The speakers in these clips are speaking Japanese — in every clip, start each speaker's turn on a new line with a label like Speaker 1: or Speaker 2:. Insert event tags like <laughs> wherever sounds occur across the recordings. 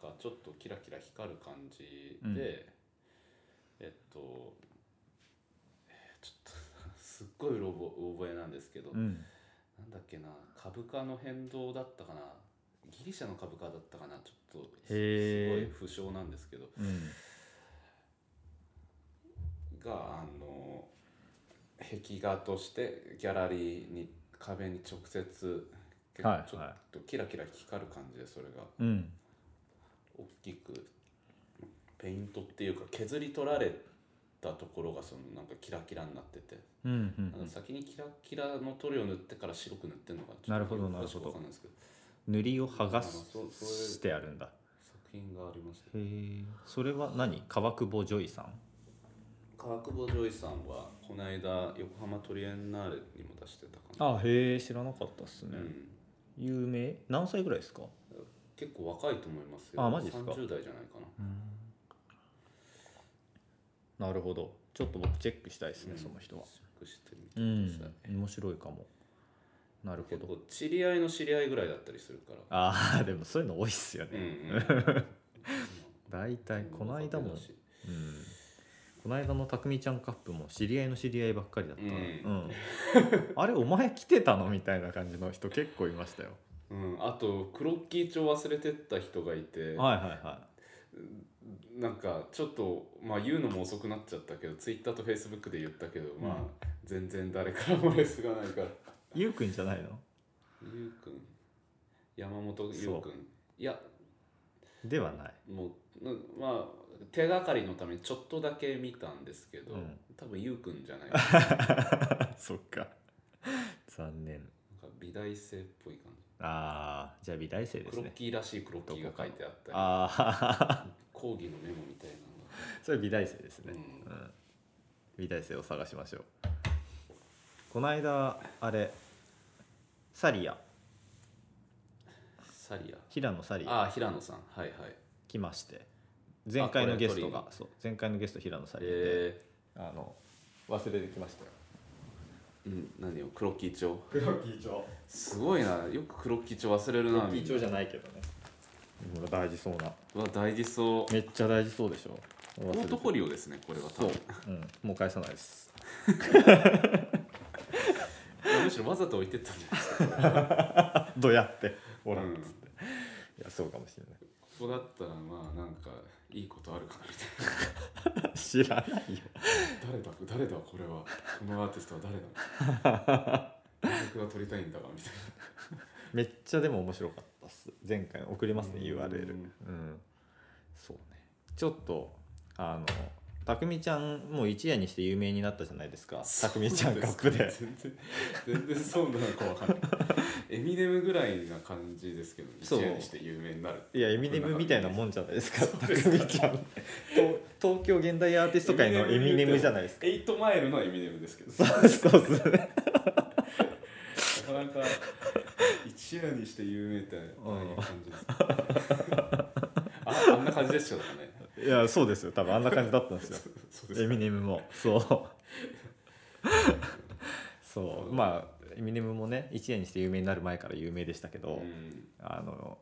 Speaker 1: かちょっとキラキラ光る感じで、
Speaker 2: うん
Speaker 1: えっとえーちょっとすっごいうろぼ覚えなんですけど、
Speaker 2: うん
Speaker 1: なんだっけな株価の変動だったかなギリシャの株価だったかなちょっとすすご
Speaker 2: へ
Speaker 1: い
Speaker 2: ー
Speaker 1: 不詳なんですけど
Speaker 2: うん
Speaker 1: があの壁画としてギャラリーに壁に直接結構
Speaker 2: はい
Speaker 1: ちょ
Speaker 2: はい
Speaker 1: っとキラキラ光る感じでそれが
Speaker 2: うん
Speaker 1: 大きくペイントっていうか削り取られたところがそのなんかキラキラになってて、
Speaker 2: うんうん
Speaker 1: な
Speaker 2: う
Speaker 1: ん
Speaker 2: ん
Speaker 1: か先にキラキラの塗料を塗ってから白く塗ってるのか
Speaker 2: なるほどなるほど
Speaker 1: わかんないですけど
Speaker 2: 塗りを剥が
Speaker 1: あのそうそういう
Speaker 2: すしてあるんだ
Speaker 1: 作品がありました
Speaker 2: へえそれは何川久保ジョイさん
Speaker 1: 川久保ジョイさんはこの間横浜トリエンナーレにも出してたかな
Speaker 2: あへえ知らなかったっすね、
Speaker 1: うん、
Speaker 2: 有名何歳ぐらいですか
Speaker 1: 結構若いと思いますよ
Speaker 2: あマジですか
Speaker 1: 30代じゃないかな
Speaker 2: なるほどちょっと僕チェックしたいですね、
Speaker 1: うん
Speaker 2: その人は
Speaker 1: チェックしてみてく
Speaker 2: う
Speaker 1: ださい
Speaker 2: ん、面白いかもなるほ
Speaker 1: 結
Speaker 2: ど
Speaker 1: 構知り合いの知り合いぐらいだったりするから
Speaker 2: ああでもそういうの多いっすよ
Speaker 1: うん
Speaker 2: ね
Speaker 1: うん
Speaker 2: 大体 <laughs> この間
Speaker 1: う
Speaker 2: も、うんん、この間のたくみちゃんカップも知り合いの知り合いばっかりだった、
Speaker 1: うん
Speaker 2: うん、あれお前来てたのみたいな感じの人結構いましたよ
Speaker 1: うん、あとクロッキー帳忘れてった人がいて
Speaker 2: はいはいは
Speaker 1: なんかちょっと、まあ、言うのも遅くなっちゃったけどツイッターとフェイスブックで言ったけど、まあ
Speaker 2: うん
Speaker 1: 全然誰からもレスがないから
Speaker 2: いゆうくんじゃないの
Speaker 1: ゆうくん山本ゆうく
Speaker 2: そ
Speaker 1: んいや
Speaker 2: ではない <laughs>
Speaker 1: もうなまあ手がかりのためにちょっとだけ見たんですけど、
Speaker 2: うん
Speaker 1: 多分ゆうくんじゃ
Speaker 2: <laughs>
Speaker 1: ないなんか
Speaker 2: そっか残念
Speaker 1: 美大生っぽい感
Speaker 2: ああじゃあ美大生
Speaker 1: じ、
Speaker 2: で
Speaker 1: ク
Speaker 2: す
Speaker 1: ロッ
Speaker 2: ね
Speaker 1: キーらしいクロッキーが書いてあったり
Speaker 2: ああ
Speaker 1: 講義のメモみたいなのが
Speaker 2: <laughs> それ美大生ですね、
Speaker 1: うん
Speaker 2: うん、美大生を探しましょうこの間あれサリア
Speaker 1: サリア
Speaker 2: 平野サリア
Speaker 1: ああ平野さんはいはい
Speaker 2: 来まして前回のゲスト
Speaker 1: あ
Speaker 2: がそう前回のゲスト平野サリアで、
Speaker 1: え
Speaker 2: あの忘れてきましたよ
Speaker 1: ー、うん何よクロッキー帳
Speaker 2: クロッキー帳
Speaker 1: すごいなよくクロッキー帳忘れる
Speaker 2: ク
Speaker 1: な
Speaker 2: ロッキー帳じゃないけどねほら大事そうな
Speaker 1: うわ大事そう
Speaker 2: めっちゃ大事そうでしょ
Speaker 1: オ
Speaker 2: 忘れ
Speaker 1: ー
Speaker 2: て
Speaker 1: トフォリオですねこれは多
Speaker 2: そう
Speaker 1: 分、
Speaker 2: うん、もう返さないです
Speaker 1: むしろわざと置いてったんじゃないですか
Speaker 2: どうやってほら、
Speaker 1: うん
Speaker 2: つっていやそうかもしれない
Speaker 1: ここだったらまあなんかいいことあるかなみたいな
Speaker 2: 知らないよ
Speaker 1: 誰だ誰だこれはこのアーティストは誰だ僕が撮りたいんだかみたい
Speaker 2: めっちゃでも面白かったっす前回の送りますね
Speaker 1: うん
Speaker 2: URL うんそうねちょっとあのたくみちゃんもう一夜にして有名になったじゃないですか
Speaker 1: な
Speaker 2: たくみちゃんカップで
Speaker 1: <laughs> 全然全然そうなのかわかんないエミネムぐらいな感じですけど
Speaker 2: そう
Speaker 1: 一夜にして有名になる
Speaker 2: いやエミネムみたいなもんじゃないですか
Speaker 1: そう
Speaker 2: たく
Speaker 1: で
Speaker 2: み
Speaker 1: すか <laughs>
Speaker 2: ちゃんと東京現代アーティスト界のエミネムじゃないですか
Speaker 1: エイトマイルのエミネムですけど
Speaker 2: <laughs> そうそうっす
Speaker 1: なかな
Speaker 2: ね
Speaker 1: か一夜にして有名ってああいう感じですああんな感じでしたね
Speaker 2: いやそうですよ多分あんな感じだったんですよ
Speaker 1: <laughs> そうです
Speaker 2: エミネムもそうそうまあエミネムもね一夜にして有名になる前から有名でしたけど、
Speaker 1: うん
Speaker 2: あの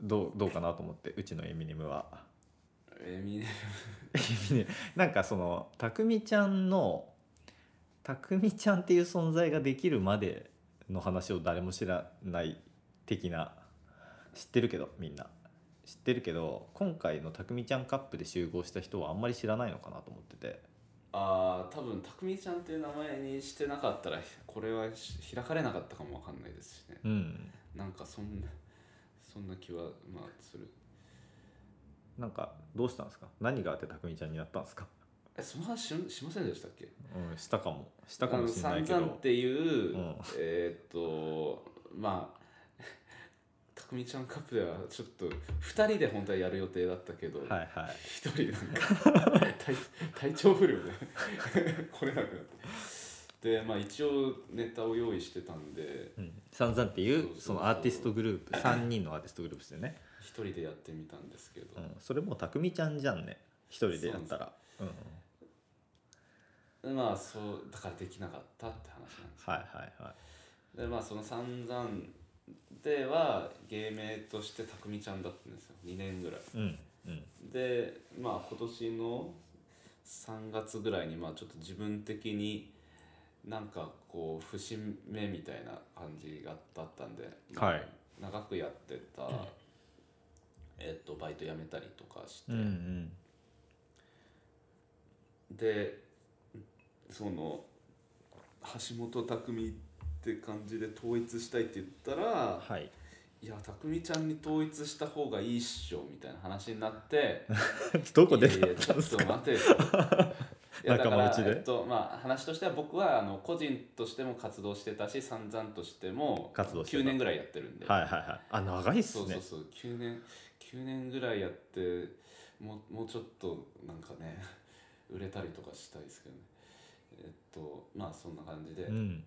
Speaker 2: どうどうかなと思ってうちのエミネムは
Speaker 1: エミネム
Speaker 2: エミネムなんかそのたくみちゃんのたくみちゃんっていう存在ができるまでの話を誰も知らない的な知ってるけどみんな知ってるけど今回のたくみちゃんカップで集合した人はあんまり知らないのかなと思ってて
Speaker 1: ああ多分たくみちゃんっていう名前にしてなかったらこれはし開かれなかったかもわかんないですしね
Speaker 2: うん
Speaker 1: なんかそんなそんな気はまあする
Speaker 2: なんかどうしたんですか何があってたくみちゃんになったんですか、
Speaker 1: えその話ししませんでしたっけ
Speaker 2: うん、したかもしたかもしれないけ
Speaker 1: あの散々っ
Speaker 2: ど
Speaker 1: ていう、
Speaker 2: うん
Speaker 1: えーっとまあたくみちゃんカップではちょっと2人で本当はやる予定だったけど、
Speaker 2: はいはい
Speaker 1: 一人なんか <laughs> 体体調不良で <laughs> 来れなくなってでまあ一応ネタを用意してたんで
Speaker 2: うん、さんざんってい
Speaker 1: そうそう
Speaker 2: う
Speaker 1: そう
Speaker 2: そのアーティストグループ3人のアーティストグループですよね、
Speaker 1: 一人でやってみたんですけど、
Speaker 2: うん、それもたくみちゃんじゃんね一人でやったらう、ん、
Speaker 1: でまあそうだからできなかったって話なんです
Speaker 2: はいはいはい
Speaker 1: でまあその散々では芸名としてたくみちゃんだったんですよ2年ぐらい
Speaker 2: うんうん
Speaker 1: でまあ今年の3月ぐらいにまあちょっと自分的になんかこう節目みたいな感じがだったんで、
Speaker 2: はい
Speaker 1: まあ長くやってた、えっと、バイト辞めたりとかして、
Speaker 2: うんうん
Speaker 1: でその橋本拓実って感じで統一したいって言ったら
Speaker 2: はい
Speaker 1: いや拓実ちゃんに統一した方がいいっしょみたいな話になって。
Speaker 2: <laughs> どこで
Speaker 1: いやいやちょっと待てよいやだから
Speaker 2: 仲間内で
Speaker 1: えっとまあ、話としては僕はあの個人としても活動してたし散々としても
Speaker 2: 活動してた
Speaker 1: 9年ぐらいやってるんで、
Speaker 2: はいはいはいあ長いっす
Speaker 1: そう
Speaker 2: ね
Speaker 1: そうそう9年9年ぐらいやってもうもうちょっとなんかね売れたりとかしたいですけどねえっとまあそんな感じで
Speaker 2: うん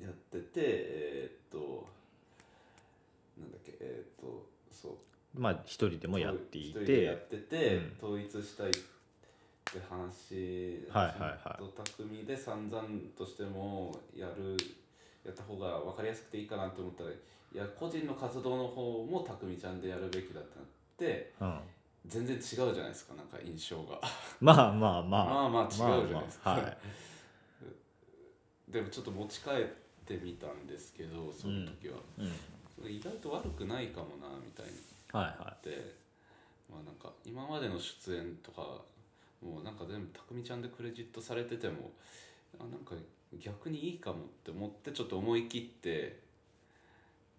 Speaker 1: やってて、えーっとなんだっけえーっとそう
Speaker 2: まあ一人でもやってい
Speaker 1: 一人でやっててて、
Speaker 2: うん
Speaker 1: 統一したいって話
Speaker 2: はいはいはい
Speaker 1: と匠で散々としてもやるやった方が分かりやすくていいかなと思ったらいや個人の活動の方も匠ちゃんでやるべきだってなって
Speaker 2: うん
Speaker 1: 全然違うじゃないですかなんか印象が
Speaker 2: まあまあ <laughs> まあ
Speaker 1: まあまあ違うじゃないですか
Speaker 2: まあまあはい
Speaker 1: でもちょっと持ち帰ってみたんですけどその時は、
Speaker 2: うん
Speaker 1: 意外と悪くないかもなみたいに
Speaker 2: はいは
Speaker 1: ってまあなんか今までの出演とかもうなんか全部たくみちゃんでクレジットされててもあなんか逆にいいかもって思ってちょっと思い切って、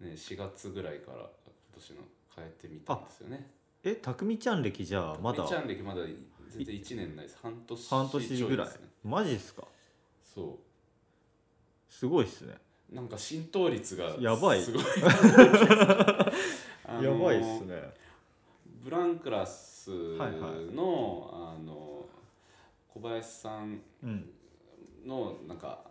Speaker 1: ね、4月ぐらいから今年の変えてみたんですよね。
Speaker 2: いえたくみちゃん歴じゃあま
Speaker 1: た
Speaker 2: だ
Speaker 1: くみちゃん歴まだ全然1年ないです半年
Speaker 2: 半年ぐらい
Speaker 1: ちょですね
Speaker 2: マジっすか
Speaker 1: そ
Speaker 2: すごいっすね
Speaker 1: うなんか浸透率が
Speaker 2: やばい
Speaker 1: す
Speaker 2: <laughs>
Speaker 1: ごいあのー
Speaker 2: ね
Speaker 1: ブランクラスの、
Speaker 2: はいはい
Speaker 1: あの小林さん
Speaker 2: うん
Speaker 1: のなんか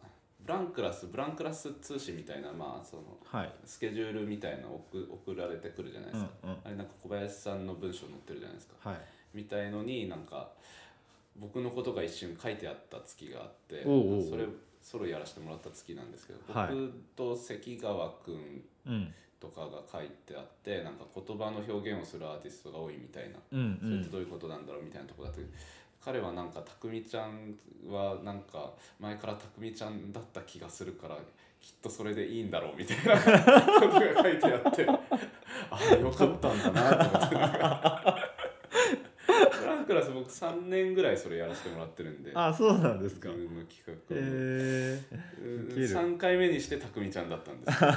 Speaker 1: ブランクラスブランクラス通信みたいなまあその
Speaker 2: はい
Speaker 1: スケジュールみたいなの送送られてくるじゃないで
Speaker 2: うん
Speaker 1: す
Speaker 2: うん
Speaker 1: か、あれなんか小林さんの文章載ってるじゃないですか
Speaker 2: はい
Speaker 1: みたいのになんか僕のことが一瞬書いてあった月があって
Speaker 2: おうおうおう
Speaker 1: それソロやらせてもらった月なんですけど、
Speaker 2: はい
Speaker 1: 僕と関川君
Speaker 2: うん
Speaker 1: とかが書いてあってなんか言葉の表現をするアーティストが多いみたいな
Speaker 2: うんう
Speaker 1: それって
Speaker 2: ん
Speaker 1: どういうことなんだろうみたいなとこだったけど、彼はなんかたくみちゃんはなんか前からたくみちゃんだった気がするからきっとそれでいいんだろうみたいな <laughs> ことが書いてあってああよかったんだなと思って
Speaker 2: <laughs>
Speaker 1: なんかフランクラス僕3年ぐらいそれやらせてもらってるんで
Speaker 2: あそうなんです
Speaker 1: 自
Speaker 2: かへ
Speaker 1: 分の企画を。
Speaker 2: えウケる
Speaker 1: 3回目にしてたくみちゃんだったん
Speaker 2: <laughs>
Speaker 1: ですよ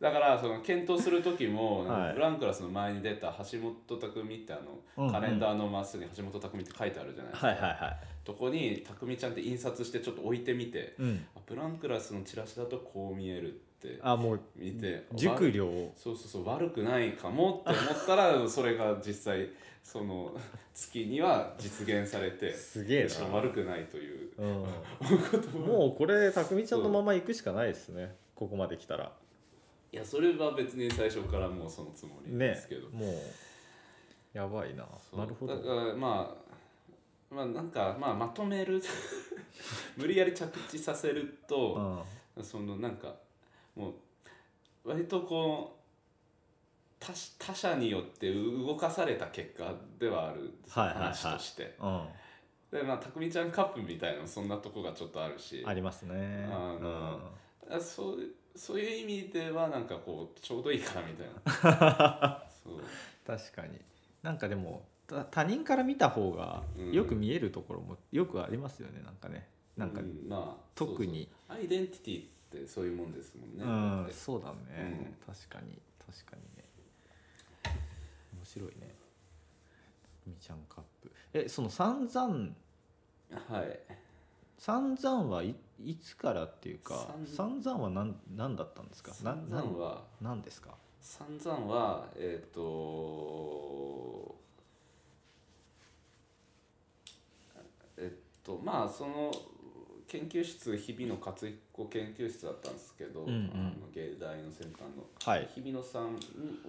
Speaker 1: だからその検討する時も、
Speaker 2: はい
Speaker 1: ブランクラスの前に出た橋本拓実ってあ
Speaker 2: うん
Speaker 1: の、
Speaker 2: うん
Speaker 1: カレンダーのマスに橋本拓実って書いてあるじゃないですか、
Speaker 2: はいはいは
Speaker 1: とこにたくみちゃんって印刷してちょっと置いてみて
Speaker 2: いうん
Speaker 1: あブランクラスのチラシだとこう見えるって
Speaker 2: あもう
Speaker 1: 見て
Speaker 2: 熟慮を
Speaker 1: そうそうそう悪くないかもって思ったらそれが実際その月には実現されて
Speaker 2: すげえ
Speaker 1: むしろ
Speaker 2: な
Speaker 1: 悪くないという
Speaker 2: うんもうこれたくみちゃんのまま行くしかないですねここまで来たら
Speaker 1: いやそれは別に最初からもうそのつもりで
Speaker 2: ね
Speaker 1: すけど、
Speaker 2: もうやばいな
Speaker 1: そう
Speaker 2: なるほど
Speaker 1: だからまあまあなんか、まあ、まとめ
Speaker 2: <laughs>
Speaker 1: る無理やり着地させる
Speaker 2: う
Speaker 1: と、
Speaker 2: ん
Speaker 1: そのなんかもう割とこう他他者によって動かされた結果ではあるんですよ
Speaker 2: はいはいはい
Speaker 1: 話として。
Speaker 2: うん
Speaker 1: でまあたくみちゃんカップみたいなそんなとこがちょっとあるし
Speaker 2: ありますね
Speaker 1: あの
Speaker 2: うん
Speaker 1: あそうそういう意味ではなんかこうちょうどいいかなみたいな。
Speaker 2: <laughs>
Speaker 1: そう
Speaker 2: 確かになんかでもた他人から見た方が
Speaker 1: うん
Speaker 2: よく見えるところもよくありますよねなんかねなんか
Speaker 1: うまあ、
Speaker 2: 特に
Speaker 1: そうそうアイデンティティってそういうもんですもんね、
Speaker 2: うん
Speaker 1: だって
Speaker 2: そうだね、確かに確かにね面白いねみちゃんカップえその散々
Speaker 1: はい
Speaker 2: 散々はいいつからっていうか
Speaker 1: さ
Speaker 2: 散々は何何だったんですかな
Speaker 1: 散々は
Speaker 2: な何ですか
Speaker 1: 散々はえっ、とえっとまあその研究室日々の勝彦研究室だったんですけど、
Speaker 2: うんうん
Speaker 1: あの芸大の先端の
Speaker 2: はい
Speaker 1: 日比野さん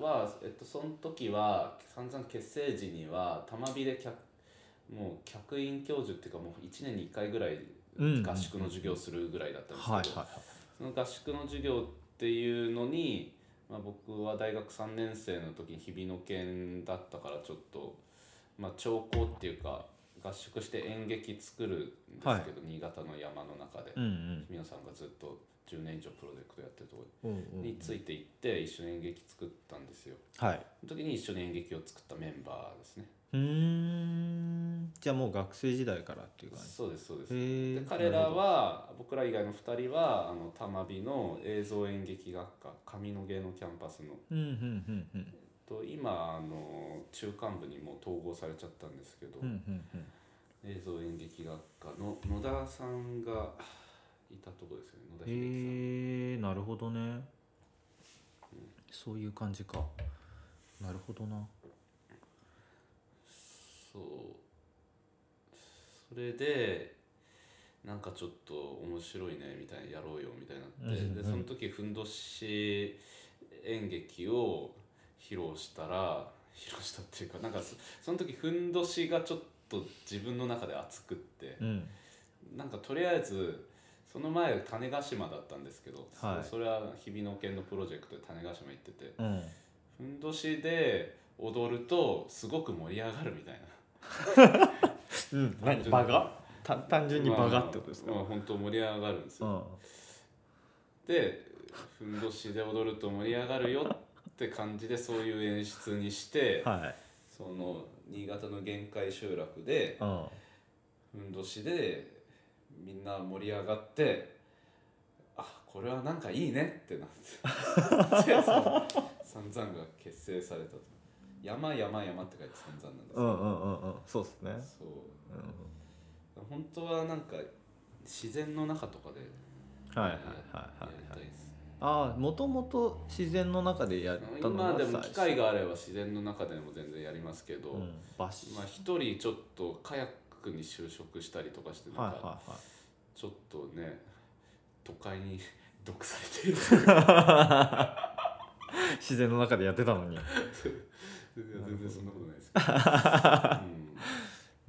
Speaker 1: は、えっと、その時は散々結成時には玉美で客もう客員教授っていうかもう1年に1回ぐらい
Speaker 2: うん
Speaker 1: 合宿の授業するぐらいだったんですけど、
Speaker 2: はいはいはい
Speaker 1: その合宿の授業っていうのに、まあ、僕は大学3年生の時に日比野研だったからちょっと、まあ、聴講っていうか合宿して演劇作るんですけど、
Speaker 2: はい
Speaker 1: 新潟の山の中で、
Speaker 2: うんうん
Speaker 1: 日比野さんがずっと10年以上プロジェクトやってるとこ
Speaker 2: うんうん
Speaker 1: について行って一緒に演劇作ったんですよ。
Speaker 2: はい
Speaker 1: その時に一緒に演劇を作ったメンバーですね。
Speaker 2: うーんじゃあもう学生時代からっていう感
Speaker 1: そうですそうです
Speaker 2: じへ
Speaker 1: で
Speaker 2: え
Speaker 1: 彼らは僕ら以外の2人はあの玉美の映像演劇学科上野芸能キャンパスの
Speaker 2: うんうんうんうん
Speaker 1: と今あの中間部にもう統合されちゃったんですけど、
Speaker 2: うんうんうん
Speaker 1: 映像演劇学科の野田さんがいたとこですよね野田秀
Speaker 2: へ
Speaker 1: 樹さん、
Speaker 2: えなるほどねそういう感じかなるほどな
Speaker 1: そうそれでなんかちょっと面白いねみたいなやろうよみたいになって、
Speaker 2: うんうん
Speaker 1: でその時ふんどし演劇を披露したら <laughs> 披露したっていうかなんかそその時ふんどしがちょっと自分の中で熱くって
Speaker 2: う、ん
Speaker 1: なんかとりあえずその前種子島だったんですけど、
Speaker 2: はい
Speaker 1: そそれは日比野研のプロジェクトで種子島行ってて
Speaker 2: うん
Speaker 1: ふんどしで踊るとすごく盛り上がるみたいな。
Speaker 2: うん
Speaker 1: 何
Speaker 2: 場がた単純に場がってことですか
Speaker 1: まあ、まあ本当盛り上がるんです
Speaker 2: う
Speaker 1: よ、
Speaker 2: ん
Speaker 1: でふんどしで踊ると盛り上がるよって感じでそういう演出にして、
Speaker 2: はい
Speaker 1: その新潟の限界集落で
Speaker 2: うん
Speaker 1: ふんどしでみんな盛り上がってあこれはなんかいいねってなっ
Speaker 2: <laughs>
Speaker 1: てでその三々が結成されたと山山山って書いて三々なんですけ
Speaker 2: う
Speaker 1: ど、
Speaker 2: んうんうんうんそうっすね
Speaker 1: そう
Speaker 2: うん
Speaker 1: 本当はなんか自然の中とかで
Speaker 2: はいはいはい
Speaker 1: や
Speaker 2: はい
Speaker 1: りたいです
Speaker 2: ああもともと自然の中でやったのが
Speaker 1: 今でも
Speaker 2: 最
Speaker 1: 機
Speaker 2: 初
Speaker 1: 会があれば自然の中でも全然やりますけど、
Speaker 2: うんバシ
Speaker 1: まあ一人ちょっとカヤックに就職したりとかしてなん
Speaker 2: はい
Speaker 1: か
Speaker 2: はいはい
Speaker 1: ちょっとね都会に <laughs> 毒されてる
Speaker 2: 自然の中でやってたのに
Speaker 1: 全然そんなことない
Speaker 2: <laughs>
Speaker 1: ですけど、う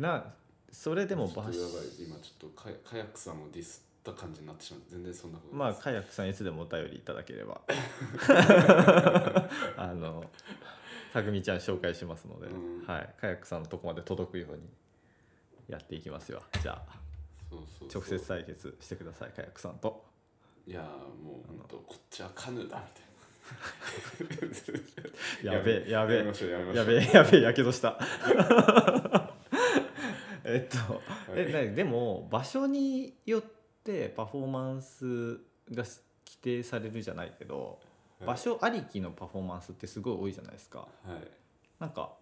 Speaker 1: ん
Speaker 2: なそれでも
Speaker 1: ちょっ
Speaker 2: バ
Speaker 1: と
Speaker 2: シ
Speaker 1: やばい今ちょっとカヤカヤックさんをディスった感じになってしまって全然そんなこと
Speaker 2: ま
Speaker 1: ない
Speaker 2: あ
Speaker 1: です、
Speaker 2: カヤックさんいつでもお便りいただけ
Speaker 1: <laughs>
Speaker 2: ればあのたくみちゃん紹介しますので、
Speaker 1: うん
Speaker 2: はい、カヤックさんのとこまで届くようにやっていきますよじゃあ
Speaker 1: そうそうそう
Speaker 2: 直接対決してくださいカヤックさんと
Speaker 1: いやーもう本当こっちはカヌーだみたいな
Speaker 2: やべえやべ
Speaker 1: やめ
Speaker 2: え
Speaker 1: ましょうやめましょ
Speaker 2: や
Speaker 1: う
Speaker 2: べえやべえやけどした <laughs> えっと
Speaker 1: はい
Speaker 2: えなでも場所によってパフォーマンスが規定されるじゃないけど
Speaker 1: はい
Speaker 2: 場所ありきのパフォーマンスってすごい多いじゃないですか
Speaker 1: はい
Speaker 2: なんか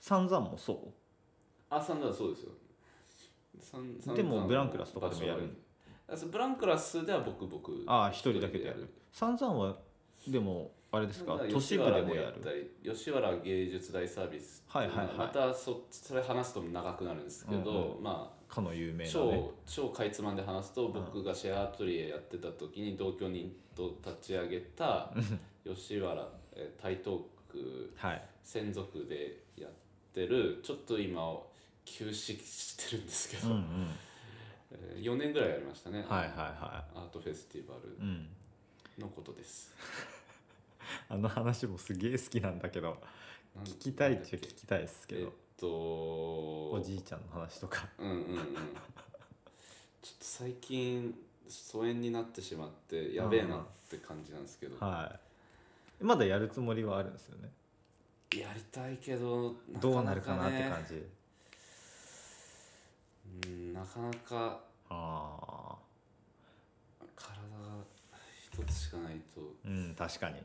Speaker 2: 散々もそ
Speaker 1: あ、サンダーそうですよ。サンサン
Speaker 2: でも
Speaker 1: サン
Speaker 2: ブランクラスとかでもやる
Speaker 1: 場所があそうブランクラスでは僕、僕。
Speaker 2: うああ一人だけでやる散々はでもあれですか都市部でもやる
Speaker 1: る。吉原芸術大サービスってうの
Speaker 2: はいはいはい
Speaker 1: またそそれ話すと長くなるんですけど、
Speaker 2: うん
Speaker 1: まあ、
Speaker 2: かの有名なね
Speaker 1: 超超かいつまんで話すと僕がシェアアトリエやってた時に同居人と立ち上げ
Speaker 2: <laughs>
Speaker 1: た吉原、えー台東区
Speaker 2: はい
Speaker 1: 専属でやってるちょっと今休止してるんですけ
Speaker 2: う
Speaker 1: ど、
Speaker 2: んうん
Speaker 1: えー4年ぐらいやりましたね、
Speaker 2: はいはいは
Speaker 1: アートフェスティバル
Speaker 2: いうん
Speaker 1: のことです。
Speaker 2: あの話もすげえ好きなんだけど
Speaker 1: なん
Speaker 2: 聞きたいっち
Speaker 1: な
Speaker 2: ゃ
Speaker 1: んだ
Speaker 2: 聞
Speaker 1: っ
Speaker 2: きたいですけ
Speaker 1: えっ
Speaker 2: ど
Speaker 1: と、
Speaker 2: おじいちゃんの話とか
Speaker 1: うんうんうん。ちょっと最近疎遠になってしまってやべえなって感じなんですけど、
Speaker 2: はいまだやるつもりはあるんですよね
Speaker 1: やりたいけど
Speaker 2: どうなるかなって
Speaker 1: ね
Speaker 2: 感じ
Speaker 1: うんなかなか
Speaker 2: ああ
Speaker 1: 体が一つしかないと、
Speaker 2: うん確かに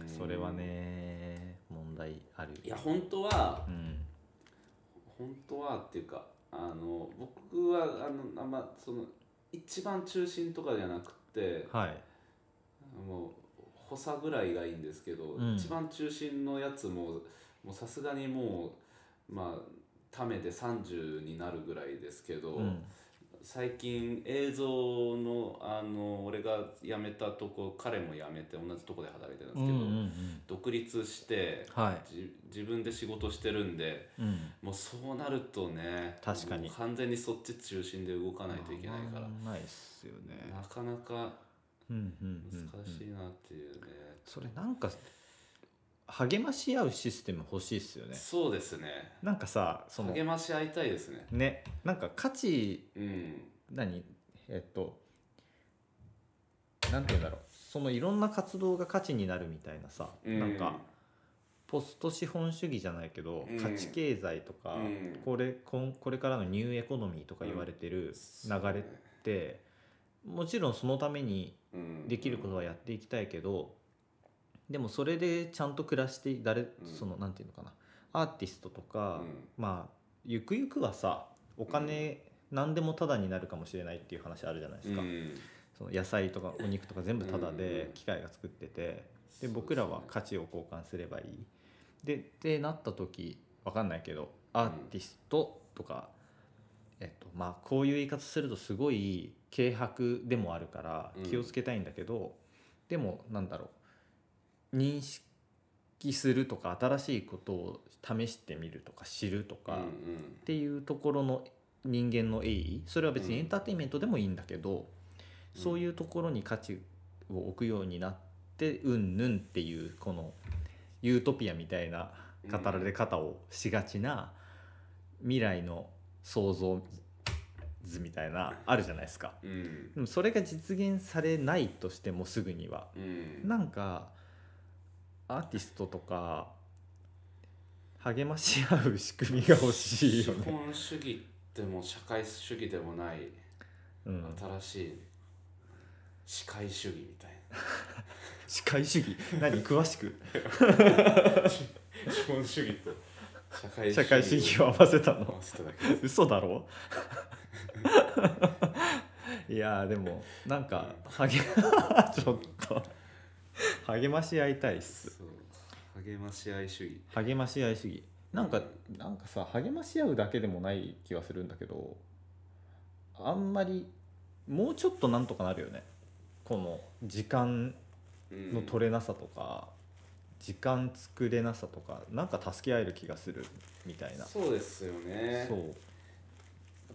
Speaker 1: うん
Speaker 2: それは。ね問題ある
Speaker 1: いや本当は
Speaker 2: うん
Speaker 1: 本当はっていうかあの僕はあのあんまその一番中心とかじゃなくて
Speaker 2: はい
Speaker 1: もう補佐ぐらいがいいんですけど、
Speaker 2: うん
Speaker 1: 一番中心のやつももうさすがにもうまあためで30になるぐらいですけど、
Speaker 2: うん
Speaker 1: 最近映像のあの俺が辞めたとこ彼も辞めて同じとこで働いてるんですけど、独立して
Speaker 2: は
Speaker 1: じ自分で仕事してるんで
Speaker 2: い、うん、
Speaker 1: もうそうなるとね
Speaker 2: 確かに
Speaker 1: もう完全にそっち中心で動かないといけないから、
Speaker 2: まあないっすよね
Speaker 1: なかなか
Speaker 2: うんうんうんうん
Speaker 1: 難しいなっていうね、
Speaker 2: それなんか励まし合うシステム欲しいっすよね
Speaker 1: そうですね
Speaker 2: なんかさその
Speaker 1: 励まし合いたいですね
Speaker 2: ねなんか価値
Speaker 1: うん
Speaker 2: 何えっとなんて言うんだろうそのいろんな活動が価値になるみたいなさ、
Speaker 1: うん
Speaker 2: なんかポスト資本主義じゃないけど、
Speaker 1: うん
Speaker 2: 価値経済とか、
Speaker 1: うん
Speaker 2: これこんこれからのニューエコノミーとか言われてる流れって、もちろんそのために
Speaker 1: うん
Speaker 2: できることはやっていきたいけどでもそれでちゃんと暮らして誰そのなんていうのかなアーティストと
Speaker 1: う
Speaker 2: か、
Speaker 1: ん
Speaker 2: まあゆくゆくはさお金何でもタダになるかもしれないっていう話あるじゃないですか、
Speaker 1: うん
Speaker 2: その野菜とかお肉とか全部タダ
Speaker 1: う
Speaker 2: で
Speaker 1: ん
Speaker 2: 機械が作っててで
Speaker 1: そうですね
Speaker 2: 僕らは価値を交換すればいいでってなった時わかんないけどアーティストとか、えっとまあこういう言い方するとすごい軽薄でもあるから
Speaker 1: うん
Speaker 2: 気をつけたいんだけど、でもなんだろう認識するとか新しいことを試してみるとか知るとか、
Speaker 1: うん
Speaker 2: っ、ていうところの人間の鋭意それは別にエンターテインメントでもいいんだけど、そういうところに価値を置くようになってうんぬんっていうこのユートピアみたいな語られ方をしがちな未来の想像図みたいなあるじゃないですか。
Speaker 1: うんうん
Speaker 2: でもそれが実現されないとしてもすぐには
Speaker 1: うん
Speaker 2: なんかアーティストとか励まし合う仕組みが欲しい
Speaker 1: 資
Speaker 2: よね。
Speaker 1: 本主義でも社会主義でもない
Speaker 2: うん、
Speaker 1: 新しい社会主義みたい
Speaker 2: 社会主 <laughs> 義何詳しく
Speaker 1: な資本主義と社会
Speaker 2: 社会主義を合わせたの
Speaker 1: 合わせただけです
Speaker 2: <laughs> 嘘だろ <laughs> いやーでもなんか励 <laughs> ちょっと励まし合いたいっす
Speaker 1: そう励まし合い主義
Speaker 2: 励まし合い主義なんかなんかさ励まし合うだけでもない気はするんだけどあんまりもうちょっとなんとかなるよねこの時間の取れなさとか、時間作れなさとかなんか助け合える気がするみたいな
Speaker 1: そうですよね
Speaker 2: そ
Speaker 1: やっ
Speaker 2: う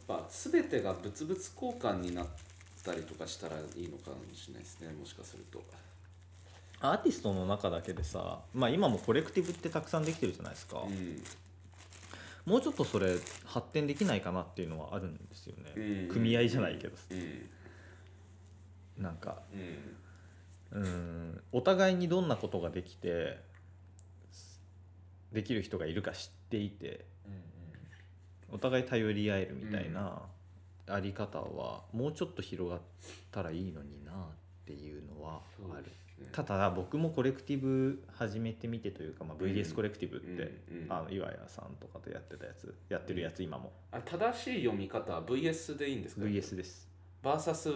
Speaker 1: ぱ全てが物々交換になったりとかしたらいいのかもしれないですねもしかすると
Speaker 2: アーティストの中だけでさ、まあ、今もコレクティブってたくさんできてるじゃないですか、
Speaker 1: うん
Speaker 2: もうちょっとそれ発展できないかなっていうのはあるんですよね、
Speaker 1: うん
Speaker 2: 組合じゃないけど
Speaker 1: うん
Speaker 2: なんか
Speaker 1: うん
Speaker 2: うんお互いにどんなことができてできる人がいるか知っていてお互い頼り合えるみたいなあり方はもうちょっと広がったらいいのになっていうのは
Speaker 1: そう
Speaker 2: ある
Speaker 1: で。すね
Speaker 2: ただ僕もコレクティブ始めてみてというか、ま
Speaker 1: う
Speaker 2: あ、VS
Speaker 1: ん
Speaker 2: コレクティブって、
Speaker 1: うんうん
Speaker 2: あの岩屋さんとかとやってたやつやってるやつ今も
Speaker 1: あ正しい読み方は VS でいいんですか
Speaker 2: VS です
Speaker 1: バーサスっ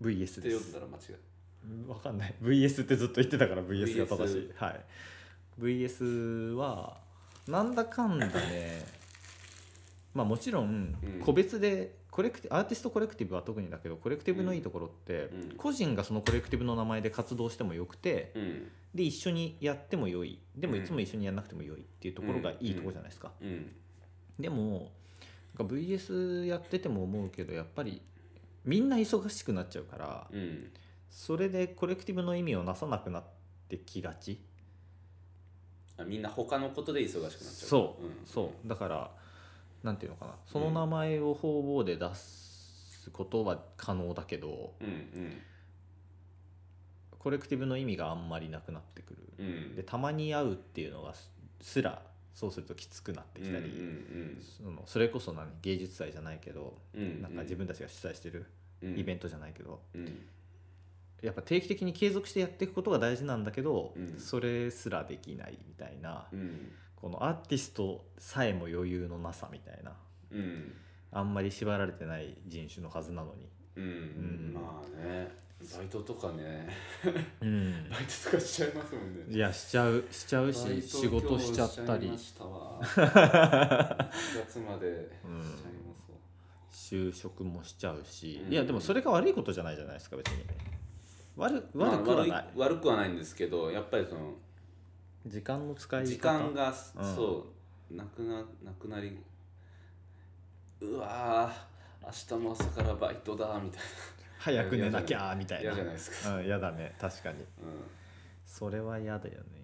Speaker 2: VS
Speaker 1: て
Speaker 2: で
Speaker 1: 読ん
Speaker 2: す
Speaker 1: だら間違い
Speaker 2: 分かんない VS ってずっと言ってたから VS が正し
Speaker 1: VS
Speaker 2: いはい VS はなんだかんだねまあもちろん
Speaker 1: うん
Speaker 2: 個別でコレクティアーティストコレクティブは特にだけどコレクティブのいいところって
Speaker 1: うんうん
Speaker 2: 個人がそのコレクティブの名前で活動してもよくて、
Speaker 1: うん
Speaker 2: で一緒にやっても良いでも
Speaker 1: うん
Speaker 2: いつも一緒にやらなくても良いっていうところがいいところじゃないですか、
Speaker 1: うん
Speaker 2: でもなんか VS やってても思うけどやっぱりみんな忙しくなっちゃうから
Speaker 1: うん
Speaker 2: それでコレクティブの意味をなさなくなってきがち
Speaker 1: あみんな他のことで忙しくなっちゃう
Speaker 2: そう、
Speaker 1: ん
Speaker 2: そうだからなんていうのかなその名前を方々で出すことは可能だけど
Speaker 1: うん
Speaker 2: コレクティブの意味があんまりなくなってくる
Speaker 1: うんうん
Speaker 2: でたまに会うっていうのがすすらそうするときつくなってきたり、
Speaker 1: うん
Speaker 2: そのそれこそ何芸術祭じゃないけど
Speaker 1: うんうん、
Speaker 2: なんか自分たちが主催してる
Speaker 1: うん
Speaker 2: イベントじゃないけど、
Speaker 1: うん
Speaker 2: やっぱ定期的に継続してやっていくことが大事なんだけど、
Speaker 1: うん
Speaker 2: それすらできないみたいな、
Speaker 1: うん
Speaker 2: このアーティストさえも余裕のなさみたいな
Speaker 1: うん
Speaker 2: あんまり縛られてない人種のはずなのに、
Speaker 1: うん、
Speaker 2: ん
Speaker 1: まあねバイトとかね <laughs>
Speaker 2: うん
Speaker 1: バイトとかしちゃいますもんね
Speaker 2: いやしちゃうしちゃう
Speaker 1: バイ
Speaker 2: し
Speaker 1: ト
Speaker 2: 仕事しちゃった
Speaker 1: 今
Speaker 2: り
Speaker 1: 日しちゃいましたわ1月までしちゃいますわ
Speaker 2: 就職もしちゃうし、
Speaker 1: うん
Speaker 2: いやでもそれが悪いことじゃないじゃないですか別に悪
Speaker 1: まあ
Speaker 2: 悪くはない、
Speaker 1: 悪い悪くはないんですけどやっぱりその
Speaker 2: 時間の使い方
Speaker 1: 時間が、
Speaker 2: うん
Speaker 1: そうなくななくなりうわー明日も朝からバイトだみたい
Speaker 2: 早く寝なきゃーみた
Speaker 1: ない
Speaker 2: な
Speaker 1: 嫌じゃ
Speaker 2: う
Speaker 1: ないですか、
Speaker 2: ん嫌だね確かに
Speaker 1: うん、
Speaker 2: それは嫌だよね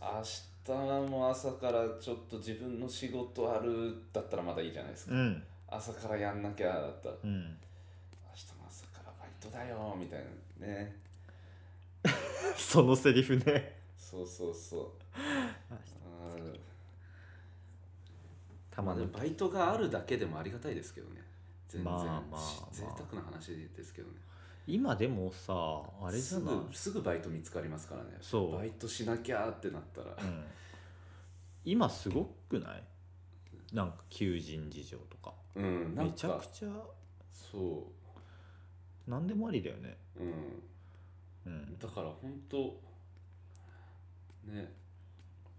Speaker 1: 明日も朝からちょっと自分の仕事あるだったらまだいいじゃないですか、
Speaker 2: うん
Speaker 1: 朝からやんなきゃだったら
Speaker 2: うん
Speaker 1: 明日も朝からバイトだよみたいなね
Speaker 2: そのセリフね
Speaker 1: そうそうそううん
Speaker 2: た
Speaker 1: ま
Speaker 2: ま
Speaker 1: あで
Speaker 2: に
Speaker 1: もバイトがあるだけでもありがたいですけどね全然、
Speaker 2: まあまあまあ
Speaker 1: 贅沢な話ですけどね
Speaker 2: 今でもさあれじゃない
Speaker 1: すぐすぐバイト見つかりますからね
Speaker 2: そう
Speaker 1: バイトしなきゃーってなったら、
Speaker 2: うん、今すごくないなんか求人事情とか
Speaker 1: うん、な
Speaker 2: め
Speaker 1: ん
Speaker 2: ちゃ
Speaker 1: か
Speaker 2: くちゃ
Speaker 1: そ
Speaker 2: 何でもありだよね
Speaker 1: う、うん、
Speaker 2: うん
Speaker 1: だから本当ね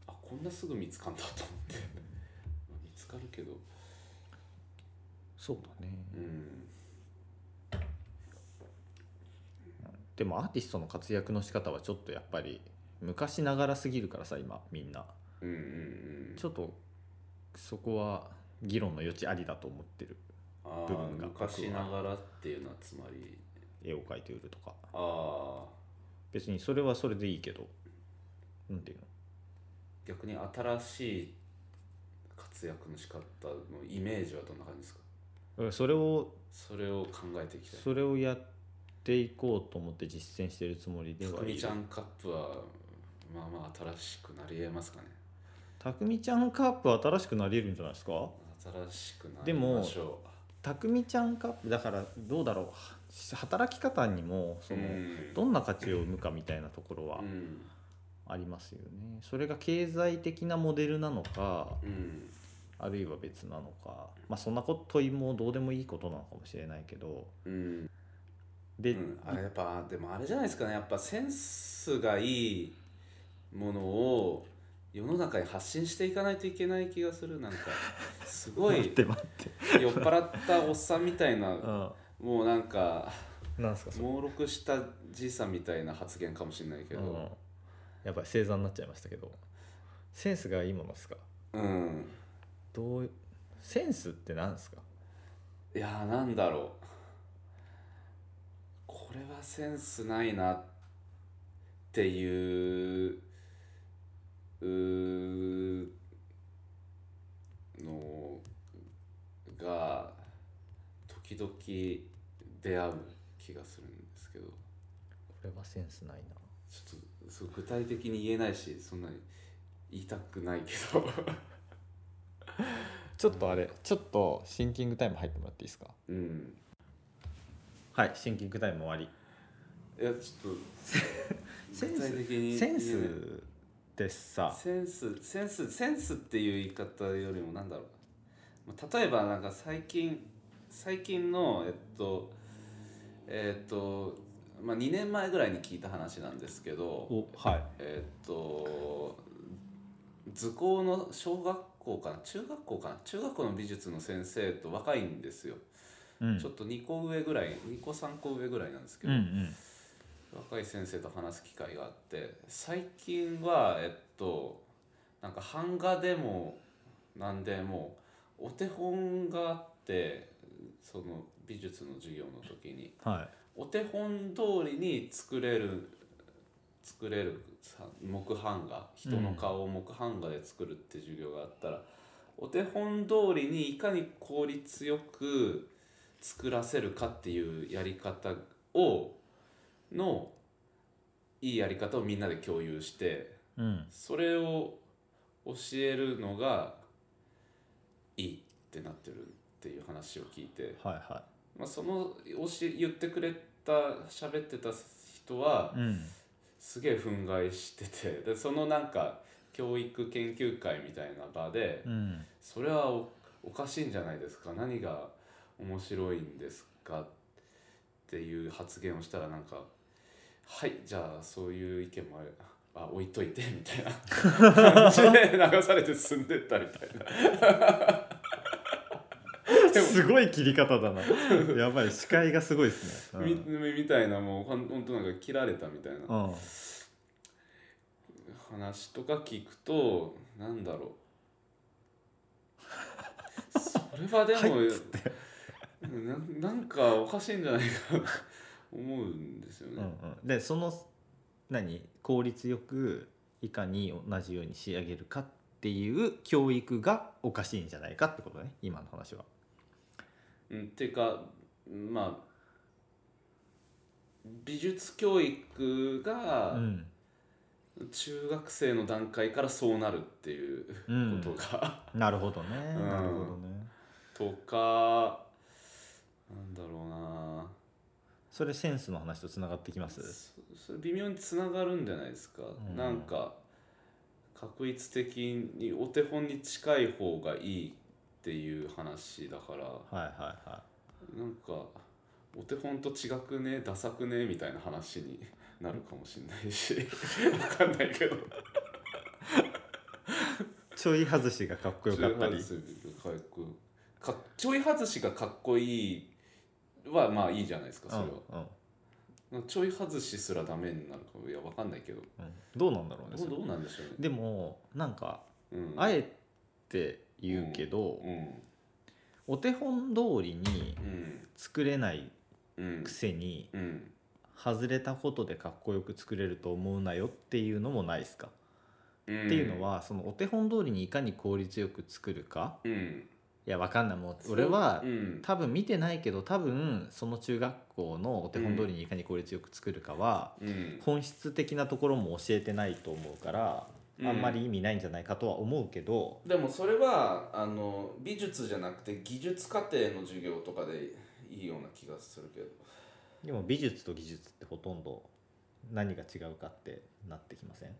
Speaker 1: あこんなすぐ見つかんだと思っ
Speaker 2: <laughs>
Speaker 1: てまあ見つかるけど
Speaker 2: そうだね、
Speaker 1: うん
Speaker 2: でもアーティストの活躍の仕方はちょっとやっぱり昔ながらすぎるからさ今みんな
Speaker 1: うんうんうん
Speaker 2: ちょっとそこは議論の余地ありだと思ってる
Speaker 1: あ
Speaker 2: 部
Speaker 1: あ
Speaker 2: 分が
Speaker 1: 昔ながらっていうのはつまり
Speaker 2: 絵を描いて売るとか
Speaker 1: ああ
Speaker 2: 別にそれはそれでいいけどなんていうの
Speaker 1: 逆に新しい活躍の仕方のイメージはどんな感じですか
Speaker 2: だからそれを
Speaker 1: それを考えていきたい
Speaker 2: それをやっていこうと思って実践してるつもりで
Speaker 1: た
Speaker 2: は
Speaker 1: く
Speaker 2: い
Speaker 1: み
Speaker 2: る
Speaker 1: ちゃんカップはまあまあ新しくなりえますかね
Speaker 2: たくみちゃんカップは新しくなり得るんじゃないですか
Speaker 1: 新しくな
Speaker 2: で
Speaker 1: り
Speaker 2: も
Speaker 1: ましょ
Speaker 2: たくみちゃんカップだからどうだろうは働き方にも
Speaker 1: う
Speaker 2: その、
Speaker 1: うん
Speaker 2: どんな価値を生むかみたいなところは
Speaker 1: うん
Speaker 2: ありますよねそれが経済的なモデルなのか
Speaker 1: うん
Speaker 2: あるいは別なのかまあそんなこと問いもどうでもいいことなのかもしれないけど
Speaker 1: うん
Speaker 2: で、
Speaker 1: うんあやっぱでもあれじゃないですかねやっぱセンスがいいものを世の中に発信していかないといけない気がするなんかすご
Speaker 2: 待っ
Speaker 1: い
Speaker 2: て待って、
Speaker 1: 酔っ払ったおっさんみたいな
Speaker 2: うん、
Speaker 1: もうなんか
Speaker 2: なんすかそれ、
Speaker 1: 猛録したじいさんみたいな発言かもしれないけ
Speaker 2: う
Speaker 1: ど
Speaker 2: ん、やっぱり正座になっちゃいましたけどセンスがいいものですか
Speaker 1: うん、
Speaker 2: どうセンスって何ですか
Speaker 1: いやーなんだろうこれはセンスないなっていううーのが時々出会う気がするんですけど
Speaker 2: これはセンスないな
Speaker 1: ちょっとそう具体的に言えないしそんなに言いたくないけど。
Speaker 2: <laughs> ちょっとあれちょっとシンキングタイム入ってもらっていいですか
Speaker 1: うん
Speaker 2: はいシンキングタイム終わり
Speaker 1: いやちょっと
Speaker 2: セン
Speaker 1: 具
Speaker 2: ス
Speaker 1: 体的に
Speaker 2: セン
Speaker 1: 言えない
Speaker 2: スってさ
Speaker 1: センスセンスセンスっていう言い方よりもなんだろうまあ例えばなんか最近最近のえっとえっとまあ2年前ぐらいに聞いた話なんですけど
Speaker 2: おはい
Speaker 1: えっと図工の小学校かな中学校かな中学校の美術の先生と若いんですよ、
Speaker 2: うん
Speaker 1: ちょっと2個上ぐらい2個3個上ぐらいなんですけ
Speaker 2: うん
Speaker 1: ど、
Speaker 2: うん
Speaker 1: 若い先生と話す機会があって最近はえっとなんか版画でもなんでもお手本があってその美術の授業の時に
Speaker 2: はい
Speaker 1: お手本通りに作れる作れるさ木版画人の顔を木版画で作るって授業があったら、お手本通りにいかに効率よく作らせるかっていうやり方をのいいやり方をみんなで共有して
Speaker 2: うん
Speaker 1: それを教えるのがいいってなってるっていう話を聞いて。
Speaker 2: はいは
Speaker 1: まあ、その教え言ってくれた喋ってた人はい
Speaker 2: うん
Speaker 1: すげえ憤慨しててでそのなんか教育研究会みたいな場で
Speaker 2: うん
Speaker 1: それはおおかしいんじゃないですか何が面白いんですかっていう発言をしたらなんか「はいじゃあそういう意見もあるあ置いといて」みたいな感じで流されて進んでったみたいな
Speaker 2: すごい切り方だな <laughs> やばい視界がすごいですね、
Speaker 1: みみたいなもうほんほんとなんか切られたみたい
Speaker 2: うん
Speaker 1: な
Speaker 2: うん
Speaker 1: 話とか聞くとなんだろうそれはで
Speaker 2: <laughs>
Speaker 1: も、
Speaker 2: はいっ
Speaker 1: ななんかおかしいんじゃないかな思うんですよ
Speaker 2: うんう
Speaker 1: ね。
Speaker 2: んでその何効率よくいかに同じように仕上げるかっていう教育がおかしいんじゃないかってことね今の話は
Speaker 1: うんっていうかまあ美術教育
Speaker 2: う
Speaker 1: が
Speaker 2: ん
Speaker 1: 中学生の段階からそうなるっていう
Speaker 2: う
Speaker 1: こ
Speaker 2: ん
Speaker 1: とが。
Speaker 2: なるほどね、
Speaker 1: うん
Speaker 2: なるほどね
Speaker 1: とかなんだろうな
Speaker 2: それセンスの話とつながってきます
Speaker 1: そそれ微妙につながるんじゃないですか、
Speaker 2: うん
Speaker 1: なんか確率的にお手本に近い方がいいっていう話だから
Speaker 2: はいはいは
Speaker 1: なんかお手本と違くねダサくねみたいな話になるかもしれない
Speaker 2: <laughs>
Speaker 1: しわかんないけど
Speaker 2: いちょい外しがかっこよかったり
Speaker 1: ちょい外しがかっこよかちょい外しがかっこいいはまあいいじゃないですかそれは。
Speaker 2: うんうん
Speaker 1: ちょい外しすらダメになるかもいやわかんないけど
Speaker 2: うんどうなんだろうね
Speaker 1: ど
Speaker 2: そうれ
Speaker 1: どうなんでしょうね。
Speaker 2: でもなんか
Speaker 1: うん、
Speaker 2: あえて言うけど、
Speaker 1: うん
Speaker 2: お手本通りに
Speaker 1: うん
Speaker 2: 作れない
Speaker 1: うん
Speaker 2: くせに
Speaker 1: うん
Speaker 2: 外れたことでかっこよく作れると思うなよっていうのもないですか、
Speaker 1: うん
Speaker 2: っていうのはそのお手本通りにいかに効率よく作るか
Speaker 1: うん
Speaker 2: いやわかんないもう俺は
Speaker 1: うん
Speaker 2: 多分見てないけど多分その中学校のお手本通りにいかに効率よく作るかは
Speaker 1: うん
Speaker 2: 本質的なところも教えてないと思うから
Speaker 1: うん
Speaker 2: あんまり意味ないんじゃないかとは思うけど、
Speaker 1: でもそれはあの美術じゃなくて技術課程の授業とかでいいような気がするけど
Speaker 2: でも美術と技術ってほとんど何が違うかってなってきません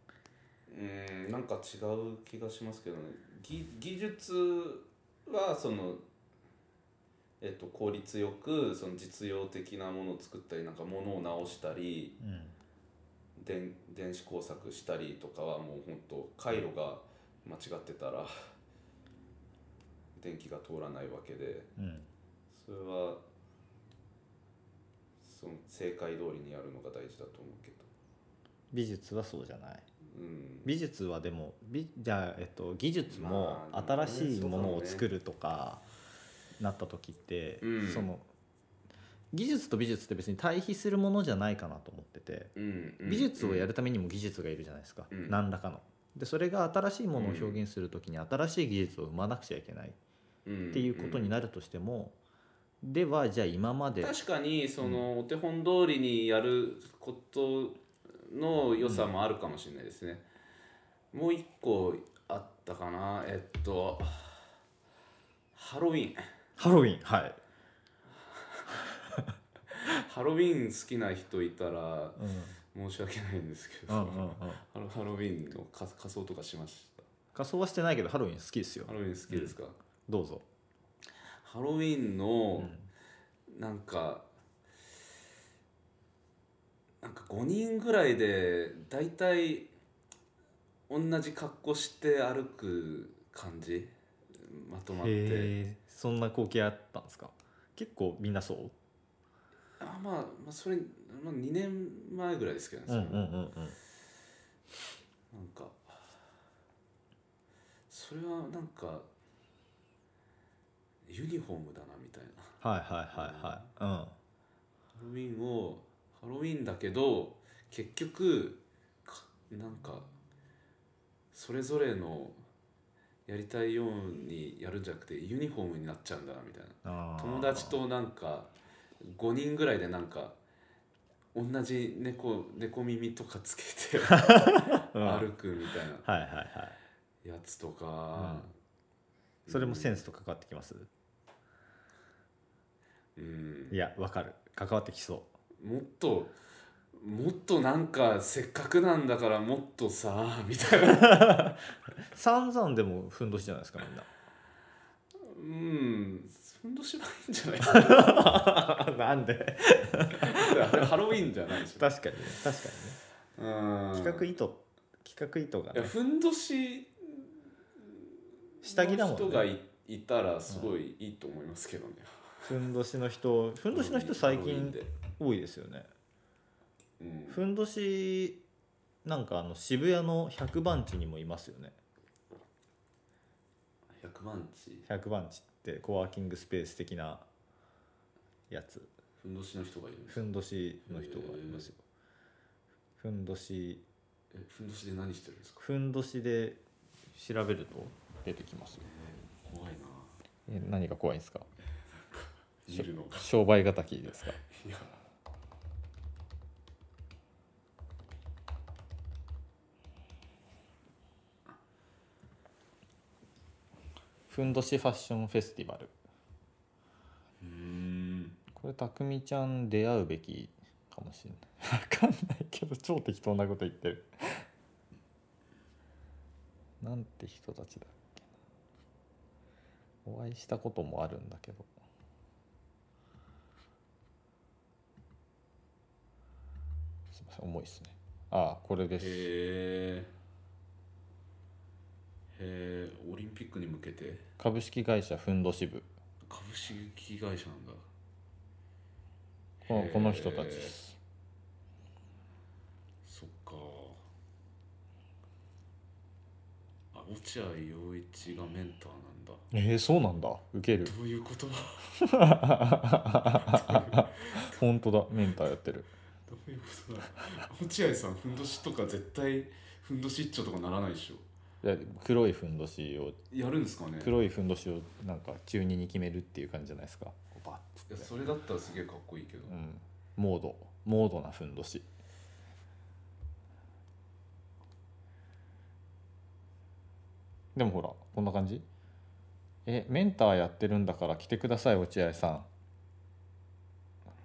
Speaker 1: うんなんか違う気がしますけどね技技術はそのえっと効率よくその実用的なものを作ったりなんかものを直したり
Speaker 2: うん
Speaker 1: 電電子工作したりとかはもう本当回路が間違ってたら電気が通らないわけで
Speaker 2: うん
Speaker 1: それはその正解通りにやるのが大事だと思うけど
Speaker 2: 美術はそうじゃない
Speaker 1: うん
Speaker 2: 美術はでも美じゃあ、えっと、技術も
Speaker 1: まあ
Speaker 2: 新しいもの
Speaker 1: そうだ
Speaker 2: を
Speaker 1: ね
Speaker 2: 作るとかなった時って、
Speaker 1: うん
Speaker 2: その技術と美術って別に対比するものじゃないかなと思ってて
Speaker 1: うんうん
Speaker 2: 美術をやるためにも技術がいるじゃないですか、
Speaker 1: うん
Speaker 2: 何らかの。でそれが新しいものを表現する時に新しい技術を生まなくちゃいけな
Speaker 1: っ
Speaker 2: いっていうことになるとしても、ではじゃあ今まで
Speaker 1: 確かにそのお手本通りにやることの良さもあるかもしれないですね、もう一個あったかなえっとハロウィン
Speaker 2: ハロウィンはい、
Speaker 1: ハロウィン好きな人いたら
Speaker 2: うん
Speaker 1: 申し訳ないんですけ
Speaker 2: う
Speaker 1: ど、
Speaker 2: んうんうん、
Speaker 1: ハロハロウィンの仮仮装とかしまし
Speaker 2: 仮装はしてないけどハロウィン好きですよ
Speaker 1: たハロウィン好きですか、
Speaker 2: どうぞ。
Speaker 1: ハロウィン
Speaker 2: う
Speaker 1: の
Speaker 2: ん
Speaker 1: なんか、なんか5人ぐらいで大体同じ格好して歩く感じまとまって
Speaker 2: へえそんな光景あったんですか結構みんなそう
Speaker 1: あ、まあ、まあそれ、まあ、2年前ぐらいですけどね、それ
Speaker 2: んうん
Speaker 1: なんかそれはなんかユニフォームだなみたいな
Speaker 2: はいはいはいは
Speaker 1: ハロウィンをハロウィンだけど結局かなんかそれぞれのやりたいようにやるんじゃなくてユニフォームになっちゃうんだなみたい
Speaker 2: いうんあ
Speaker 1: な
Speaker 2: ー
Speaker 1: 友達となんか5人ぐらいでなんか同じ猫猫耳とかつけて
Speaker 2: <laughs> うんはい
Speaker 1: 歩くみたいな
Speaker 2: はいはい
Speaker 1: やつとか、
Speaker 2: それもセン
Speaker 1: ス、
Speaker 2: スと関わってきます
Speaker 1: うん
Speaker 2: いやわかる関わってきそ
Speaker 1: もっともっとなんかせっかくなんだからもっとさ <laughs> みたいな
Speaker 2: う散々でもふんどしじゃないですかみんな
Speaker 1: うんそんなしばいいんじゃないですか
Speaker 2: <laughs> なんで
Speaker 1: あれハロウィンじゃ
Speaker 2: <laughs>
Speaker 1: ないでし <laughs> ょ
Speaker 2: 確かにね確かにね
Speaker 1: うん
Speaker 2: 企画意図企画意図が
Speaker 1: いや
Speaker 2: ね
Speaker 1: ふんどし
Speaker 2: 下着だもん
Speaker 1: の人が
Speaker 2: ね
Speaker 1: いいたらすごいいいと思いますけどね。
Speaker 2: ふんどしの人ふんどしの人最
Speaker 1: ハロウィン
Speaker 2: 近
Speaker 1: で
Speaker 2: 多いですよね
Speaker 1: うん、
Speaker 2: ふんどしなんかあの渋谷の100番地にもいますよね
Speaker 1: 100万地
Speaker 2: 100番地ってコワーキングスペース的なやつ
Speaker 1: ふんどしの人がいるんです
Speaker 2: ふ
Speaker 1: か
Speaker 2: んどしの人がいますよふんどし
Speaker 1: えふんどしで何してるんですか、
Speaker 2: ふんどしで調べると出てきますよ
Speaker 1: えー怖いな
Speaker 2: え何が怖いんですか
Speaker 1: 見るのが
Speaker 2: 商売敵ですか
Speaker 1: いや
Speaker 2: ふんどしファッションフェスティバル
Speaker 1: うーん
Speaker 2: これたくみちゃん出会うべきかもしれない分かんないけど超適当なこと言ってるなんて人たちだっけなお会いしたこともあるんだけどすいません重いですねああこれです
Speaker 1: へえへえオリンピックに向けて
Speaker 2: 株式会社ふんど支部
Speaker 1: 株式会社なんだ
Speaker 2: この
Speaker 1: へえ
Speaker 2: この人たちです
Speaker 1: そっかあ落合陽一がメンターなんだ
Speaker 2: えー、そうなんだウケる
Speaker 1: どういうこと <laughs> ど
Speaker 2: 本当だメンターやってる
Speaker 1: ういうことだ落合さんふんどしとか絶対ふんどし一丁とかならないでしょ
Speaker 2: いや黒いふんどしを
Speaker 1: やるんですかね
Speaker 2: 黒いふんどしをなんか中二に決めるっていう感じじゃないですかこうバ
Speaker 1: い
Speaker 2: ッ
Speaker 1: や
Speaker 2: つって、
Speaker 1: それだったらすげえかっこいいけど、
Speaker 2: うん、モードモードなふんどしでもほらこんな感じえメンターやってるんだから来てください落合さん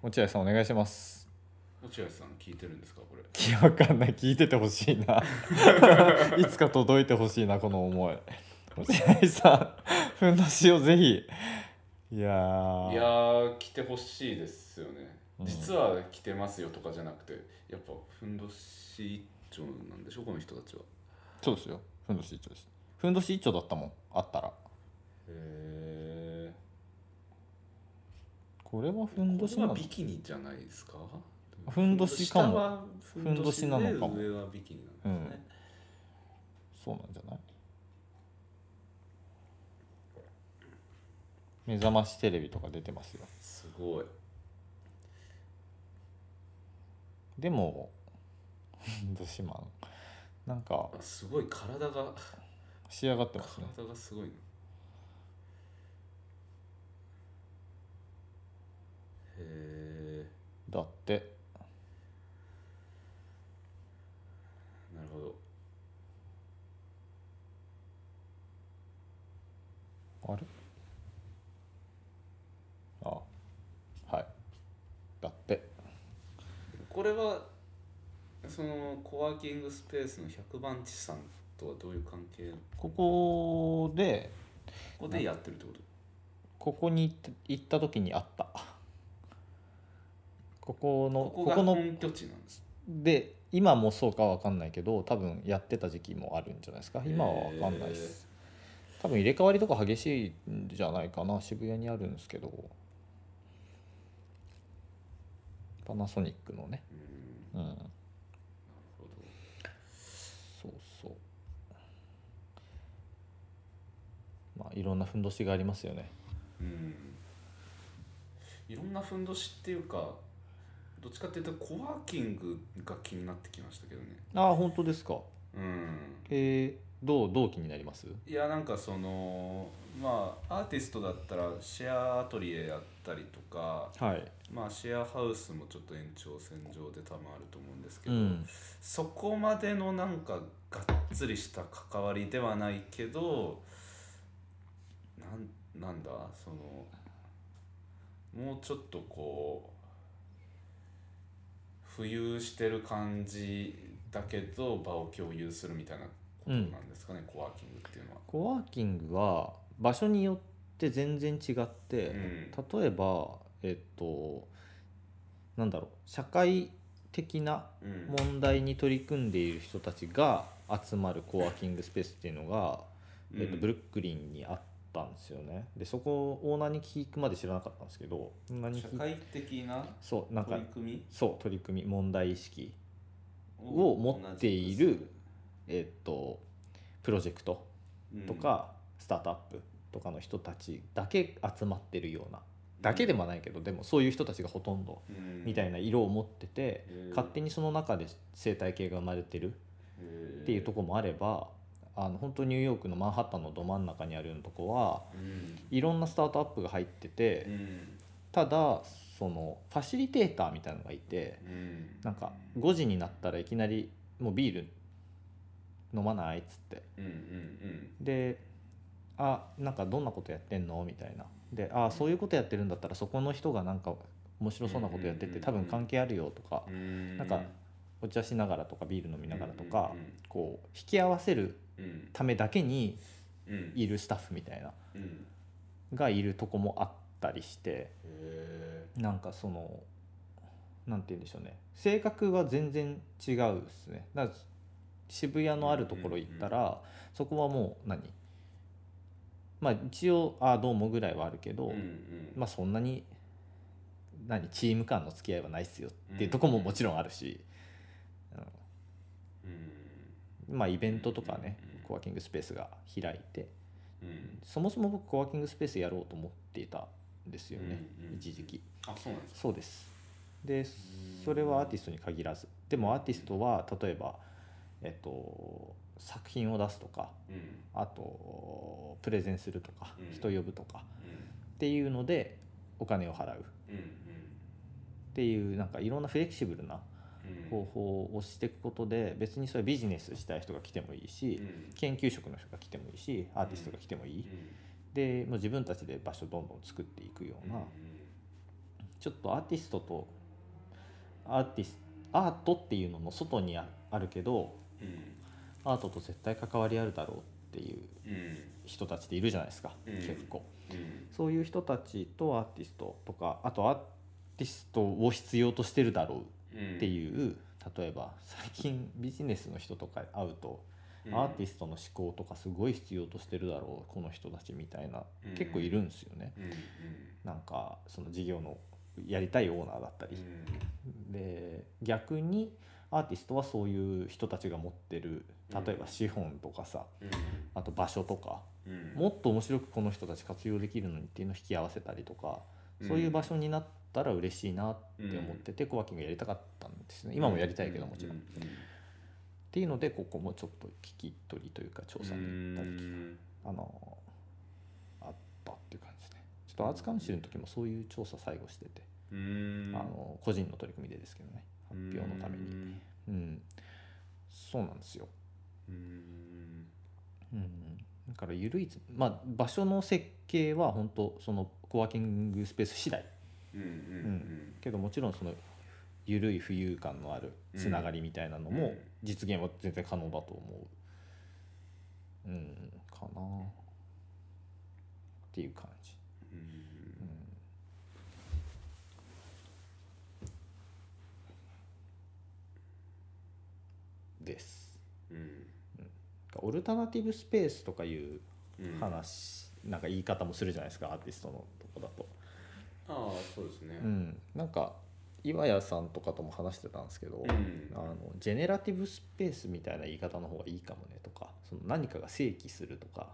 Speaker 2: 落合さんお願いします
Speaker 1: 落合さん聞いてるんですかこれ
Speaker 2: いやわかんない聞いててほしい <laughs> ないつか届いてほしいなこの思い落合さんふんどしをぜひいやー
Speaker 1: いやー来てほしいですよね、
Speaker 2: うん
Speaker 1: 実は来てますよとかじゃなくてやっぱふんどし一丁なんでしょこの人たちは
Speaker 2: そうですよ。ふんどし一丁です。ふんどし一丁だったもん。あったら。
Speaker 1: へえ
Speaker 2: これはふんど
Speaker 1: こ
Speaker 2: し
Speaker 1: れは
Speaker 2: なの
Speaker 1: ビ。キニじゃないですか
Speaker 2: ふんどしかも
Speaker 1: 下はふんどしで
Speaker 2: ふんどしなのかも
Speaker 1: 上はビキニなんですね、
Speaker 2: そうなんじゃない。目覚ましテレビとか出てますよ。
Speaker 1: すごい
Speaker 2: でも。ふんどしマン。なんか
Speaker 1: あすごい体が
Speaker 2: 仕上がってますね。
Speaker 1: 体がすごいなへえ
Speaker 2: だって。
Speaker 1: なるほど
Speaker 2: あれ。あ。はい。だって。
Speaker 1: これはそのコワーキングスペースの100番地さんとはどういう関係こ
Speaker 2: ここで。
Speaker 1: こでやってるってこと
Speaker 2: ここに行って行った時にあった。ここの
Speaker 1: ここが
Speaker 2: この
Speaker 1: 本拠地なんです
Speaker 2: で今もそうかわかんないけど多分やってた時期もあるんじゃないですか今はわかんないです、多分入れ替わりとか激しいんじゃないかな渋谷にあるんですけどパナソニックのね
Speaker 1: うん
Speaker 2: うん
Speaker 1: なるほど
Speaker 2: そうそうまあいろんなふんどしがありますよね
Speaker 1: うんいろんなふんどしっていうかどっちかっていうとコワーキングが気になってきましたけどね
Speaker 2: ああ本当ですか
Speaker 1: うん
Speaker 2: えー、どうどう気になります
Speaker 1: いやなんかそのまあアーティストだったらシェアアトリエやったりとか
Speaker 2: はい
Speaker 1: まあシェアハウスもちょっと延長線上で多分あると思うんですけ
Speaker 2: う
Speaker 1: ど、
Speaker 2: ん
Speaker 1: そこまでのなんかがっつりした関わりではないけどなんなんだそのもうちょっとこう浮遊してる感じだけど場を共有するみたいなことなんですかね、コワーキングっていうのは。
Speaker 2: コワーキングは場所によって全然違って、
Speaker 1: うん
Speaker 2: 例えばえっとなんだろう社会的な
Speaker 1: うん
Speaker 2: 問題に取り組んでいる人たちが集まるコワーキングスペースっていうのが、えっと、ブルックリンにあっったんですよねでそこオーナーに聞くまで知らなかったんですけどオーナーに
Speaker 1: 社
Speaker 2: 聞い
Speaker 1: 会的な
Speaker 2: そうなんか
Speaker 1: 取り組み
Speaker 2: そう取り組み問題意識
Speaker 1: を
Speaker 2: を持っているえっとプロジェクトとか、スタートアップとかの人たちだけ集まってるようなだけでもないけど、でもそういう人たちがほとんどみたい
Speaker 1: な
Speaker 2: な色を持ってて、
Speaker 1: うん
Speaker 2: 勝手にその中で生態系が生まれてるっていうとこもあればあの本当ニューヨークのマンハッタンのど真ん中にあるようなとこは
Speaker 1: うん
Speaker 2: いろんなスタートアップが入って
Speaker 1: う
Speaker 2: て
Speaker 1: ん
Speaker 2: ただそのファシリテーターみたいなのがいて
Speaker 1: うん
Speaker 2: なんか5時になったらいきなり「もうビール飲まない?」っつって
Speaker 1: うんうん
Speaker 2: で「あなんかどんなことやってんの?」みたいなで「あそういうことやってるんだったらそこの人がなんか面白そうなことやってて多分関係あるよ」とか
Speaker 1: うんうん
Speaker 2: なんかお茶しながらとかビール飲みながらとか
Speaker 1: うんうんうん
Speaker 2: こう引き合わせる
Speaker 1: うん
Speaker 2: ためだけに
Speaker 1: うん
Speaker 2: いるスタッフみたいな
Speaker 1: うん
Speaker 2: がいるとこもあったりして
Speaker 1: へ
Speaker 2: なんかそのなんて言うんでしょうね性格は全然違うですねだから渋谷のあるところ行ったら、そこはもう何まあ一応「ああどうも」ぐらいはあるけど、
Speaker 1: ーうんうん
Speaker 2: まあそんなに何チーム間の付き合いはないっすよっていうとこももちろんあるし、
Speaker 1: うん
Speaker 2: まあイベントとかね
Speaker 1: うんうんうん
Speaker 2: コワーキングスペースが開いて
Speaker 1: うん
Speaker 2: そもそも僕コワーキングスペースやろうと思っていたんですよね、
Speaker 1: うんうんうん
Speaker 2: 一時期
Speaker 1: あそうなんですか
Speaker 2: そうですでそれはアーティストに限らずでもアーティストは例えば、えっと、作品を出すとか
Speaker 1: うん
Speaker 2: あとプレゼンするとか
Speaker 1: うん
Speaker 2: 人呼ぶとかっていうのでお金を払うっ
Speaker 1: うん
Speaker 2: ていうなんかいろんなフレキシブルな
Speaker 1: うんうん
Speaker 2: 方法をしていくことで別にそれビジネスしたい人が来てもいいし
Speaker 1: うん
Speaker 2: 研究職の人が来てもいいしアーティストが来てもいいでもう自分たちで場所どんどん作っていくよ
Speaker 1: う
Speaker 2: うんなちょっとアーティストとアーティスアートっていうのの外にああるけど
Speaker 1: うん
Speaker 2: アートと絶対関わりあるだろうっていう
Speaker 1: うん
Speaker 2: 人たちっているじゃないですか、
Speaker 1: うん
Speaker 2: 結構
Speaker 1: うん
Speaker 2: そういう人たちとアーティストとかあとアーティストを必要としてるだろ
Speaker 1: うん
Speaker 2: うっていう、例えば最近ビジネスの人とか会うと、
Speaker 1: うん
Speaker 2: アーティストの思考とかすごい必要としてるだろうこの人たちみたいな結構いるんですよね。
Speaker 1: うんうん
Speaker 2: なんかその事業のやりたいオーナーだったり、で逆にアーティストはそういう人たちが持ってる例えば資本とかさ、
Speaker 1: うん
Speaker 2: あと場所とか
Speaker 1: うん
Speaker 2: もっと面白くこの人たち活用できるのにっていうのを引き合わせたりとか
Speaker 1: うん
Speaker 2: そういう場所になったら嬉しいなって思ってて、コワーキングやりたかったんですね今もやりたいけどもちろん。
Speaker 1: う
Speaker 2: っ
Speaker 1: ううん
Speaker 2: ていうのでここもちょっと聞き取りというか調査に行ったり
Speaker 1: うん
Speaker 2: あのあったっていう感じですね。ちょっとアーツカウンシルの時もそういう調査最後してて。
Speaker 1: うん
Speaker 2: あの個人の取り組みでですけどね発表のためにうんそうなんですよ、
Speaker 1: うん
Speaker 2: うん、だから緩いつまあ場所の設計は本当そのコワーキングスペース次第
Speaker 1: うんうん
Speaker 2: けどもちろんその緩い浮遊感のあるつながりみたいなの
Speaker 1: う
Speaker 2: も
Speaker 1: ん
Speaker 2: 実現は全然可能だと思ううんかなっていう感じ
Speaker 1: うんうん
Speaker 2: です
Speaker 1: うん
Speaker 2: オルタナティブスペースとかいう
Speaker 1: うん
Speaker 2: 話、なんか言い方もするじゃないですかアーティストのとこだと、
Speaker 1: ああそうですね
Speaker 2: うん、なんか岩屋さんとかとも話してたんですけど、
Speaker 1: うん
Speaker 2: あのジェネラティブスペースみたいな言い方の方がいいかもねとかその何かが生起するとか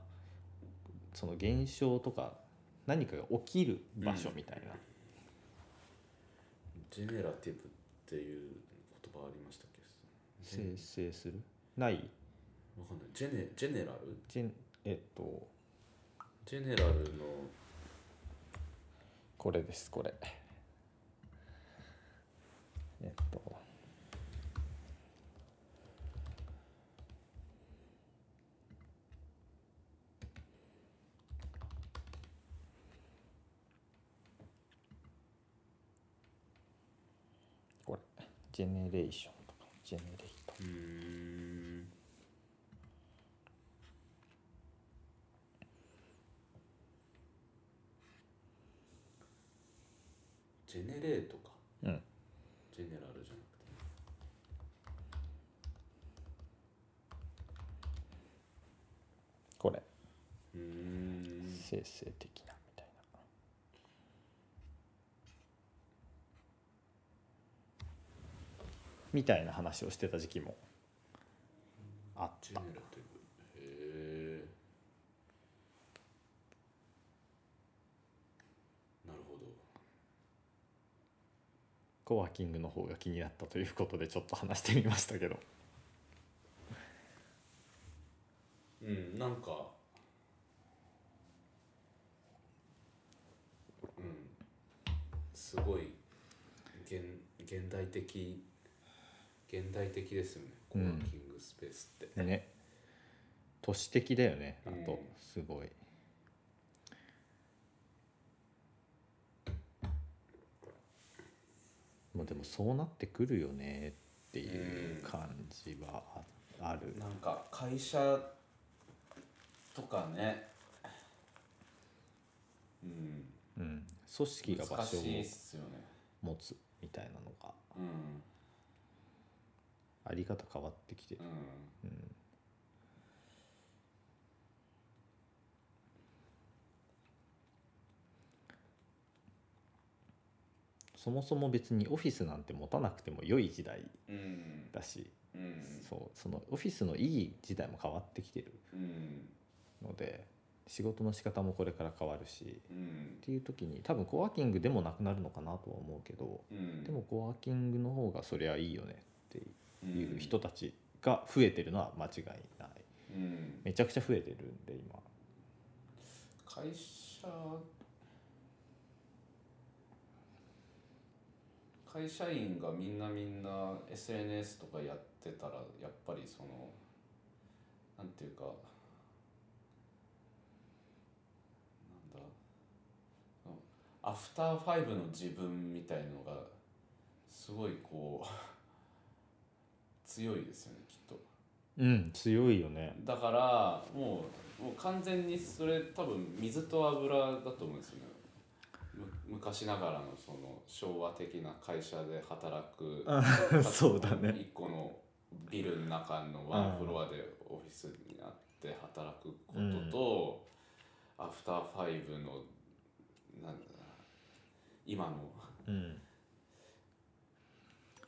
Speaker 2: その現象とか何かが起きる場所みたいな、
Speaker 1: ジェネラティブっていう言葉ありましたっけジェ
Speaker 2: 生成するない
Speaker 1: わかんないジェネジェネラル
Speaker 2: ジェンえっと
Speaker 1: ジェネラルの
Speaker 2: これですこれえっとこれジェネレーションとかジェネレート
Speaker 1: うーんジェネレートか
Speaker 2: うん
Speaker 1: ジェネラルじゃなくて
Speaker 2: これ
Speaker 1: うーん
Speaker 2: 生成的なみたいなみたいな話をしてた時期もあっ
Speaker 1: ジェ
Speaker 2: た
Speaker 1: ネラティブへえなるほど
Speaker 2: コワーキングの方が気になったということでちょっと話してみましたけど
Speaker 1: うんなんかうんすごい現現代的現代的ですよねコワーキングスペースって、
Speaker 2: ね都市的だよねあ
Speaker 1: うん
Speaker 2: とすごいもうでもそうなってくるよねっていう感じはあある
Speaker 1: なんか会社とかねうん
Speaker 2: うん組織が場
Speaker 1: 難
Speaker 2: 所を
Speaker 1: しいっすよね
Speaker 2: 持つみたいなのが
Speaker 1: うん
Speaker 2: あり方変わってきてる
Speaker 1: うん
Speaker 2: うんそもそも別にオフィスなんて持たなくても良い時代
Speaker 1: うん
Speaker 2: だし、
Speaker 1: うん
Speaker 2: そうそのオフィスのいい時代も変わってきてる
Speaker 1: うん
Speaker 2: ので仕事の仕方もこれから変わるし
Speaker 1: うん
Speaker 2: っていう時に多分コワーキングでもなくなるのかなとは思うけど
Speaker 1: うん
Speaker 2: でもコワーキングの方がそりゃいいよねっていう人たちが増えてるのは間違いない
Speaker 1: うん
Speaker 2: めちゃくちゃ増えてるんで今
Speaker 1: 会社会社員がみんなみんな SNS とかやってたらやっぱりそのなんていうかなんだそのアフターファイブの自分みたいのがすごいこう <laughs> 強いですよねきっと。
Speaker 2: うん強いよね
Speaker 1: だからもうもう完全にそれ多分水と油だと思うんですよねむ昔ながらのその昭和的な会社で働く
Speaker 2: あそうだね
Speaker 1: 一個のビルの中のワンフロアでオフィスになって働くことと、アフターファイブのなんだ今の
Speaker 2: うん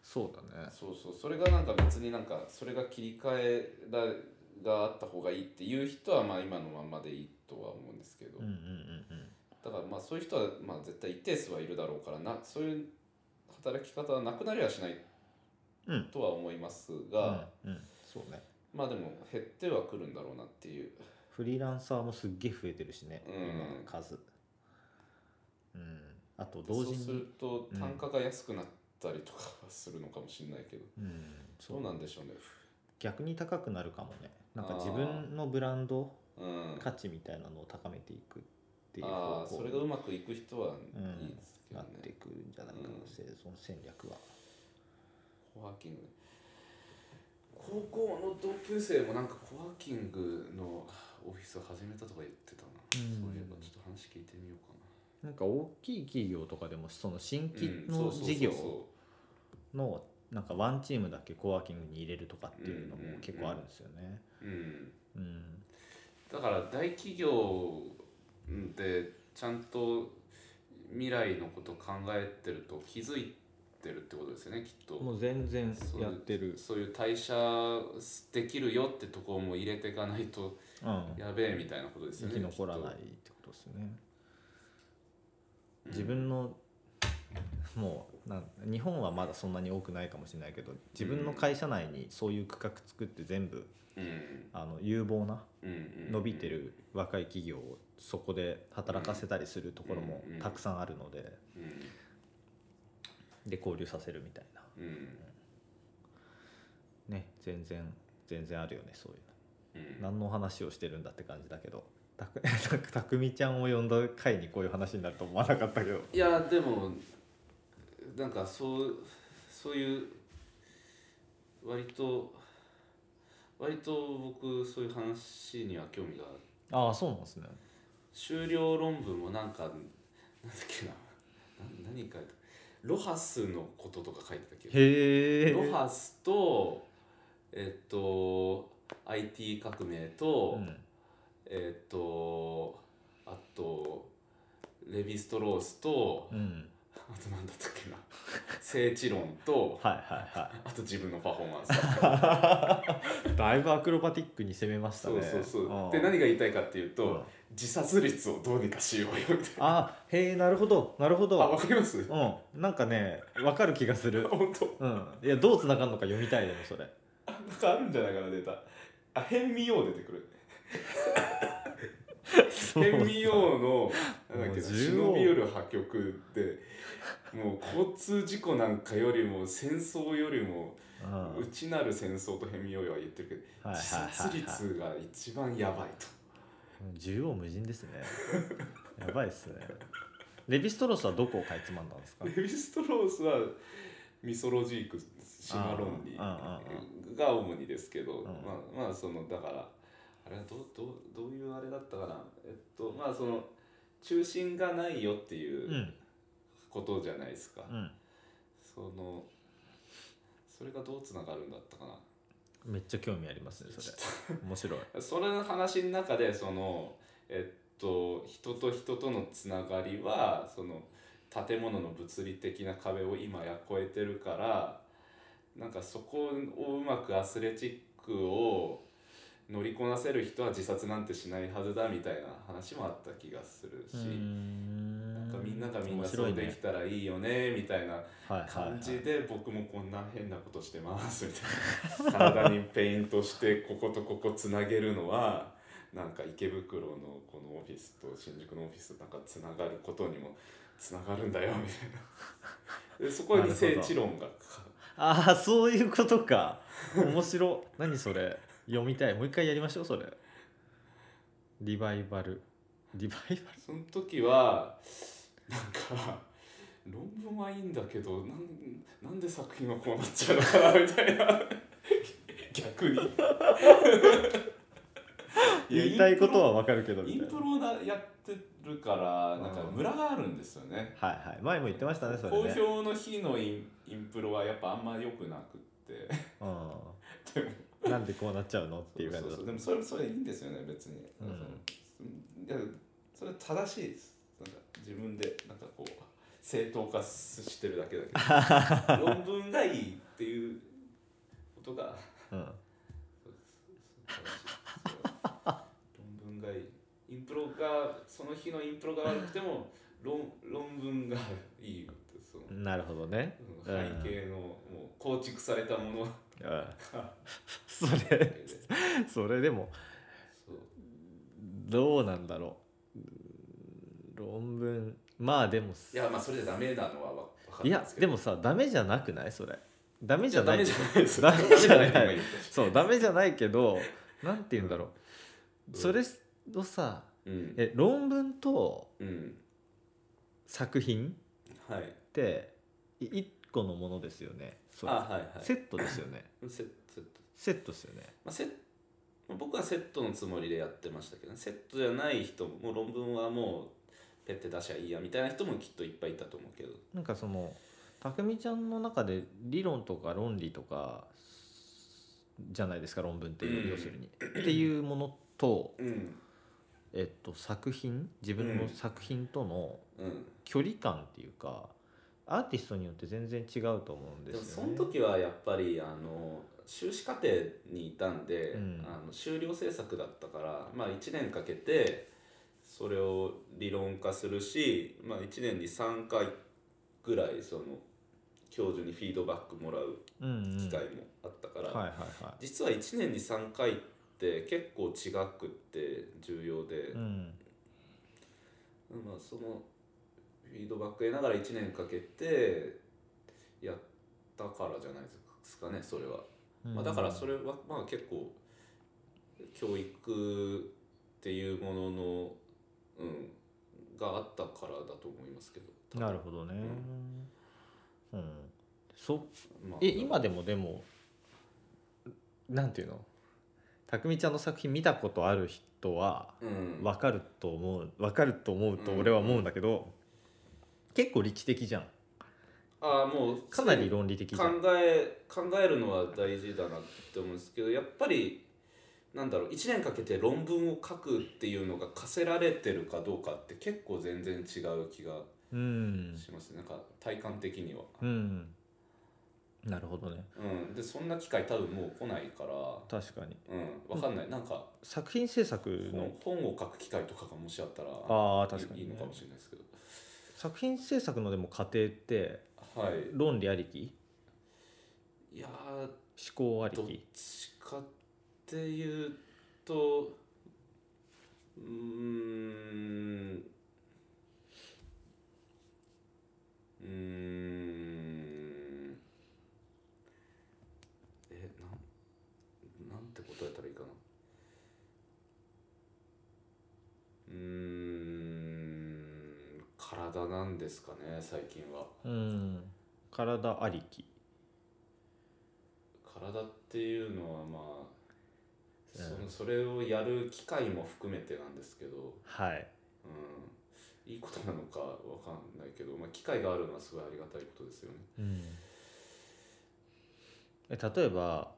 Speaker 2: そうだね
Speaker 1: そうそうそれがなんか別になんかそれが切り替えだがあった方がいいっていう人はまあ今のままでいいとは思うんですけど、
Speaker 2: うんうん
Speaker 1: だからまあそういう人はまあ絶対一定数はいるだろうからなそういう働き方はなくなりはしない
Speaker 2: うんうん
Speaker 1: とは思います
Speaker 2: う
Speaker 1: が、
Speaker 2: んうんそうね
Speaker 1: まあでも減ってはくるんだろうなっていう
Speaker 2: フリーランサーもすっげえ増えてるしね、
Speaker 1: うん
Speaker 2: 今の数うんあと
Speaker 1: そ
Speaker 2: 同
Speaker 1: う
Speaker 2: 時に
Speaker 1: すると単価が安くなったりとかはするのかもしれないけど、
Speaker 2: うん、
Speaker 1: そうなんでしょうね
Speaker 2: 逆に高くなるかもねなん
Speaker 1: あ
Speaker 2: か
Speaker 1: ー
Speaker 2: 自分のブランド
Speaker 1: うん
Speaker 2: 価値みたいなのを高めていくっていう
Speaker 1: あ
Speaker 2: 方
Speaker 1: あそ
Speaker 2: 向
Speaker 1: れがう
Speaker 2: に
Speaker 1: まくいく人はいいですけど
Speaker 2: な
Speaker 1: ね
Speaker 2: っ、ていくんじゃないかな、
Speaker 1: うん
Speaker 2: 生存戦略は
Speaker 1: コワーキング高校の同級生もなんかコワーキングのオフィスを始めたとか言ってたな、
Speaker 2: うん
Speaker 1: そういえばちょっと話聞いてみようかな
Speaker 2: なんか大きい企業とかでもその新規
Speaker 1: うん
Speaker 2: の
Speaker 1: そうそうそうそう
Speaker 2: 事業のなんかワンチームだけコワーキングに入れるとかっていうのも結構あるんですよね。
Speaker 1: うん
Speaker 2: うん
Speaker 1: だから大企業でちゃんと未来のこと考えてると気づいてるってことですよねきっと
Speaker 2: もう全然
Speaker 1: そう
Speaker 2: やってる。
Speaker 1: そういう退社できるよってとこも入れていかないと
Speaker 2: うん、
Speaker 1: やべえみたいなことです
Speaker 2: 生
Speaker 1: よね
Speaker 2: き残らないっ
Speaker 1: きって
Speaker 2: ことですよね。
Speaker 1: と
Speaker 2: 自分のもうなん日本はまだそんなに多くないかもしれないけど自分の会社内にそういう区画作って全部
Speaker 1: うん
Speaker 2: あの有望な
Speaker 1: うんうんうん
Speaker 2: 伸びてる若い企業をそこで働かせたりするところもたくさんあるので
Speaker 1: うん
Speaker 2: で交流させるみたいな。
Speaker 1: うん
Speaker 2: ね全然全然あるよねそういう
Speaker 1: うん
Speaker 2: の何の話をしてるんだって感じだけどたくたくたくみちゃんを呼んだ回にこういう話になると思わなかったけど
Speaker 1: いやでもなんかそうそういう割と割と僕そういう話には興味がある
Speaker 2: ああそうなんですね
Speaker 1: 修了論文もなんかなんだっけなな何書いたロハスのこととか書いてたけど
Speaker 2: へえ
Speaker 1: ロハスとえっと IT 革命と、
Speaker 2: うん
Speaker 1: えっとああとレヴィ・ストロースと
Speaker 2: うん
Speaker 1: あと何だったっけな聖地論と
Speaker 2: はいはいは
Speaker 1: あと自分のパフォーマンス <laughs>
Speaker 2: いだいぶアクロバティックに攻めました
Speaker 1: そ
Speaker 2: ね
Speaker 1: うそうそう、
Speaker 2: ん
Speaker 1: で何が言いたいかっていうと、
Speaker 2: うん
Speaker 1: 自殺率をどうにかしようよみたいな
Speaker 2: あへえなるほどなるほ
Speaker 1: あわ
Speaker 2: ど
Speaker 1: かります、
Speaker 2: うんなんかねわかる気がする
Speaker 1: 本当
Speaker 2: うんいやどう繋がるのか読みたいでもそれ
Speaker 1: なんかあるんじゃないかなデータあ変味用出てくる変味用のなんだっけな
Speaker 2: もう縦横
Speaker 1: 忍び寄る破局でもう交通事故なんかよりも戦争よりも
Speaker 2: うんはいう
Speaker 1: ちなる戦争と変味用は言ってるけど
Speaker 2: はいはい
Speaker 1: 自殺
Speaker 2: はい
Speaker 1: 率が一番やばいと
Speaker 2: 縦横無尽ですね <laughs> やばいっすねレヴィストロースはどこをかいつまんだんですか
Speaker 1: レヴィストロースはミソロジークシマロンリ
Speaker 2: あ
Speaker 1: ーが主にですけど、
Speaker 2: ん
Speaker 1: まあまあそのだからあれはどうどうどういうあれだったかなえっとまあその中心がないよって
Speaker 2: う
Speaker 1: いうんことじゃないですか、
Speaker 2: うん
Speaker 1: そのそれがどうつながるんだったかな
Speaker 2: めっちゃ興味ありますねそれ面白い
Speaker 1: それの話の中でそのえっと人と人とのつながりはその建物の物理的な壁を今や越えてるからなんかそこをうまくアスレチックを乗りこなせる人は自殺なんてしないはずだみたいな話もあった気がするし、なんかみんながみんなそうできたらいいよねみたいな感
Speaker 2: 感
Speaker 1: じで僕もこんな変なことしてますみたいな体にペイントしてこことここつなげるのはなんか池袋のこのオフィスと新宿のオフィスなんかつながることにもつながるんだよみたいなでそこに聖地論が
Speaker 2: ああそういうことか面白何それ読みたいもう一回やりましょうそれリバイバルリバイバル
Speaker 1: その時はなんか論文はいいんだけどなんなんで作品はこうなっちゃうのかなみたいな逆に
Speaker 2: 言いたいことはわかるけどみ
Speaker 1: イ
Speaker 2: た
Speaker 1: ン
Speaker 2: い
Speaker 1: プ
Speaker 2: な
Speaker 1: ロなやってるからなんか
Speaker 2: うん
Speaker 1: ムラがあるんですよね。
Speaker 2: はいはい前も言ってましたねそれ
Speaker 1: 公
Speaker 2: ね、
Speaker 1: 表の日のインインプロはやっぱあんま良くなくって。
Speaker 2: うん、なんでこうなっちゃうのっていう感じだ
Speaker 1: そうそうそうでもそれそれいいんですよね別に。
Speaker 2: うん
Speaker 1: いやそれ正しいです。なんか自分でなんかこう正当化してるだけだけ
Speaker 2: <laughs>
Speaker 1: ど論文がいいっていうことが
Speaker 2: うん
Speaker 1: 論文がいいインプロがその日のインプロが悪くても論論文がいいその
Speaker 2: なるほどね、
Speaker 1: 背景のもう構築されたもの
Speaker 2: うん、 <laughs> それ
Speaker 1: で
Speaker 2: それでも
Speaker 1: そう
Speaker 2: どうなんだろう論文まあでも
Speaker 1: いやまあそれじゃダメなのはわ分かる
Speaker 2: い
Speaker 1: ん
Speaker 2: や
Speaker 1: ですけ
Speaker 2: で
Speaker 1: ど
Speaker 2: もさダメじゃなくないそれダメじゃないい
Speaker 1: やダメじゃないです
Speaker 2: ダメじゃない
Speaker 1: ダメのがです
Speaker 2: そうダメじゃないけどなんて言うんだろう、
Speaker 1: うん
Speaker 2: それをさ
Speaker 1: うん
Speaker 2: え論文と
Speaker 1: うん
Speaker 2: 作品
Speaker 1: はい
Speaker 2: ってい一個のものですよねそ
Speaker 1: あ
Speaker 2: う
Speaker 1: はいはい
Speaker 2: セットですよね
Speaker 1: セットセット
Speaker 2: セットですよね
Speaker 1: まあ、セッまあ僕はセットのつもりでやってましたけどねセットじゃない人ももう論文はもうペッて出しゃいいやみたいな人もきっといっぱいいたと思うけど
Speaker 2: なんかそのたくみちゃんの中で理論とか論理とかじゃないですか論文っていううん要するに、っていうものと、
Speaker 1: うん
Speaker 2: えっと、作品自分の
Speaker 1: うん
Speaker 2: 作品との
Speaker 1: うん
Speaker 2: 距離感っていうかアーティストによって全然違うと思うんで
Speaker 1: でも
Speaker 2: す
Speaker 1: そ
Speaker 2: よね。
Speaker 1: の時はやっぱりあの修士課程にいたんで、
Speaker 2: うん
Speaker 1: あの修了制作だったから、まあ、1年かけてそれを理論化するし、まあ、1年に3回ぐらいその教授にフィードバックもらう
Speaker 2: うんうん
Speaker 1: 機会もあったから、
Speaker 2: はいはいは
Speaker 1: 実は1年に3回って結構違くって重要で、
Speaker 2: い。うん
Speaker 1: まあ、そのフィードバック得ながら1年かけてやったからじゃないですかねそれは、まあ、だからそれはまあ結構教育っていうものの、うん、があったからだと思いますけど
Speaker 2: なるほどね。うん。そ
Speaker 1: まあ
Speaker 2: え今でもでもなんていうの、たくみちゃんの作品見たことある人は
Speaker 1: うん
Speaker 2: わかると思うわかると思うと俺は思うんだけど、結構理知的じゃん。
Speaker 1: ああもう
Speaker 2: かなり論理的じゃ
Speaker 1: 考
Speaker 2: ん。
Speaker 1: え考えるのは大事だなって思うんですけどやっぱりなんだろう1年かけて論文を書くっていうのが課せられてるかどうかって結構全然違う気が
Speaker 2: うん
Speaker 1: します、なんか体感的には、
Speaker 2: うんなるほどね
Speaker 1: うん、でそんな機会多分もう来ないから、
Speaker 2: 確かに
Speaker 1: うん、わかんない、なんか
Speaker 2: 作品制作の
Speaker 1: 本本を書く機会とかがもしあったら
Speaker 2: ああ確か
Speaker 1: いい
Speaker 2: に、
Speaker 1: いの
Speaker 2: ね
Speaker 1: か、もしれないですけど、
Speaker 2: 作品制作のでも過程って
Speaker 1: はい
Speaker 2: 論理ありき
Speaker 1: いやー
Speaker 2: 思考あり
Speaker 1: どっ
Speaker 2: き
Speaker 1: ちかっていうとうーんうーんえなんなんて答えたらいいかなうーん体なんですかね最近は
Speaker 2: うん体ありき
Speaker 1: 体っていうのはまあそ
Speaker 2: うん
Speaker 1: のそれをやる機会も含めてなんですけど、
Speaker 2: はい
Speaker 1: うん、いいことなのかわかんないけど、まあ、機会があるのはすごいありがたいことですよね。
Speaker 2: うん、え例えば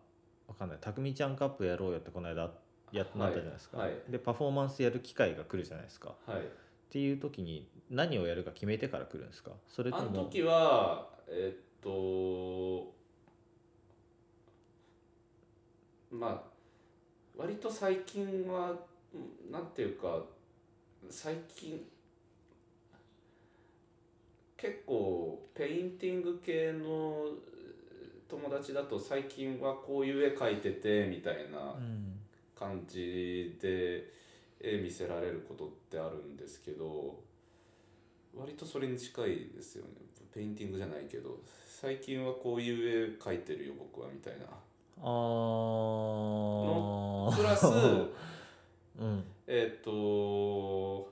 Speaker 2: わかんない「たくみちゃんカップやろうよ」ってこの間やっ
Speaker 1: はい
Speaker 2: なったじゃないですか、
Speaker 1: はい
Speaker 2: でパフォーマンスやる機会が来るじゃないですかっ
Speaker 1: はい、
Speaker 2: ていう時に何をやるか決めてから来るんですかそれと
Speaker 1: あの
Speaker 2: も
Speaker 1: 時はえっとまあ割と最近はうんなんていうか最近結構ペインティング系の友達だと最近はこういう絵描いててみたいな
Speaker 2: うん
Speaker 1: 感じで絵見せられることってあるんですけど割とそれに近いですよねペインティングじゃないけど最近はこういう絵描いてるよ僕はみたいな
Speaker 2: あー
Speaker 1: プラス
Speaker 2: うん
Speaker 1: えっと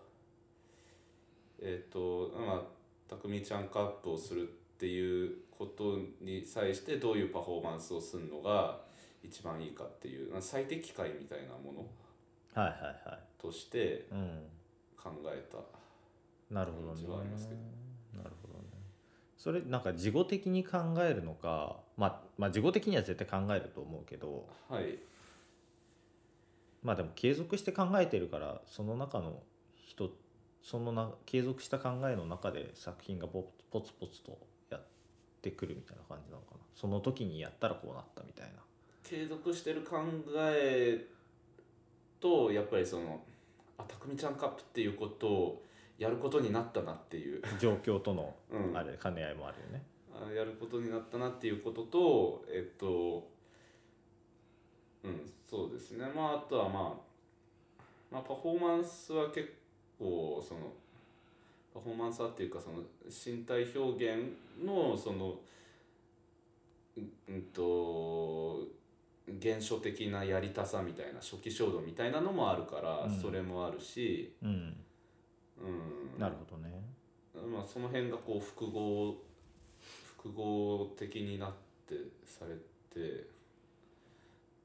Speaker 1: えっとまあたくみちゃんカップをするっていうことに際してどういうパフォーマンスをするのが一番いいかっていうまあ最適解みたいなもの
Speaker 2: はいはいは
Speaker 1: として
Speaker 2: いうん
Speaker 1: 考えた
Speaker 2: なるほど
Speaker 1: 感
Speaker 2: ね
Speaker 1: じはありますけど
Speaker 2: なるほどねそれなんか事後的に考えるのか、まあ、まあ事後的には絶対考えると思うけど
Speaker 1: はい
Speaker 2: まあでも継続して考えてるからその中の人そのな継続した考えの中で作品がポポツポツとやってくるみたいな感じなのかなその時にやったらこうなったみたい <laughs> な
Speaker 1: 継続してる考えとやっぱりその「あたくみちゃんカップ」っていうことをやることになったなっていう、
Speaker 2: 状況との
Speaker 1: うん、
Speaker 2: あれ兼ね合いもあるよね。
Speaker 1: あやることになったなっていうこととえっとうんそうですねまああとはまあ、まあ、パフォーマンスは結構そのパフォーマンスはっていうかその身体表現のそのううんと原初的なやりたさみたいな初期衝動みたいなのもあるから、
Speaker 2: うん
Speaker 1: それもあるし、
Speaker 2: うん、
Speaker 1: うん、
Speaker 2: なるほどね。
Speaker 1: まあ、その辺がこう複合複合的になってされてっ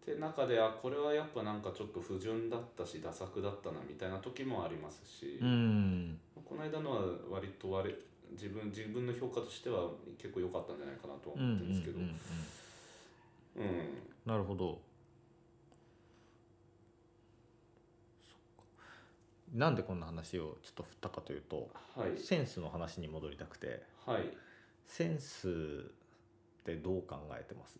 Speaker 1: て中であこれはやっぱなんかちょっと不純だったしダ作だったなみたいな時もありますし、
Speaker 2: うん
Speaker 1: この間のは割と割れ自分自分の評価としては結構良かったんじゃないかなとは
Speaker 2: うんうん
Speaker 1: 思っ
Speaker 2: う
Speaker 1: てるんですけど、
Speaker 2: んうん
Speaker 1: うん
Speaker 2: なるほど。そっかなんでこんな話をちょっと振ったかというと
Speaker 1: はい
Speaker 2: センスの話に戻りたくて。
Speaker 1: はい
Speaker 2: センスってどう考えてます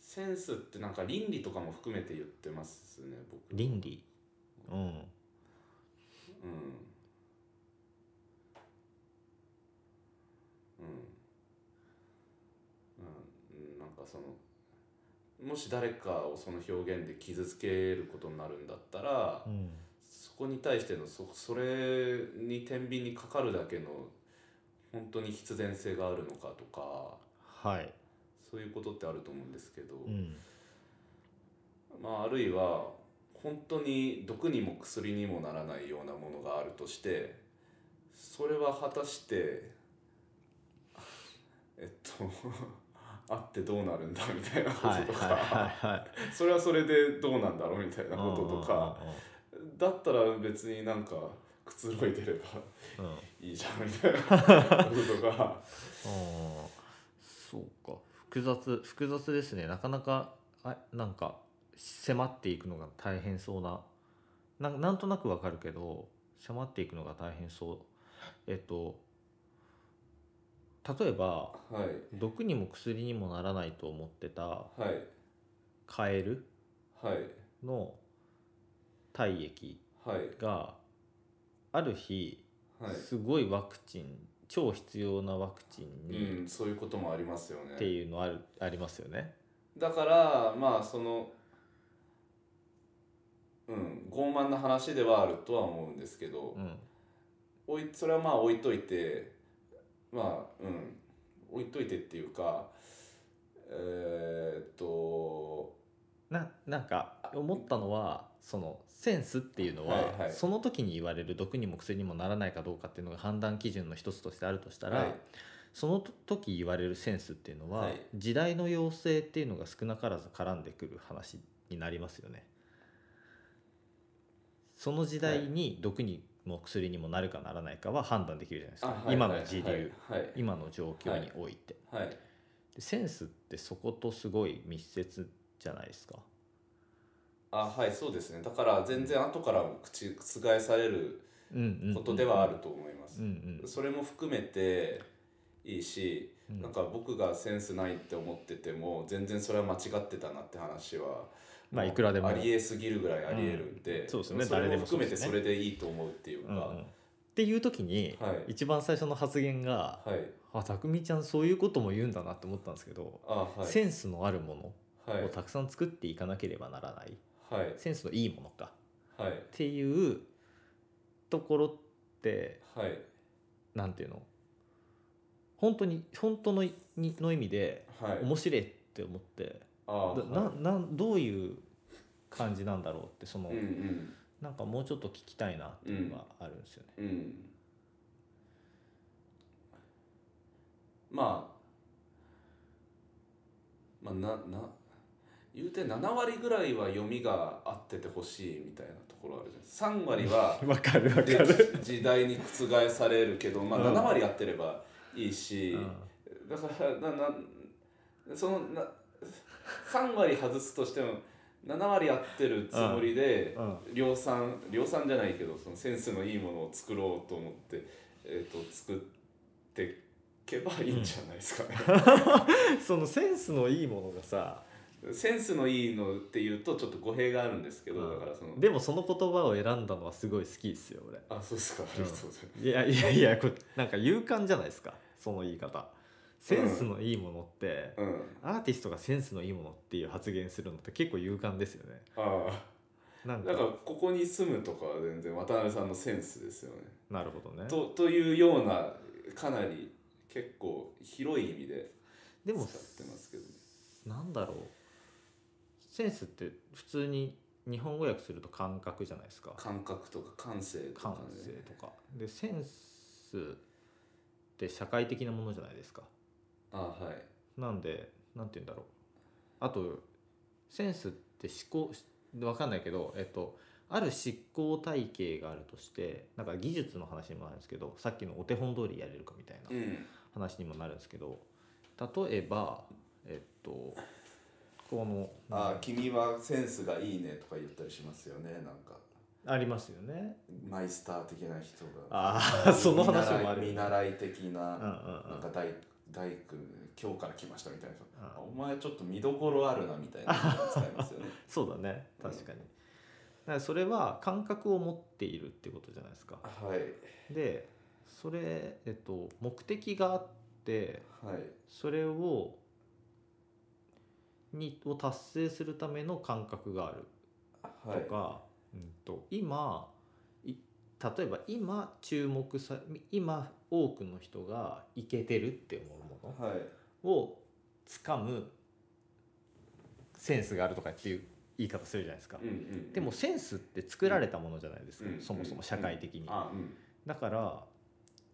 Speaker 1: センスってなんか倫理とかも含めて言ってますね僕。
Speaker 2: 倫理うん
Speaker 1: うんうんうんなんかそのもし誰かをその表現で傷つけることになるんだったら、
Speaker 2: うん
Speaker 1: そこに対してのそそれに天秤にかかるだけの本当に必然性があるのかとか
Speaker 2: はい
Speaker 1: そういうことってあると思うんですけど、
Speaker 2: うん
Speaker 1: まあ、あるいは本当に毒にも薬にもならないようなものがあるとしてそれは果たして <laughs> えっと <laughs> あってどうなるんだみたいなこ
Speaker 2: はい
Speaker 1: ととか、
Speaker 2: はいはい
Speaker 1: それはそれでどうなんだろうみたいなこととか
Speaker 2: うんうん
Speaker 1: だったら別になんかくつろいでれば <laughs>
Speaker 2: うんうんうん
Speaker 1: いいじゃんみたいな
Speaker 2: <laughs>
Speaker 1: こととか
Speaker 2: そうか複雑複雑ですねなかなかあなんか迫っていくのが大変そうななんなんとなくわかるけど迫っていくのが大変そうえっと例えば
Speaker 1: はい
Speaker 2: 毒にも薬にもならないと思ってた
Speaker 1: はい
Speaker 2: カエル
Speaker 1: はい
Speaker 2: の体液
Speaker 1: はい
Speaker 2: がある日
Speaker 1: はい
Speaker 2: すごいワクチン超必要なワクチンに
Speaker 1: うん、そういうこともありますよ
Speaker 2: って
Speaker 1: ね
Speaker 2: いうのあるありますよね。
Speaker 1: だからまあそのうん傲慢な話ではあるとは思うんですけど、
Speaker 2: うん
Speaker 1: おいそれはまあ置いといてまあうん置いといてっていうかえーっと
Speaker 2: ななんか思ったのはそのセンスっていうのは、
Speaker 1: はいはい
Speaker 2: その時に言われる毒にも薬にもならないかどうかっていうのが判断基準の一つとしてあるとしたら、
Speaker 1: はい
Speaker 2: その時言われるセンスっていうのは、
Speaker 1: はい
Speaker 2: 時代の要請っていうのが少なからず絡んでくる話になりますよね。その時代に毒にも薬にもなるかならないかは判断できるじゃないですか、
Speaker 1: あはい
Speaker 2: 今の時流、
Speaker 1: はいはい
Speaker 2: 今の状況において。
Speaker 1: はい、
Speaker 2: でセンスってそことすごい密接じゃないですか。
Speaker 1: あはいそうですねだから全然後からも口覆される
Speaker 2: うんうんうん
Speaker 1: ことではあると思います、
Speaker 2: うんうん
Speaker 1: それも含めていいし、
Speaker 2: うん
Speaker 1: なんか僕がセンスないって思ってても全然それは間違ってたなって話は
Speaker 2: まあいくらでも
Speaker 1: ありえすぎるぐらいありえるんで、
Speaker 2: うんそうですよね
Speaker 1: れ
Speaker 2: 誰でもそう
Speaker 1: 含め
Speaker 2: です
Speaker 1: て
Speaker 2: ね
Speaker 1: それでいいと思うっていうか、
Speaker 2: うんうんっていう時に、
Speaker 1: はい
Speaker 2: 一番最初の発言が
Speaker 1: はい
Speaker 2: 「あたくみちゃんそういうことも言うんだな」って思ったんですけど、
Speaker 1: あはい
Speaker 2: センスのあるも
Speaker 1: はい
Speaker 2: のをたくさん作っていかなければならない、
Speaker 1: はい
Speaker 2: センスのいいものか
Speaker 1: はい
Speaker 2: っていうところって
Speaker 1: はい
Speaker 2: なんていうの本当に本当のいにの意味で
Speaker 1: はい
Speaker 2: 面白いって思って、
Speaker 1: ああ
Speaker 2: だ
Speaker 1: は
Speaker 2: ななんどういう感じなんだろうってその、
Speaker 1: いうん
Speaker 2: なんかもうちょっと聞きたいなっていうのがあるんですよね。
Speaker 1: うんうんまあまあなな言うて7割ぐらいは読みが合っててほしいみたいなところあるじゃないですか3割は
Speaker 2: <laughs> わかるわ
Speaker 1: で時代に覆されるけど、まあ、
Speaker 2: うん
Speaker 1: 7割合ってればいいし、だからななそのな3割外すとしても7割合ってるつもりで
Speaker 2: うん
Speaker 1: 量産量産じゃないけどそのセンスのいいものを作ろうと思って、えー、と作ってけばいいんじゃないですか
Speaker 2: <laughs>
Speaker 1: ね。
Speaker 2: そのセンスのいいものがさ
Speaker 1: センスのいいのっていうとちょっと語弊があるんですけど、
Speaker 2: うん
Speaker 1: だからその
Speaker 2: でもその言葉を選んだのはすごい好きですよ俺
Speaker 1: あそうですかありがとうございます。
Speaker 2: いやいやいやこれなんか勇敢じゃないですかその言い方センスのいいものって、
Speaker 1: うん、
Speaker 2: アーティストがセンスのいいものっていう発言するのって結構勇敢ですよね
Speaker 1: ああ
Speaker 2: なんか
Speaker 1: だからここに住むとかは全然渡辺さんのセンスですよね。
Speaker 2: なるほどね
Speaker 1: とというようなかなり結構広い意味で
Speaker 2: で
Speaker 1: 使
Speaker 2: も
Speaker 1: ってますけどね。
Speaker 2: なんだろうセンスって普通に日本語訳すると感覚じゃないですか
Speaker 1: 感覚とか感性とか、
Speaker 2: 感
Speaker 1: ね、
Speaker 2: 性とかでセンスって社会的なものじゃないですか
Speaker 1: あはい
Speaker 2: なんでなんて言うんだろうあとセンスって思考わかんないけど、えっと、ある執行体系があるとしてなんか技術の話にもあるんですけどさっきのお手本通りやれるかみたいな
Speaker 1: うん
Speaker 2: 話にもなるんですけど例えばえっとこの
Speaker 1: あ君はセンスがいいねとか言ったりしますよねなんか
Speaker 2: ありますよね
Speaker 1: マイスター的な人が
Speaker 2: ああその話もある
Speaker 1: 見習い
Speaker 2: よね
Speaker 1: 見習い的
Speaker 2: うんうん
Speaker 1: ななん
Speaker 2: う
Speaker 1: か
Speaker 2: ん
Speaker 1: 大大工今日から来ましたみたいな人
Speaker 2: うん
Speaker 1: あお前ちょっと見どころあるなみたいな使います
Speaker 2: <laughs>
Speaker 1: よね
Speaker 2: そうだね確かに、だからそれは感覚を持っているってことじゃないですか
Speaker 1: はい
Speaker 2: でそれ、えっと、目的があって
Speaker 1: はい
Speaker 2: それをにを達成するための感覚がある
Speaker 1: はい
Speaker 2: とか、うん、と今い例えば今注目さ今多くの人がイケてるって思うも
Speaker 1: はい
Speaker 2: のを掴むセンスがあるとかっていう言い方するじゃないですか。
Speaker 1: うんうん
Speaker 2: でもセンスって作られたものじゃないですか、
Speaker 1: うん
Speaker 2: そもそも社会的に。
Speaker 1: あ
Speaker 2: だから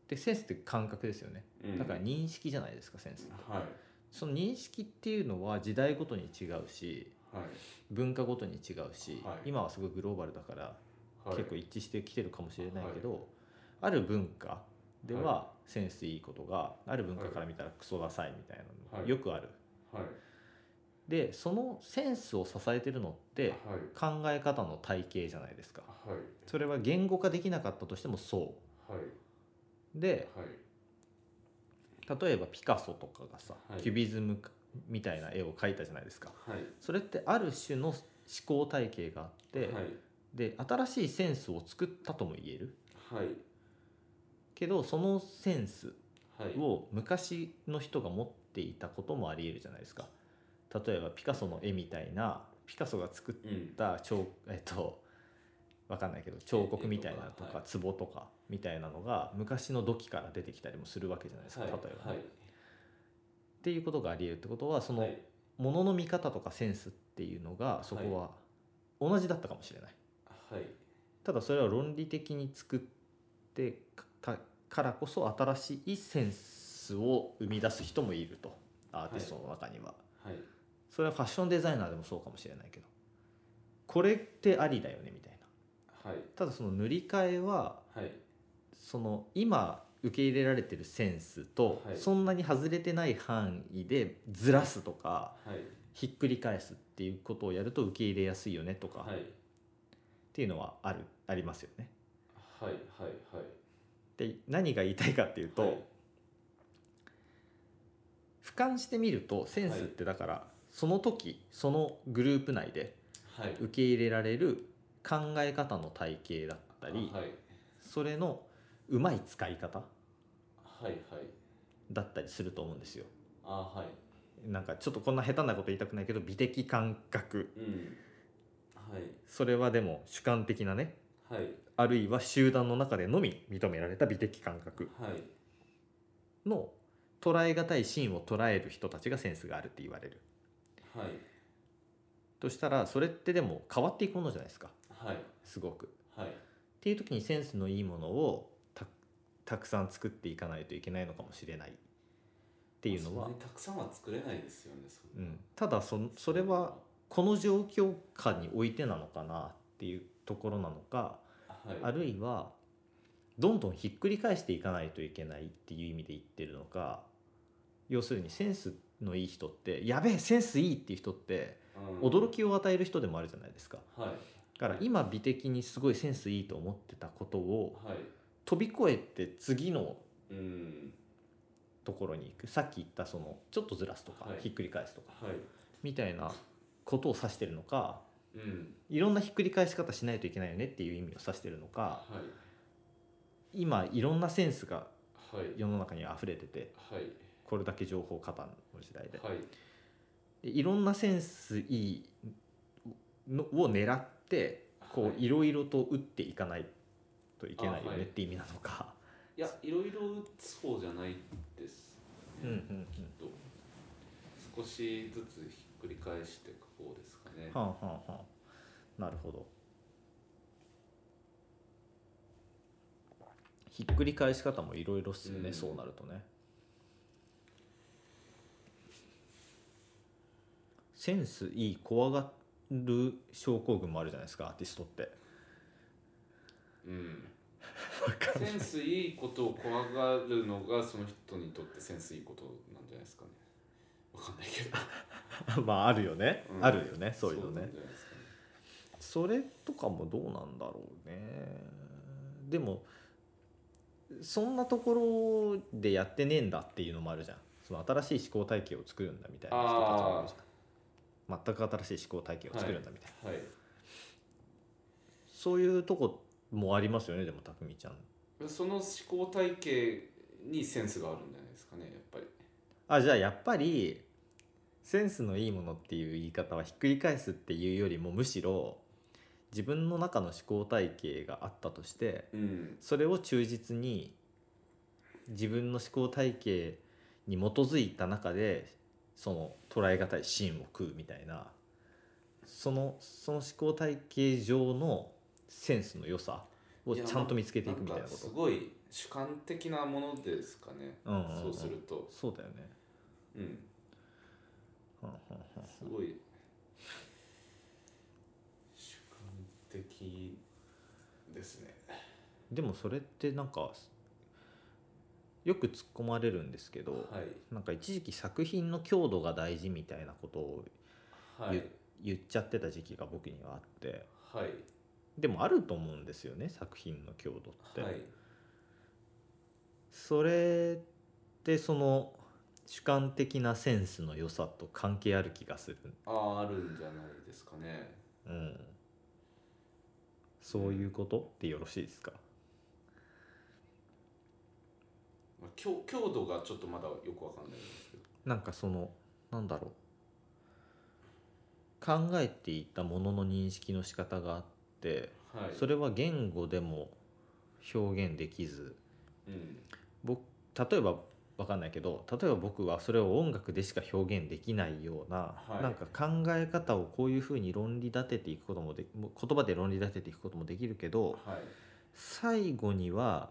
Speaker 2: でセンスって感覚ですよね
Speaker 1: うんうん
Speaker 2: だから認識じゃないですかセンスって
Speaker 1: はい
Speaker 2: その認識っていうのは時代ごとに違うし
Speaker 1: はい
Speaker 2: 文化ごとに違うし、
Speaker 1: はい
Speaker 2: 今はすごいグローバルだから
Speaker 1: はい
Speaker 2: 結構一致してきてるかもしれないけど、ある文化ではセンスいいことがある文化から見たらクソダサいみたいなの、
Speaker 1: はい
Speaker 2: よくある
Speaker 1: はい
Speaker 2: でそのセンスを支えてるのって
Speaker 1: はい
Speaker 2: 考え方の体系じゃないですか
Speaker 1: はい
Speaker 2: それは言語化できなかったとしてもそ
Speaker 1: はいう
Speaker 2: で
Speaker 1: はい
Speaker 2: 例えばピカソとかがさ、
Speaker 1: はい
Speaker 2: キュビズムみたいな絵を描いたじゃないですか
Speaker 1: はい
Speaker 2: それってある種の思考体系があって、
Speaker 1: はい
Speaker 2: で新しいセンスを作ったとも言える
Speaker 1: はい
Speaker 2: けどそのセンス
Speaker 1: はい
Speaker 2: を昔の人が持っていたこともありえるじゃないですか例えばピカソの絵みたいなピカソが作っ
Speaker 1: うん
Speaker 2: た彫 <laughs> えっとわかんないけど彫刻みたいなと
Speaker 1: 絵とか
Speaker 2: か壺とかみたいなのが昔の土器から出てきたりもするわけじゃないですか
Speaker 1: は
Speaker 2: 例
Speaker 1: い
Speaker 2: えばね、
Speaker 1: はい
Speaker 2: っていうことがありえるってことはそ
Speaker 1: は
Speaker 2: の
Speaker 1: い
Speaker 2: ものの見方とかセンスっていうのがそこは同じだったかもしれない。
Speaker 1: はい
Speaker 2: ただそれは論理的に作ってかからこそ新しいセンスを生み出す人もいるとアーティストの中には、
Speaker 1: はい
Speaker 2: それはファッションデザイナーでもそうかもしれないけどこれってありだよねみたいな
Speaker 1: はい
Speaker 2: ただその塗り替えは
Speaker 1: はい
Speaker 2: その今受け入れられてるセンスと
Speaker 1: はい
Speaker 2: そんなに外れてない範囲でずらすとか
Speaker 1: はい
Speaker 2: ひっくり返すっていうことをやると受け入れやすいよねとか
Speaker 1: はい
Speaker 2: っていうのはあるありますよね。
Speaker 1: はいはい
Speaker 2: で何が言いたいかっていうと、
Speaker 1: はい
Speaker 2: 俯瞰してみるとセンスってだから、その時そのグループ内で
Speaker 1: はいはい
Speaker 2: 受け入れられる考え方の体系だったり、
Speaker 1: はい
Speaker 2: それのうまい使い方
Speaker 1: はいはい
Speaker 2: だったりすると思うんですよ。
Speaker 1: あはい
Speaker 2: なんかちょっとこんな下手なこと言いたくないけど美的感覚
Speaker 1: うんはい
Speaker 2: それはでも主観的なね
Speaker 1: はい
Speaker 2: あるいは集団の中でのみ認められた美的感覚
Speaker 1: はい
Speaker 2: の捉え難いシーンを捉える人たちがセンスがあるって言われる
Speaker 1: はい
Speaker 2: としたらそれってでも変わっていくものじゃないですか
Speaker 1: はい
Speaker 2: すごく。
Speaker 1: はい
Speaker 2: っていう時にセンスのいいものをたたくさん作っていかないといけないのかもしれないっていうのは、
Speaker 1: そんなにたくさんは作れないですよねそん
Speaker 2: う、
Speaker 1: なん
Speaker 2: ただそそれはこの状況下においてなのかなっていうところなのか
Speaker 1: はい
Speaker 2: あるいはどんどんひっくり返していかないといけないっていう意味で言ってるのか要するにセンスのいい人ってやべえセンスいいっていう人って
Speaker 1: うん
Speaker 2: 驚きを与える人でもあるじゃないですか。
Speaker 1: はい
Speaker 2: だから今美的にすごいセンスいいと思ってたことを
Speaker 1: はい
Speaker 2: 飛び越えて次の
Speaker 1: うん
Speaker 2: ところに行くさっき言ったそのちょっとずらすとか、
Speaker 1: はい
Speaker 2: ひっくり返すとか
Speaker 1: はい
Speaker 2: みたいなことを指してるのか
Speaker 1: うん
Speaker 2: いろんなひっくり返し方しないといけないよねっていう意味を指してるのか
Speaker 1: はい
Speaker 2: 今いろんなセンスが
Speaker 1: はい
Speaker 2: 世の中には溢れてて
Speaker 1: はい
Speaker 2: これだけ情報過多の時代で
Speaker 1: はい
Speaker 2: でいろんなセンスいいのを狙ってこ
Speaker 1: は
Speaker 2: う
Speaker 1: い
Speaker 2: いろいろと打っていかないといけないよ
Speaker 1: あは
Speaker 2: ね
Speaker 1: い
Speaker 2: って意味なのか。
Speaker 1: いやいろいろ打つ方じゃないです
Speaker 2: うんうんうん
Speaker 1: と少しずつひっくり返していく方ですかね
Speaker 2: はんはんはんなるほどひっくり返し方もいろいろっすよね、
Speaker 1: うん
Speaker 2: そうなるとねセンスいい怖がる症候群もあるじゃないですかアーティストって
Speaker 1: うんセンスいいことを怖がるのがその人にとってセンスいいことなんじゃないですかねわかんないけど
Speaker 2: まああるよね、
Speaker 1: うん
Speaker 2: あるよね <laughs> そういうの
Speaker 1: なん
Speaker 2: ね
Speaker 1: じゃないですかね
Speaker 2: それとかもどうなんだろうねでもそんなところでやってねえんだっていうのもあるじゃんその新しい思考体系を作るんだみたいな人たちもいるじゃん全く新しい思考体系を作るんだみたいな、
Speaker 1: はい
Speaker 2: そういうとこもありますよねでもたくみちゃん
Speaker 1: その思考体系にセンスがあるんじゃないですかねやっぱり
Speaker 2: あじゃあやっぱりセンスのいいものっていう言い方はひっくり返すっていうよりもむしろ自分の中の思考体系があったとして
Speaker 1: うん
Speaker 2: それを忠実に自分の思考体系に基づいた中でその捉え難いシーンを食うみたいなそのその思考体系上のセンスの良さを
Speaker 1: いや
Speaker 2: ちゃんと見つけていくみたいな
Speaker 1: なん
Speaker 2: こ
Speaker 1: かす
Speaker 2: と
Speaker 1: ごい主観的なものですかね、
Speaker 2: うんうんうん
Speaker 1: そうすると
Speaker 2: そうだよね
Speaker 1: うん
Speaker 2: うんうんうん
Speaker 1: すごい主観的ですね
Speaker 2: でもそれってなんかよく突っ込まれるんですけど、
Speaker 1: はい
Speaker 2: なんか一時期作品の強度が大事みたいなことを
Speaker 1: はい
Speaker 2: ゆ言っちゃってた時期が僕にはあって
Speaker 1: はい
Speaker 2: でもあると思うんですよね作品の強度って、
Speaker 1: はい
Speaker 2: それってその主観的なセンスの良さと関係ある気がする、
Speaker 1: あああるんじゃないですかね
Speaker 2: うん、そういうことってよろしいですか
Speaker 1: まあ強強度がちょっとまだよくわかんないんですけど
Speaker 2: なんかそのなんだろう考えていたものの認識の仕方があって
Speaker 1: はい
Speaker 2: それは言語でも表現できず
Speaker 1: うん
Speaker 2: 僕例えばわかんないけど例えば僕はそれを音楽でしか表現できないような、
Speaker 1: はい
Speaker 2: なんか考え方をこういうふうに論理立てていくこともでもう言葉で論理立てていくこともできるけど
Speaker 1: はい
Speaker 2: 最後には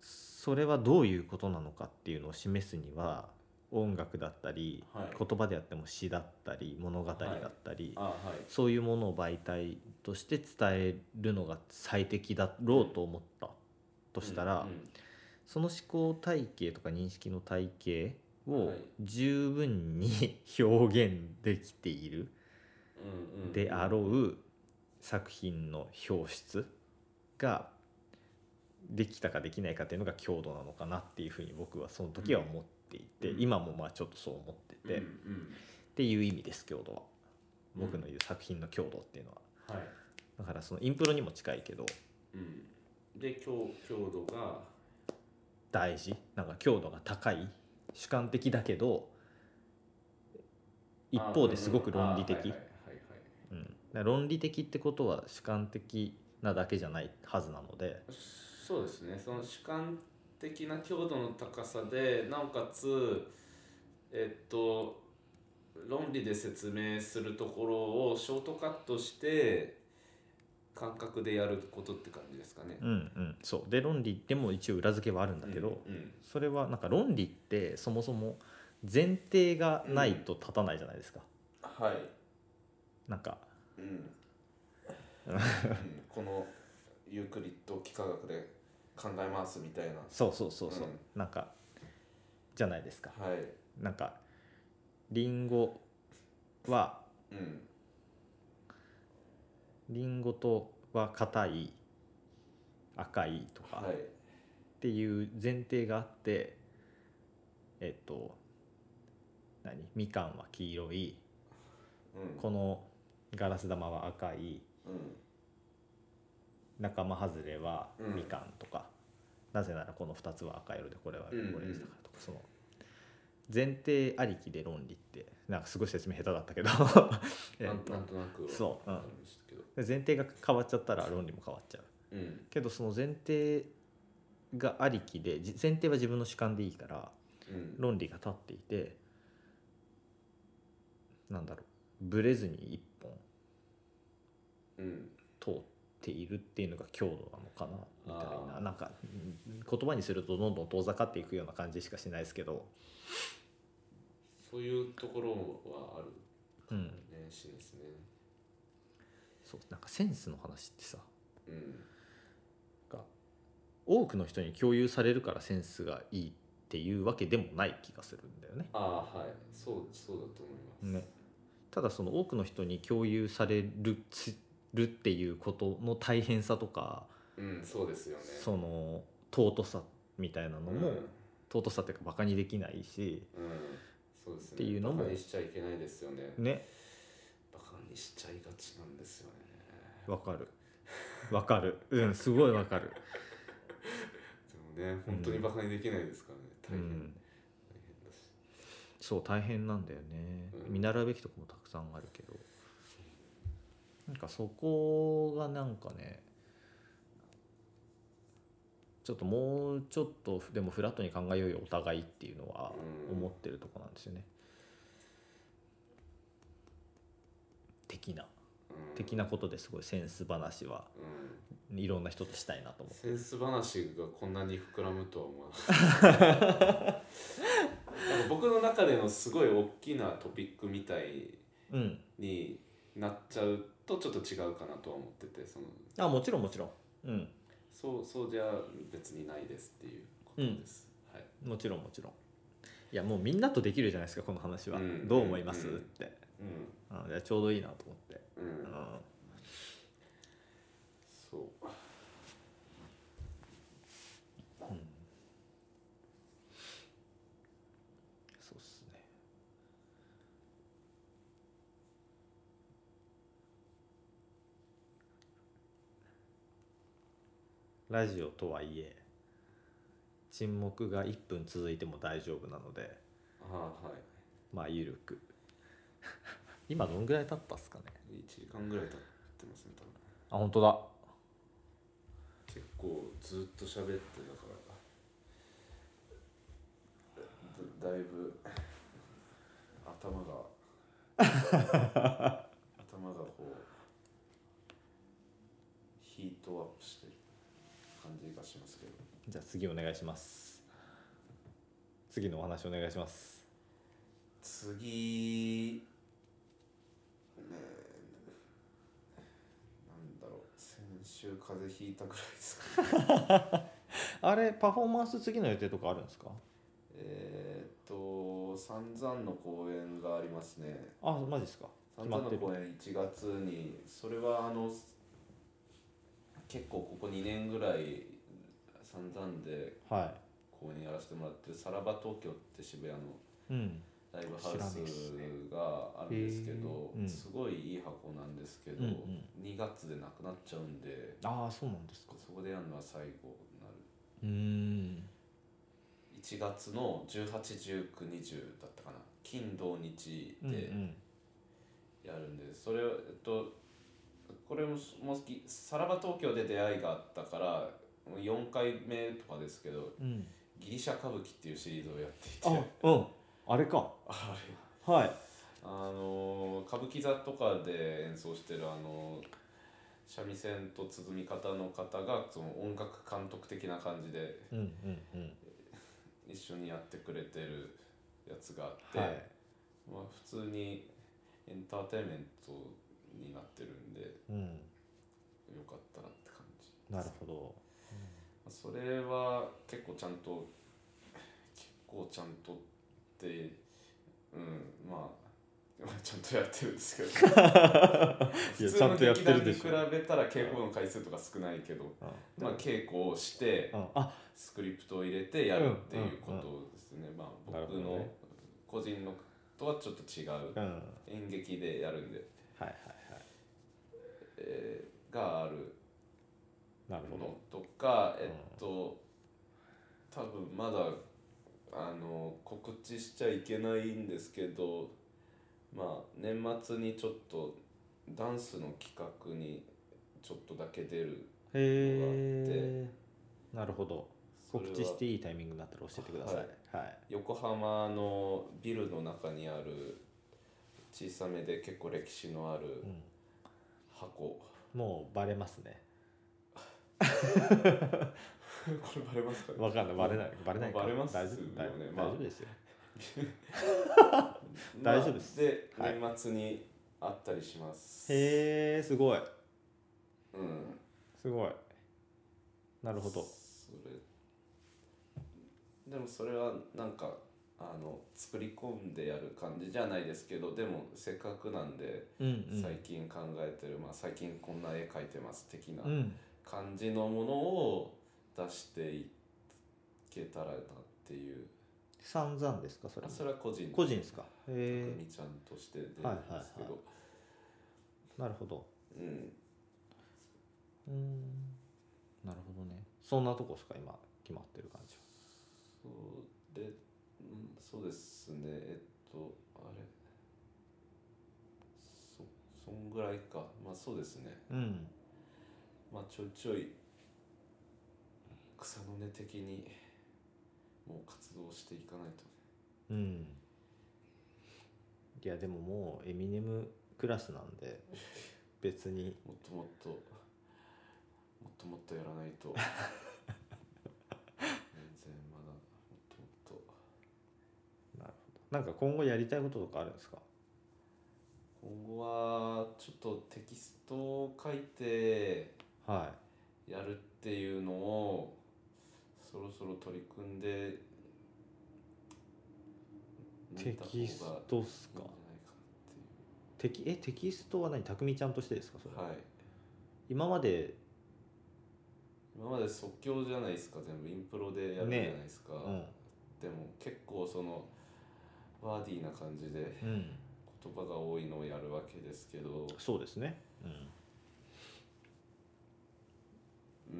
Speaker 2: それはどういうことなのかっていうのを示すには音楽だったり、
Speaker 1: はい
Speaker 2: 言葉であっても詩だったり物語だったり、
Speaker 1: あはい
Speaker 2: そういうものを媒体として伝えるのが最適だろうと思ったとしたら、
Speaker 1: うんうん
Speaker 2: その思考体系とか認識の体系を
Speaker 1: はい
Speaker 2: 十分に <laughs> 表現できている
Speaker 1: うんうん
Speaker 2: であろう作品の表出ができたかできないかっていうのが強度なのかなっていうふうに僕はその時は思っていて、
Speaker 1: うん
Speaker 2: 今もまあちょっとそう思ってて、
Speaker 1: う
Speaker 2: っ
Speaker 1: ん
Speaker 2: ていう意味です強度は
Speaker 1: うん
Speaker 2: 僕の言う作品の強度っていうのは。
Speaker 1: うんはい
Speaker 2: だからそのインプロにも近いけど
Speaker 1: うんで強強度が
Speaker 2: 大事なんか強度が高い主観的だけど一方ですごく論理的
Speaker 1: あはいはいはいはいはい
Speaker 2: うんだから論理的ってことは主観的なだけじゃないはずなので
Speaker 1: そうですねその主観的な強度の高さでなおかつえっと論理で説明するところをショートカットして感覚でやることって感じですかね。
Speaker 2: うんうんそうで論理でも一応裏付けはあるんだけど、
Speaker 1: うん
Speaker 2: それはなんか論理ってそもそも前提がないと立たないじゃないですか、
Speaker 1: はい、
Speaker 2: なんか
Speaker 1: うんうん <laughs> このユークリッド幾何学で考えますみたいな。
Speaker 2: そうそうそうそう、
Speaker 1: うん
Speaker 2: なんかじゃないですか
Speaker 1: はい、
Speaker 2: なんかリンゴは
Speaker 1: うん
Speaker 2: リンゴとは硬い赤いとか
Speaker 1: はい
Speaker 2: っていう前提があって、えっと何みかんは黄色い
Speaker 1: うん
Speaker 2: このガラス玉は赤い
Speaker 1: うん
Speaker 2: 仲間外れは
Speaker 1: うん
Speaker 2: みかんとか、なぜならこの2つは赤色でこれはオ
Speaker 1: う
Speaker 2: レ
Speaker 1: んうん
Speaker 2: ンジだからとか、その前提ありきで論理ってなんかすごい説明下手だったけどえ
Speaker 1: なん
Speaker 2: っと
Speaker 1: なんとなく
Speaker 2: <laughs> そううん
Speaker 1: わかりましたけど
Speaker 2: で前提が変わっちゃったら論理も変わっちゃう。
Speaker 1: うん
Speaker 2: けどその前提がありきでじ前提は自分の主観でいいから
Speaker 1: うん
Speaker 2: 論理が立っていてなんだろうブレずに一本
Speaker 1: うん
Speaker 2: 通っているっていうのが強度なのかなみたい
Speaker 1: あ
Speaker 2: な
Speaker 1: ー
Speaker 2: なんかうん言葉にするとどんどん遠ざかっていくような感じしかしないですけど、
Speaker 1: そういうところはある
Speaker 2: うん、
Speaker 1: ねしですね。
Speaker 2: そうなんかセンスの話ってさ
Speaker 1: うん。
Speaker 2: が多くの人に共有されるからセンスがいいっていうわけでもない気がするんだよね。
Speaker 1: ああはい。そうそうだと思います。
Speaker 2: ね、ただその多くの人に共有されるつるっていうことの大変さとか、
Speaker 1: うんそうですよね。
Speaker 2: その尊さみたいなの
Speaker 1: うん
Speaker 2: も、尊さっていうかバカにできないし、
Speaker 1: うんそうですね。
Speaker 2: っていうのも
Speaker 1: バカにしちゃいけないですよね。
Speaker 2: ね
Speaker 1: バカにしちゃいがちなんですよね。
Speaker 2: わかるわかるうんすごいわかる、
Speaker 1: でもね本当にバカにできないですから
Speaker 2: う
Speaker 1: ね。大変、
Speaker 2: ん、
Speaker 1: 大変だし。
Speaker 2: そう大変なんだよね、
Speaker 1: うん
Speaker 2: 見習うべきとこもたくさんあるけどなんかそこがなんかねちょっともうちょっとでもフラットに考えようよお互いっていうのは
Speaker 1: うん
Speaker 2: 思ってるとこなんですよね。的な
Speaker 1: うん
Speaker 2: 的なことですごいセンス話は
Speaker 1: うん
Speaker 2: いろんな人としたいなと思って
Speaker 1: センス話がこんなに膨らむとは思わ
Speaker 2: <laughs>
Speaker 1: なかったなんか僕の中でのすごい大きなトピックみたい
Speaker 2: うん
Speaker 1: になっちゃうとちょっと違うかなとは思っててその
Speaker 2: あもちろんもちろんうん
Speaker 1: そうそうじゃ別にないですっていうことです。はい
Speaker 2: もちろんもちろんいやもうみんなとできるじゃないですかこの話は、
Speaker 1: うん
Speaker 2: どう思います、
Speaker 1: うん
Speaker 2: って
Speaker 1: う
Speaker 2: うん、じゃあちょうどいいなと思って、
Speaker 1: んうん
Speaker 2: うん、
Speaker 1: そう
Speaker 2: そうっすねラジオとはいえ沈黙が1分続いても大丈夫なので
Speaker 1: ああは
Speaker 2: まあゆるく <laughs> 今どんぐらい経ったっすかね
Speaker 1: い1時間ぐらい経ってますね多分
Speaker 2: あ本当だ
Speaker 1: 結構ずっと喋ってだからだだいぶ頭 <laughs> が頭がこうヒートアップしてる感じがしますけど
Speaker 2: じゃあ次お願いします次のお話お願いします
Speaker 1: 次ねえなんだろう先週風邪ひいたぐらいですか <laughs>
Speaker 2: あれパフォーマンス次の予定とかあるんですか
Speaker 1: えーっと散々の公演がありますね
Speaker 2: あマジですか
Speaker 1: 散々の公演1月にそれはあの結構ここ2年ぐらい散々で
Speaker 2: は
Speaker 1: 公演やらせてもらってるさらば東京って渋谷の
Speaker 2: いうん
Speaker 1: ライブハウスがあるんですけど
Speaker 2: 知らないっすねへーうん
Speaker 1: すごいいい箱なんですけど
Speaker 2: うんうん
Speaker 1: 2月でなくなっちゃうんで
Speaker 2: ああそうなんですか
Speaker 1: そこでやるのは最後になる
Speaker 2: うーん
Speaker 1: 1月の181920だったかな金土日
Speaker 2: うんう
Speaker 1: で
Speaker 2: ん
Speaker 1: やるんでそれをえっとこれももう好きさらば東京で出会いがあったから4回目とかですけど
Speaker 2: うん
Speaker 1: ギリシャ歌舞伎っていうシリーズをやっていて
Speaker 2: あうんあれか
Speaker 1: あれ
Speaker 2: はい
Speaker 1: あのー歌舞伎座とかで演奏してるあのー三味線と鼓方の方がその音楽監督的な感じで
Speaker 2: うんうん
Speaker 1: 一緒にやってくれてるやつがあって、
Speaker 2: うんはい
Speaker 1: まあ普通にエンターテインメントになってるんで
Speaker 2: うん
Speaker 1: よかったなって感じ
Speaker 2: なるほど
Speaker 1: それは結構ちゃんと結構ちゃんとってうんまあ <laughs> まあちゃんとやってるんですけど
Speaker 2: <laughs> いや
Speaker 1: 普
Speaker 2: ち
Speaker 1: 通
Speaker 2: ゃん
Speaker 1: の
Speaker 2: とやっ
Speaker 1: 劇
Speaker 2: て
Speaker 1: 団に
Speaker 2: るで
Speaker 1: 比
Speaker 2: しょ
Speaker 1: べたら稽古の回数とか少ないけど、
Speaker 2: あ
Speaker 1: まあ、稽古をして
Speaker 2: ああ
Speaker 1: スクリプトを入れてやるっていうことですね、まあ
Speaker 2: なるほ
Speaker 1: 僕
Speaker 2: どね
Speaker 1: の個人のとはちょっと違う
Speaker 2: うんはい
Speaker 1: 演劇でやるんで、
Speaker 2: はいはい
Speaker 1: えーがある
Speaker 2: なるほ
Speaker 1: も
Speaker 2: ど
Speaker 1: のとか、えっと多分まだあの告知しちゃいけないんですけどまあ年末にちょっとダンスの企画にちょっとだけ出る
Speaker 2: へえなるほど
Speaker 1: それ
Speaker 2: 告
Speaker 1: は
Speaker 2: 知していいタイミングだったら教えてください
Speaker 1: はい
Speaker 2: はい
Speaker 1: 横浜のビルの中にある小さめで結構歴史のある
Speaker 2: うん
Speaker 1: 箱 <laughs>
Speaker 2: もうバレますね
Speaker 1: これバレますかね
Speaker 2: わかんないバレないバレないか
Speaker 1: バレますよね
Speaker 2: 大丈夫大丈夫
Speaker 1: まあ
Speaker 2: 大丈夫ですよ
Speaker 1: まあ
Speaker 2: 大丈夫です
Speaker 1: で
Speaker 2: はい
Speaker 1: 年末にあったりします、
Speaker 2: へえすごい
Speaker 1: うん
Speaker 2: すごいなるほど
Speaker 1: それでもそれはなんかあの作り込んでやる感じじゃないですけどでもせっかくなんで
Speaker 2: うん
Speaker 1: 最近考えてる、まあ、最近こんな絵描いてます的な
Speaker 2: うんうん
Speaker 1: 感じのものを出していけたらなっていう
Speaker 2: 散々ですかそれ
Speaker 1: あ
Speaker 2: も
Speaker 1: それは個人
Speaker 2: 個人ですかへ
Speaker 1: 匠ちゃんとして出るんですけど、
Speaker 2: はいはいはいえなるほど
Speaker 1: うん
Speaker 2: うーんなるほどねそんなとこですか今決まってる感じは
Speaker 1: そうで、うん、そうですね、えっと、あれ、そ、そんぐらいか、まあそうですね、
Speaker 2: うん
Speaker 1: まあちょいちょい、草の根的に、もう活動していかないと。
Speaker 2: うんいやでももうエミネムクラスなんで別に
Speaker 1: もっともっと、もっともっとやらないと。全然まだ、もっともっと。
Speaker 2: なるほどなんか今後やりたいこととかあるんですか
Speaker 1: 今後は、ちょっとテキストを書いて、
Speaker 2: は
Speaker 1: やるっていうのをそろそろ取り組んで
Speaker 2: いテキストっす
Speaker 1: な
Speaker 2: か
Speaker 1: んじゃないかっていう
Speaker 2: テキえテキストは何たくみちゃんとしてですかそれ、
Speaker 1: はい
Speaker 2: 今まで、
Speaker 1: 今まで即興じゃないですか全部インプロでやるじゃないですか、
Speaker 2: うん
Speaker 1: でも結構そのワーディーな感じで
Speaker 2: うん、
Speaker 1: 言葉が多いのをやるわけですけど
Speaker 2: そうですね、うん、
Speaker 1: うん、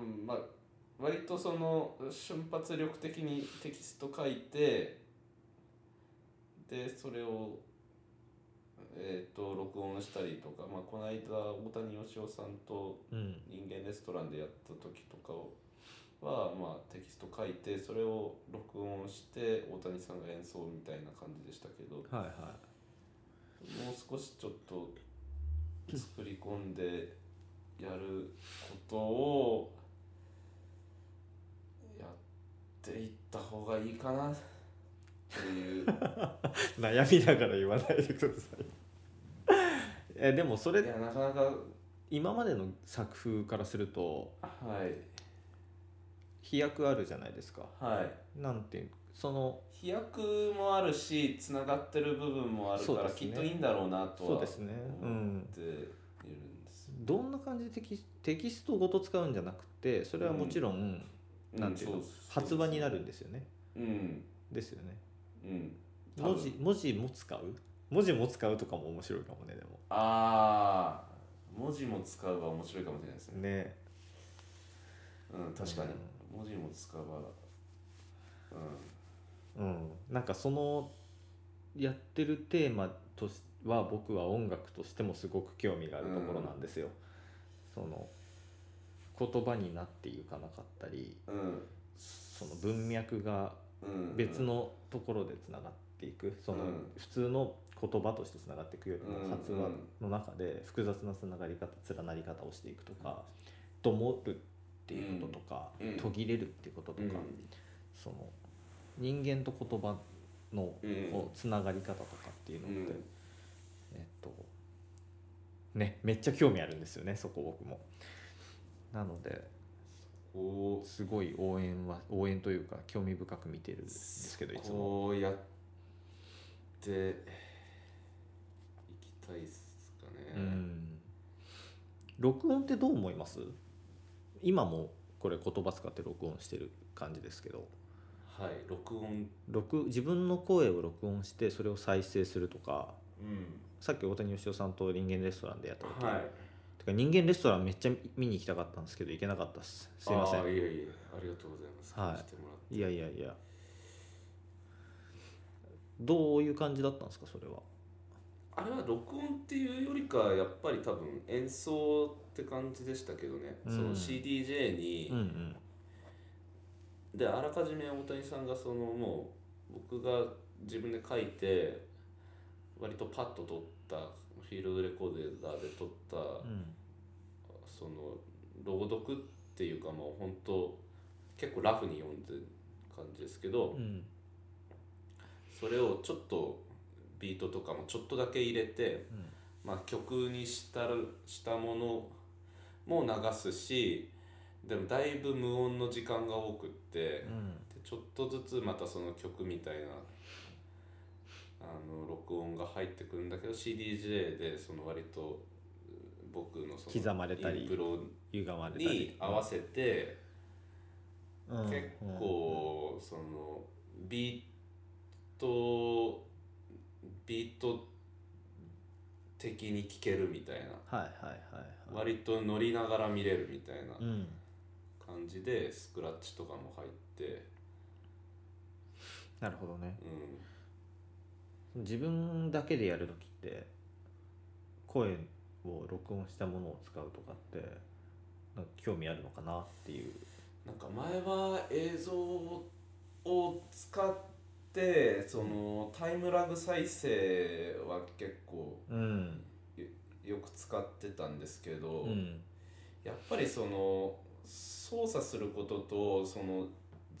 Speaker 1: うん、まあ割とその瞬発力的にテキスト書いてでそれをえー、と録音したりとか、まあ、この間大谷義雄さんと
Speaker 2: うん
Speaker 1: 人間レストランでやった時とかは、まあ、テキスト書いてそれを録音して大谷さんが演奏みたいな感じでしたけど
Speaker 2: はいは
Speaker 1: もう少しちょっと作り込んでやることをやっていった方がいいかなって
Speaker 2: <laughs>
Speaker 1: いう
Speaker 2: い <laughs> 悩みながら言わないでください <laughs> えでもそ
Speaker 1: い
Speaker 2: れ
Speaker 1: やなかなか
Speaker 2: 今までの作風からすると
Speaker 1: はい
Speaker 2: 飛躍あるじゃないですか
Speaker 1: はい
Speaker 2: なんていうその
Speaker 1: 飛躍もあるしつながってる部分もあるか
Speaker 2: そう
Speaker 1: ら
Speaker 2: です
Speaker 1: き
Speaker 2: ね
Speaker 1: っといいんだろうなと
Speaker 2: そう
Speaker 1: は
Speaker 2: ですねう
Speaker 1: 思
Speaker 2: ん
Speaker 1: っているんですよ、
Speaker 2: どんな感じでテキステキストごと使うんじゃなくてそれはもちろん
Speaker 1: う
Speaker 2: なんていうの
Speaker 1: そそ
Speaker 2: 発話になるんですよね
Speaker 1: うん
Speaker 2: ですよね
Speaker 1: うん多分
Speaker 2: 文字文字も使う文字も使うとかも面白いかもねでも
Speaker 1: ああ文字も使うは面白いかもしれないですね
Speaker 2: ね
Speaker 1: うん確かに、文字も使うはう
Speaker 2: うんなんかそのやってるテーマとしは僕は音楽としてもすごく興味があるところなんですよ、その言葉になっていかなかったり
Speaker 1: んうん
Speaker 2: その文脈が
Speaker 1: うん
Speaker 2: 別のところでつながっていくその
Speaker 1: うん
Speaker 2: 普通の言葉としてつながっていくより
Speaker 1: うん
Speaker 2: も発話の中で複雑なつながり方連なり方をしていくとかと思るっていうこととか
Speaker 1: うん
Speaker 2: 途切れるっていうことと
Speaker 1: うん
Speaker 2: かその人間と言葉の
Speaker 1: うん
Speaker 2: こうつながり方とかっていうのって
Speaker 1: うん
Speaker 2: えっとねめっちゃ興味あるんですよねそこ僕も。なので
Speaker 1: こう
Speaker 2: すごい応援は応援というか興味深く見てるんですけどいつも。
Speaker 1: こうやっていきたいっすかね、
Speaker 2: うん録音ってどう思います今もこれ言葉使って録音してる感じですけど
Speaker 1: はい録音
Speaker 2: 録自分の声を録音してそれを再生するとか
Speaker 1: うん
Speaker 2: さっき大谷義雄さんと人間レストランでやった時、
Speaker 1: はい
Speaker 2: てか人間レストランめっちゃ見に行きたかったんですけど行けなかったですすいません
Speaker 1: あーいえいえありがとうございます、
Speaker 2: はい
Speaker 1: 来てもらって
Speaker 2: いやいやいやどういう感じだったんですかそれは
Speaker 1: あれは録音っていうよりかやっぱり多分演奏って感じでしたけどね、
Speaker 2: うん
Speaker 1: その CDJ に、
Speaker 2: うんうん
Speaker 1: であらかじめ大谷さんがそのもう僕が自分で書いて割とパッと撮ったフィールドレコーダーで撮った、
Speaker 2: うん
Speaker 1: その朗読っていうかもう本当結構ラフに読んでる感じですけど、
Speaker 2: うん
Speaker 1: それをちょっとビートとかもちょっとだけ入れて、
Speaker 2: うん
Speaker 1: まあ、曲にしたるしたものも流すしでもだいぶ無音の時間が多くって
Speaker 2: う、ん
Speaker 1: でちょっとずつまたその曲みたいなあの録音が入ってくるんだけど CDJ でその割と僕のその
Speaker 2: 刻まれたり
Speaker 1: インプロ
Speaker 2: 歪まれたり
Speaker 1: に合わせて
Speaker 2: うん
Speaker 1: 結構そのビートビート的に聴けるみたいな
Speaker 2: はいはいはいはい
Speaker 1: 割と乗りながら見れるみたいな
Speaker 2: うん
Speaker 1: 感じでスクラッチとかも入って、
Speaker 2: なるほどね
Speaker 1: うん、
Speaker 2: 自分だけでやる時って声を録音したものを使うとかってなんか興味あるのかなっていう
Speaker 1: なんか前は映像を使ってそのタイムラグ再生は結構
Speaker 2: うん
Speaker 1: よく使ってたんですけど、
Speaker 2: うん
Speaker 1: やっぱりその操作することとその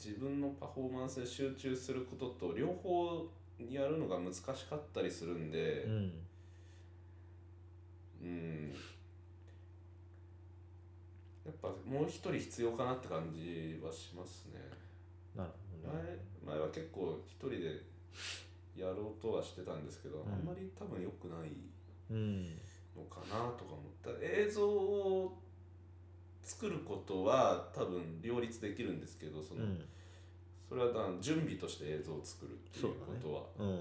Speaker 1: 自分のパフォーマンスに集中することと両方やるのが難しかったりするんで
Speaker 2: う、ん
Speaker 1: うんやっぱもう一人必要かなって感じはしますね。
Speaker 2: なるほどね
Speaker 1: 前前は結構一人でやろうとはしてたんですけど、
Speaker 2: うん
Speaker 1: あんまり多分良くない
Speaker 2: うん
Speaker 1: のかなとか思った映像を作ることは多分両立できるんですけどその、
Speaker 2: うん
Speaker 1: それはだから準備として映像を作るっていうことは
Speaker 2: うん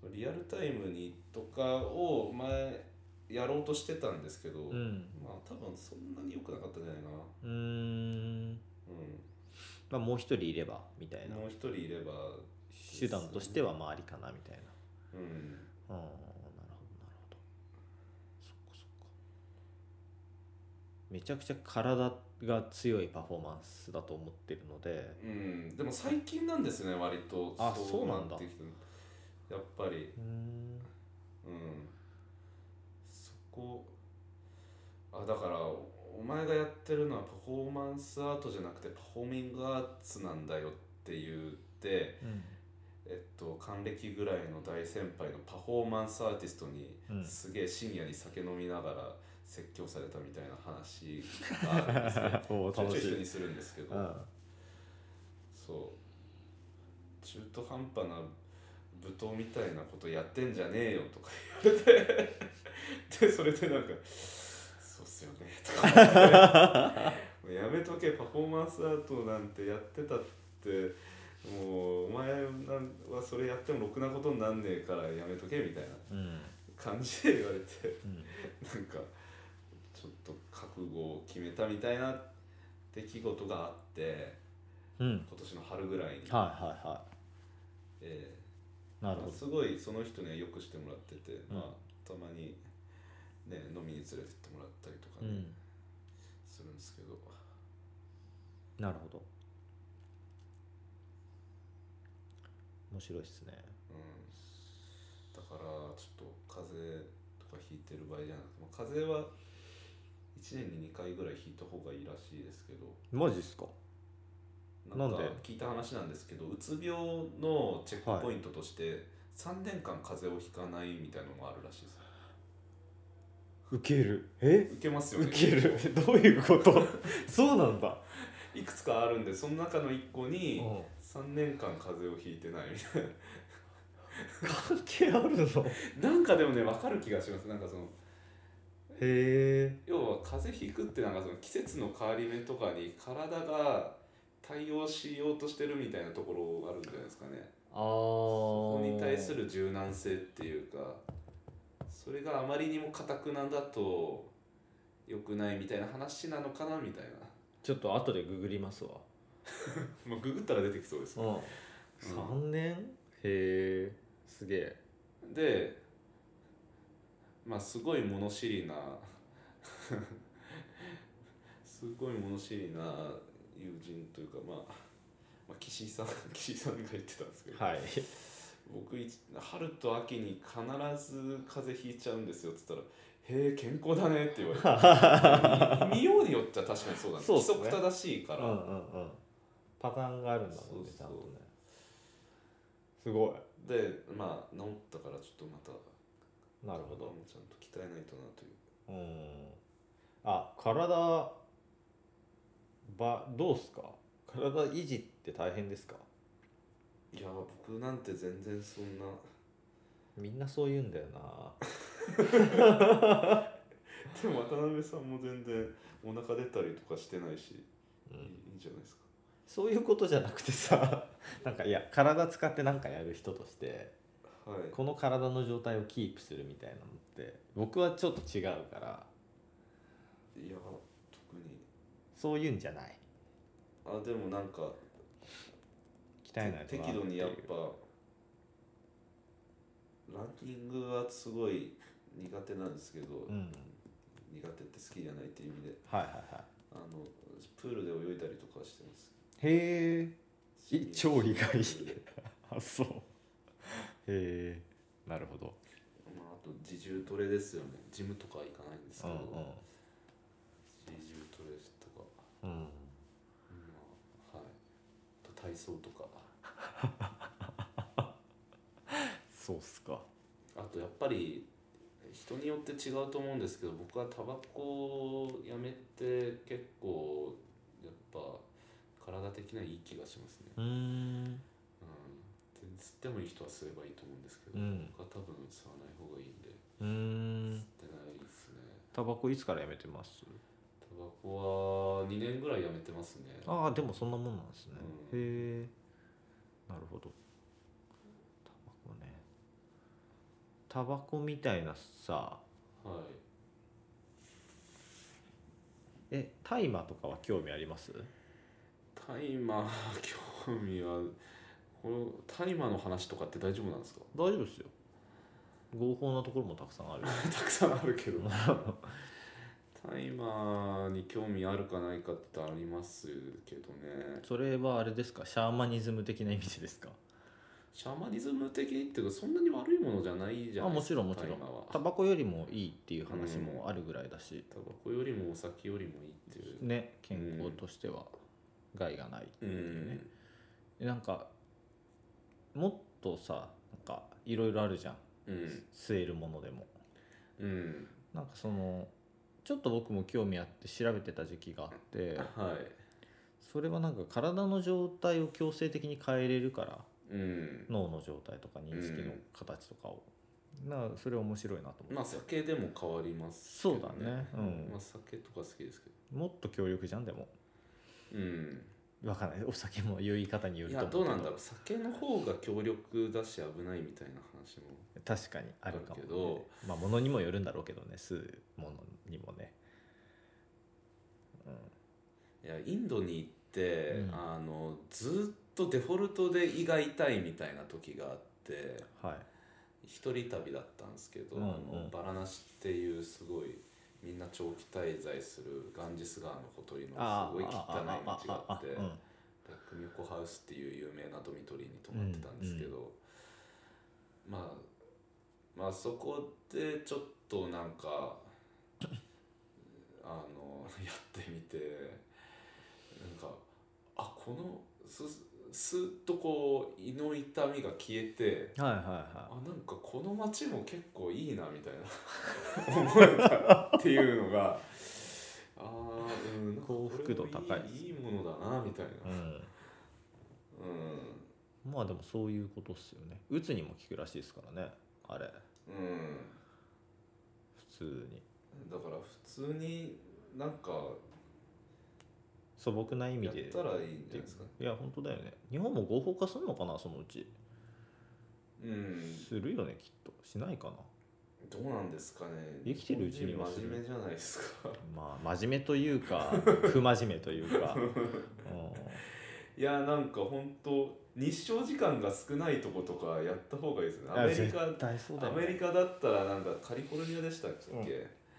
Speaker 1: そうリアルタイムにとかを前やろうとしてたんですけど、
Speaker 2: うん
Speaker 1: まあ多分そんなに良くなかったんじゃないかな、
Speaker 2: うーん
Speaker 1: う、
Speaker 2: まあもう一人いればみたいなん
Speaker 1: もう一人いれば
Speaker 2: 手段としてはまあありかなみたいな
Speaker 1: うん
Speaker 2: うんなるほどなるほどそっかそっかめちゃくちゃ体が強いパフォーマンスだと思ってるので
Speaker 1: うん、でも最近なんですね割と
Speaker 2: あそうなんだ
Speaker 1: ってきてやっぱりう
Speaker 2: うん
Speaker 1: んそこあだからお前がやってるのはパフォーマンスアートじゃなくてパフォーミングアーツなんだよって言って、えっと、還暦ぐらいの大先輩のパフォーマンスアーティストに、
Speaker 2: うん
Speaker 1: すげえ深夜に酒飲みながら説教されたみたいな話があるんですね
Speaker 2: お
Speaker 1: ちょいちょ
Speaker 2: <laughs> 楽
Speaker 1: い
Speaker 2: し
Speaker 1: 人に
Speaker 2: い
Speaker 1: するんですけど、
Speaker 2: うん
Speaker 1: そう中途半端な舞踏みたいなことやってんじゃねえよとか <laughs> 言われてでそれでなんか「そうっすよね」とか思ってもうやめとけパフォーマンスアートなんてやってたってもうお前なんはそれやってもろくなことになんねえからやめとけみたいな
Speaker 2: うん
Speaker 1: 感じで言われて。
Speaker 2: うん
Speaker 1: なんかちょっと覚悟を決めたみたいな出来事があって
Speaker 2: うん
Speaker 1: 今年の春ぐらいに、
Speaker 2: はいはいは
Speaker 1: え
Speaker 2: いな
Speaker 1: え
Speaker 2: るほど
Speaker 1: すごいその人にはよくしてもらってて、
Speaker 2: うん
Speaker 1: まあ、たまに、ね、飲みに連れてってもらったりとか
Speaker 2: う
Speaker 1: ね、
Speaker 2: ん
Speaker 1: するんですけど
Speaker 2: なるほど面白いっすね
Speaker 1: うん、だからちょっと風邪とかひいてる場合じゃなくて、まあ、風邪は1年に2回ぐらいひいた方がいいらしいですけど
Speaker 2: マジっすか
Speaker 1: なんか
Speaker 2: なんで
Speaker 1: 聞いた話なんですけどうつ病のチェックポイントとして3年間風邪をひかないみたいのもあるらしいで
Speaker 2: <laughs>
Speaker 1: す
Speaker 2: ウケるえ
Speaker 1: 受けますよ
Speaker 2: ウ
Speaker 1: ね
Speaker 2: ケるどういうことそうなんだ
Speaker 1: いくつかあるんでその中の1個に
Speaker 2: うん
Speaker 1: 3年間風邪をひいてないみたい
Speaker 2: 関係あるのへ
Speaker 1: ななんかでもね分かる気がしますなんかその
Speaker 2: え
Speaker 1: 要は風邪ひくってなんかその季節の変わり目とかに体が対応しようとしてるみたいなところがあるんじゃないですかね
Speaker 2: ああ
Speaker 1: そ
Speaker 2: そ
Speaker 1: こに対する柔軟性っていうかそれがあまりにも固くなんだと良くないみたいな話なのかなみたいな
Speaker 2: ちょっと後でググりますわ
Speaker 1: まあググったら出てきそうです
Speaker 2: うん3年へえすげえ
Speaker 1: でまあすごい物知りな <laughs> すごい物知りな友人というかまあ、まあ、岸井さん <laughs> 岸井さんが言ってたんですけど、
Speaker 2: はい
Speaker 1: 僕い春と秋に必ず風邪ひいちゃうんですよっつったら「へえ健康だね」って言われて
Speaker 2: <laughs>
Speaker 1: 見ようによっちゃ確かにそうだね
Speaker 2: そうっ
Speaker 1: 規
Speaker 2: すね
Speaker 1: 則正しいか
Speaker 2: うん
Speaker 1: ら、
Speaker 2: うんうんパターンがあるんだもん
Speaker 1: そう
Speaker 2: ね
Speaker 1: そう
Speaker 2: ちゃんとねすごい
Speaker 1: でまあ治ったからちょっとまた
Speaker 2: なるほど
Speaker 1: もうちゃんと鍛えないとなという
Speaker 2: うんあ体ばどうっすか体維持って大変ですか
Speaker 1: いや僕なんて全然そんな
Speaker 2: みんなそう言うんだよな
Speaker 1: でも渡辺さんも全然お腹出たりとかしてないし、
Speaker 2: うん
Speaker 1: いいいいんじゃないですか
Speaker 2: そういうことじゃなくてさなんかいや体使ってなんかやる人として
Speaker 1: はい
Speaker 2: この体の状態をキープするみたいなのって僕はちょっと違うから
Speaker 1: いや特に
Speaker 2: そういうんじゃない
Speaker 1: あでもなんか
Speaker 2: 鍛えないと
Speaker 1: て
Speaker 2: な
Speaker 1: 適度にやって
Speaker 2: いう
Speaker 1: ぱランキングはすごい苦手なんですけど、
Speaker 2: うん
Speaker 1: 苦手って好きじゃないっていう意味で
Speaker 2: はいはいは
Speaker 1: あのプールで泳いだりとかしてます
Speaker 2: いへえ
Speaker 1: 水泳
Speaker 2: 超意 <laughs> 外
Speaker 1: プールで
Speaker 2: あそうへえなるほど
Speaker 1: まあ、あと自重トレですよねジムとか行かないんです
Speaker 2: う
Speaker 1: け
Speaker 2: ん
Speaker 1: ど、
Speaker 2: うん
Speaker 1: 自重トレとか
Speaker 2: うん
Speaker 1: まあはい、あと体操とか
Speaker 2: そうっすか
Speaker 1: あとやっぱり人によって違うと思うんですけど僕はタバコをやめて結構やっぱ体的ないい気がしますね、
Speaker 2: うーん
Speaker 1: うん、全吸ってもいい人は吸えばいいと思うんですけど、
Speaker 2: うん
Speaker 1: 僕は多分吸わない方がいいんで
Speaker 2: うーん
Speaker 1: 吸ってないですね
Speaker 2: タバコいつからやめてます
Speaker 1: タバコは2年ぐらいやめてますね
Speaker 2: ああでもそんなもんなんですね、
Speaker 1: うん
Speaker 2: へえなるほどタバコねタバコみたいなさ
Speaker 1: はい
Speaker 2: え大麻とかは興味あります
Speaker 1: 大麻興味はこの大麻の話とかって大丈夫なんですか
Speaker 2: 大丈夫ですよ合法なところもたくさんある
Speaker 1: <laughs> たくさんあるけど大麻に興味あるかないかってありますけどね
Speaker 2: <laughs> それはあれですかシャーマニズム的な意味でですか
Speaker 1: シャーマニズム的にっていうかそんなに悪いものじゃないじゃ
Speaker 2: あ
Speaker 1: ない
Speaker 2: も
Speaker 1: ですか
Speaker 2: ちろんもちろん
Speaker 1: 大麻は
Speaker 2: タバコよりもいいっていう話もあるぐらいだし、
Speaker 1: タバコよりもお酒よりもいいっていう
Speaker 2: ね健康としては害がないって
Speaker 1: う
Speaker 2: いうね、
Speaker 1: ん
Speaker 2: でなんかもっとさなんかいろいろあるじゃん
Speaker 1: うん
Speaker 2: 吸えるものでも
Speaker 1: うん
Speaker 2: なんかそのちょっと僕も興味あって調べてた時期があって
Speaker 1: はい
Speaker 2: それはなんか体の状態を強制的に変えれるから
Speaker 1: うん
Speaker 2: 脳の状態とか認識の形とかを、なそれ面白いなと思
Speaker 1: ま
Speaker 2: っ
Speaker 1: あ
Speaker 2: て、
Speaker 1: 酒でも変わりますけど
Speaker 2: そうだねうん
Speaker 1: まあ酒とか好きですけ
Speaker 2: もっと強力じゃんでも
Speaker 1: どうん
Speaker 2: わかんないお酒も酔い方によ
Speaker 1: い
Speaker 2: ると
Speaker 1: や
Speaker 2: 思
Speaker 1: ど
Speaker 2: うけど
Speaker 1: うなんだろう酒の方が強力だし危ないみたいな話も
Speaker 2: 確かにあるかも、
Speaker 1: あ
Speaker 2: ね
Speaker 1: るけど
Speaker 2: まあものにもよるんだろうけどね吸うものにもね
Speaker 1: いやインドに行って、
Speaker 2: うん
Speaker 1: あのずっとデフォルトで胃が痛いみたいな時があって
Speaker 2: はい
Speaker 1: 一人旅だったんですけど、
Speaker 2: うんうん
Speaker 1: あのバラナシっていうすごいみんな長期滞在するガンジス川のほとりの
Speaker 2: あ
Speaker 1: すご
Speaker 2: ー
Speaker 1: い汚い町があって
Speaker 2: あーあーあーあーうん
Speaker 1: ラクミコハウスっていう有名なドミトリーに泊まってたんですけど、まあまあそこでちょっとなんかあの <laughs> やってみてなんかあこのすすっとこう胃の痛みが消えて
Speaker 2: はいはいは
Speaker 1: あなんかこの街も結構いいなみたいな思えたっていうのがああうんなんかこれも
Speaker 2: 幸福度高いです、
Speaker 1: いいいものだなみたいない
Speaker 2: うん、
Speaker 1: う
Speaker 2: まあでもそういうことっすよねうつにも効くらしいですからねあれ
Speaker 1: んうん
Speaker 2: 普通に
Speaker 1: だから普通になんか
Speaker 2: 素朴な意味
Speaker 1: やっ
Speaker 2: で
Speaker 1: たらいいんじゃないですか
Speaker 2: いや本当だよね日本も合法化するのかなそのうち、
Speaker 1: うん
Speaker 2: するよねきっとしないかな
Speaker 1: どうなんですかね
Speaker 2: 生きてるうちには
Speaker 1: 日本人真面目じゃないですか <laughs>
Speaker 2: まあ真面目というか不真面目というか、う
Speaker 1: いやなんか本当日照時間が少ないとことかやった方がいいですね
Speaker 2: ん、
Speaker 1: アメリ
Speaker 2: いや
Speaker 1: カ
Speaker 2: 絶対そう
Speaker 1: ア
Speaker 2: だよ、
Speaker 1: メリ
Speaker 2: ね、
Speaker 1: カだったらなんだカリフォルニアでしたっけ、
Speaker 2: うん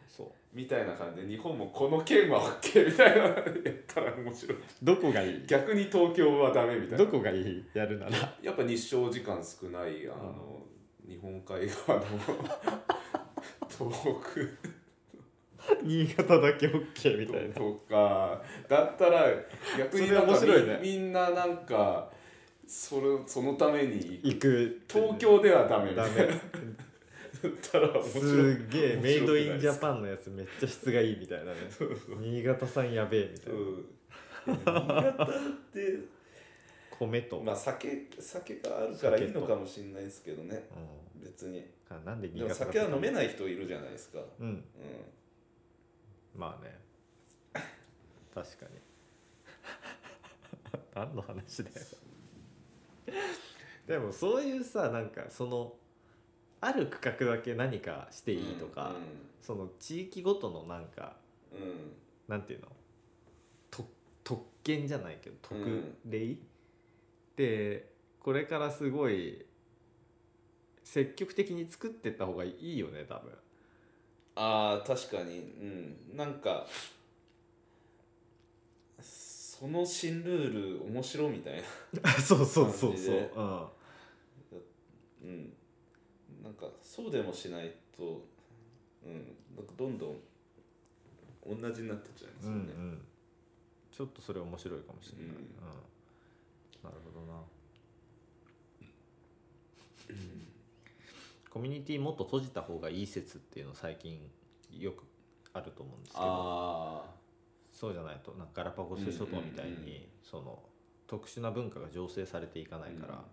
Speaker 2: そう
Speaker 1: みたいな感じで日本もこの県は OK みたいなのやったら面白い
Speaker 2: どこがいい
Speaker 1: 逆に東京はダメみたいな
Speaker 2: どこがいいやるな
Speaker 1: <laughs>
Speaker 2: ら
Speaker 1: やっぱ日照時間少ないあの、日本海側の <laughs> 東北
Speaker 2: 新潟だけ OK みたいな
Speaker 1: とかだったら逆になんか
Speaker 2: それ面白いね
Speaker 1: みみんななんかそれそのために
Speaker 2: 行く
Speaker 1: 東京ではダメみた
Speaker 2: ダ
Speaker 1: いな
Speaker 2: メ
Speaker 1: だったら面
Speaker 2: す
Speaker 1: 白い。
Speaker 2: っげえ
Speaker 1: 面白くない
Speaker 2: メイドインジャパンのやつめっちゃ質がいいみたいなね新潟産やべえみた
Speaker 1: う
Speaker 2: いなん
Speaker 1: 新潟って
Speaker 2: 米と、
Speaker 1: まあ酒酒があるからいいのかもしれないですけどね
Speaker 2: う
Speaker 1: 別に
Speaker 2: ん、なんで新
Speaker 1: で
Speaker 2: 潟
Speaker 1: も
Speaker 2: だ
Speaker 1: 酒は飲め
Speaker 2: い
Speaker 1: ない人いるじゃないですか
Speaker 2: うん
Speaker 1: う
Speaker 2: まあね確かに <laughs> 何の話だよでもそういうさなんかそのある区画だけ何かしてい
Speaker 1: ん
Speaker 2: いとか、
Speaker 1: う
Speaker 2: その地域ごとのなんか
Speaker 1: んうん
Speaker 2: なんていうのと特権じゃないけど
Speaker 1: う
Speaker 2: 特
Speaker 1: ん
Speaker 2: 例、でこれからすごい積極的に作ってった方がいいよね多分
Speaker 1: あー確かにうんなんかその新ルール面白みたいな
Speaker 2: <laughs> そうそうそう
Speaker 1: 感じ
Speaker 2: そう、
Speaker 1: で
Speaker 2: うん、
Speaker 1: うんなんかそうでもしないとうんなんかどんどん同じになってっちゃいます
Speaker 2: うん
Speaker 1: よ
Speaker 2: う
Speaker 1: ね、
Speaker 2: ん、ちょっとそれ面白いかもしれない、
Speaker 1: うん
Speaker 2: うんなるほどなコミュニティもっと閉じた方がいい説っていうの最近よくあると思うんですけど
Speaker 1: あ
Speaker 2: そうじゃないとなんかガラパゴス諸島みたいに、
Speaker 1: うんうんうん
Speaker 2: その特殊な文化が醸成されていか
Speaker 1: あ
Speaker 2: ないから、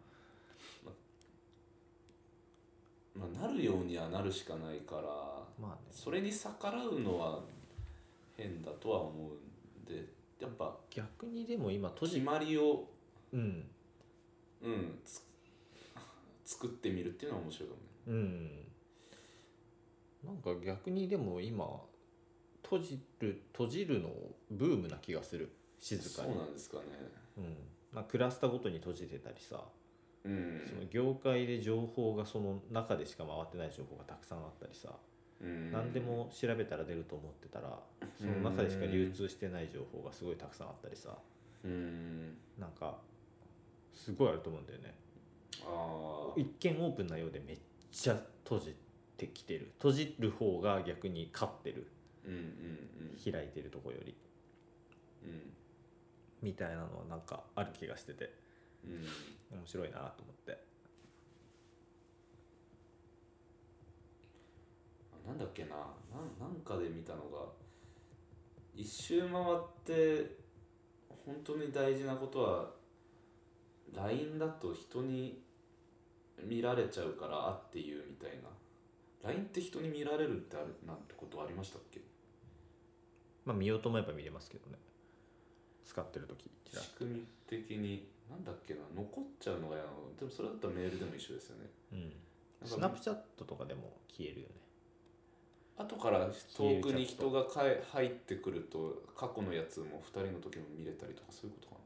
Speaker 1: まあ、なるようにはなるしかないから
Speaker 2: まあね
Speaker 1: それに逆らうのは変だとは思うんでやっぱ
Speaker 2: 逆にでも今閉
Speaker 1: 決
Speaker 2: じ
Speaker 1: まりを、
Speaker 2: うん
Speaker 1: うん、つ作ってみるっていうのは面白いかもね
Speaker 2: うんなんか逆にでも今閉じる閉じるのブームな気がする静かに
Speaker 1: そうなんですかね
Speaker 2: うんまあ、クラスターごとに閉じてたりさ、
Speaker 1: うん
Speaker 2: その業界で情報がその中でしか回ってない情報がたくさんあったりさ、
Speaker 1: うん
Speaker 2: 何でも調べたら出ると思ってたらその中でしか流通してない情報がすごいたくさんあったりさ
Speaker 1: うん
Speaker 2: なんかすごいあると思うんだよね
Speaker 1: あ
Speaker 2: 一見オープンなようでめっちゃ閉じてきてる閉じる方が逆に勝ってる
Speaker 1: ーうんうん
Speaker 2: 開いてるとこより
Speaker 1: うんうん
Speaker 2: みたいなのはなんかある気がしてて
Speaker 1: うん
Speaker 2: 面白いなと思って
Speaker 1: あなんだっけななんなんかで見たのが一周回って本当に大事なことは LINE だと人に見られちゃうからあって言うみたいな LINE って人に見られるってあるなんてことありましたっけ
Speaker 2: まあ見ようと思えば見れますけどね使ってる時ちらっ
Speaker 1: 仕組み的になんだっけな残っちゃうのが嫌なのでもそれだったらメールでも一緒ですよね
Speaker 2: うん
Speaker 1: なんか
Speaker 2: スナップチャットとかでも消えるよね
Speaker 1: 後から遠くに人がかえ入ってくると過去のやつも2人の時も見れたりとかそういうこ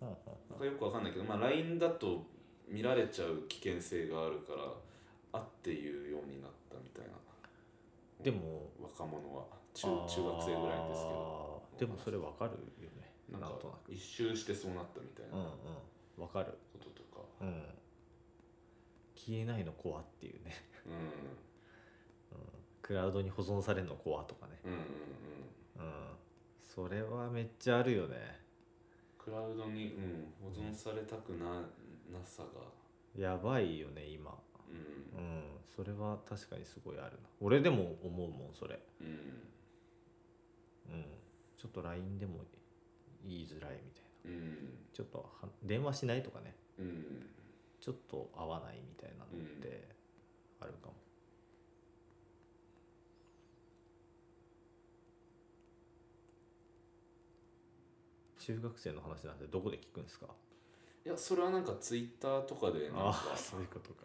Speaker 1: とかな
Speaker 2: うんうん
Speaker 1: なんかよくわかんないけど、まあ、LINE だと見られちゃう危険性があるからあっていうようになったみたいな
Speaker 2: でも
Speaker 1: 若者は中中学生ぐらいですけど
Speaker 2: どでもそれわかるよね
Speaker 1: な
Speaker 2: なんん
Speaker 1: か
Speaker 2: となく
Speaker 1: 一周してそうなったみたい
Speaker 2: うん
Speaker 1: なこ
Speaker 2: うんわかる
Speaker 1: ととか、
Speaker 2: うん消えないの怖っていうね、
Speaker 1: うん、
Speaker 2: うん、クラウドに保存されるの怖とかね
Speaker 1: うんうんうん
Speaker 2: うんそれはめっちゃあるよね
Speaker 1: クラウドに、うん、保存されたくななさが、
Speaker 2: やばいよね今
Speaker 1: うん
Speaker 2: うんそれは確かにすごいあるな俺でも思うもんそれ
Speaker 1: うん
Speaker 2: うんちょっと LINE でも言いづらいみたいな
Speaker 1: うん
Speaker 2: ちょっとは電話しないとかね
Speaker 1: うん、
Speaker 2: ちょっと合わないみたいなのってあるかも、中学生の話なんてどこで聞くんですか
Speaker 1: いやそれはなんかツイッターとかでなんか
Speaker 2: あそういうことか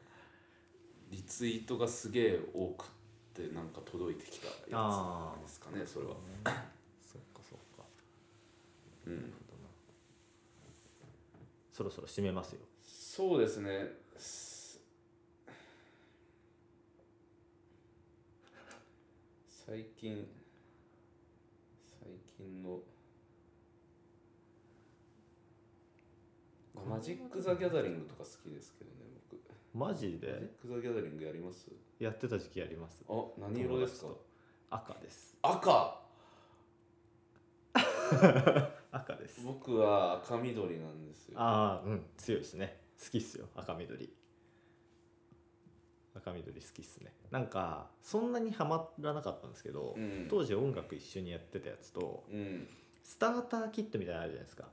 Speaker 1: リツイートがすげえ多くってなんか届いてきたやつなんですかねそれは、
Speaker 2: <coughs> そっかそっか
Speaker 1: うん、
Speaker 2: そろそろ締めますよ
Speaker 1: そうですねす最近最近のマジック・ザ・ギャザリングとか好きですけどね僕
Speaker 2: マジ
Speaker 1: マジ
Speaker 2: で
Speaker 1: ック・ザ・ギャザリングやります
Speaker 2: やってた時期やります
Speaker 1: あ何色ですか
Speaker 2: 友達と赤です
Speaker 1: 赤
Speaker 2: 赤です
Speaker 1: 僕は赤緑なんですよ
Speaker 2: ああうん強いですね好きっすよ赤緑赤緑好きっすねなんかそんなにはまらなかったんですけど、
Speaker 1: うん
Speaker 2: 当時音楽一緒にやってたやつと
Speaker 1: うん
Speaker 2: スターターキットみたいなのあるじゃないですか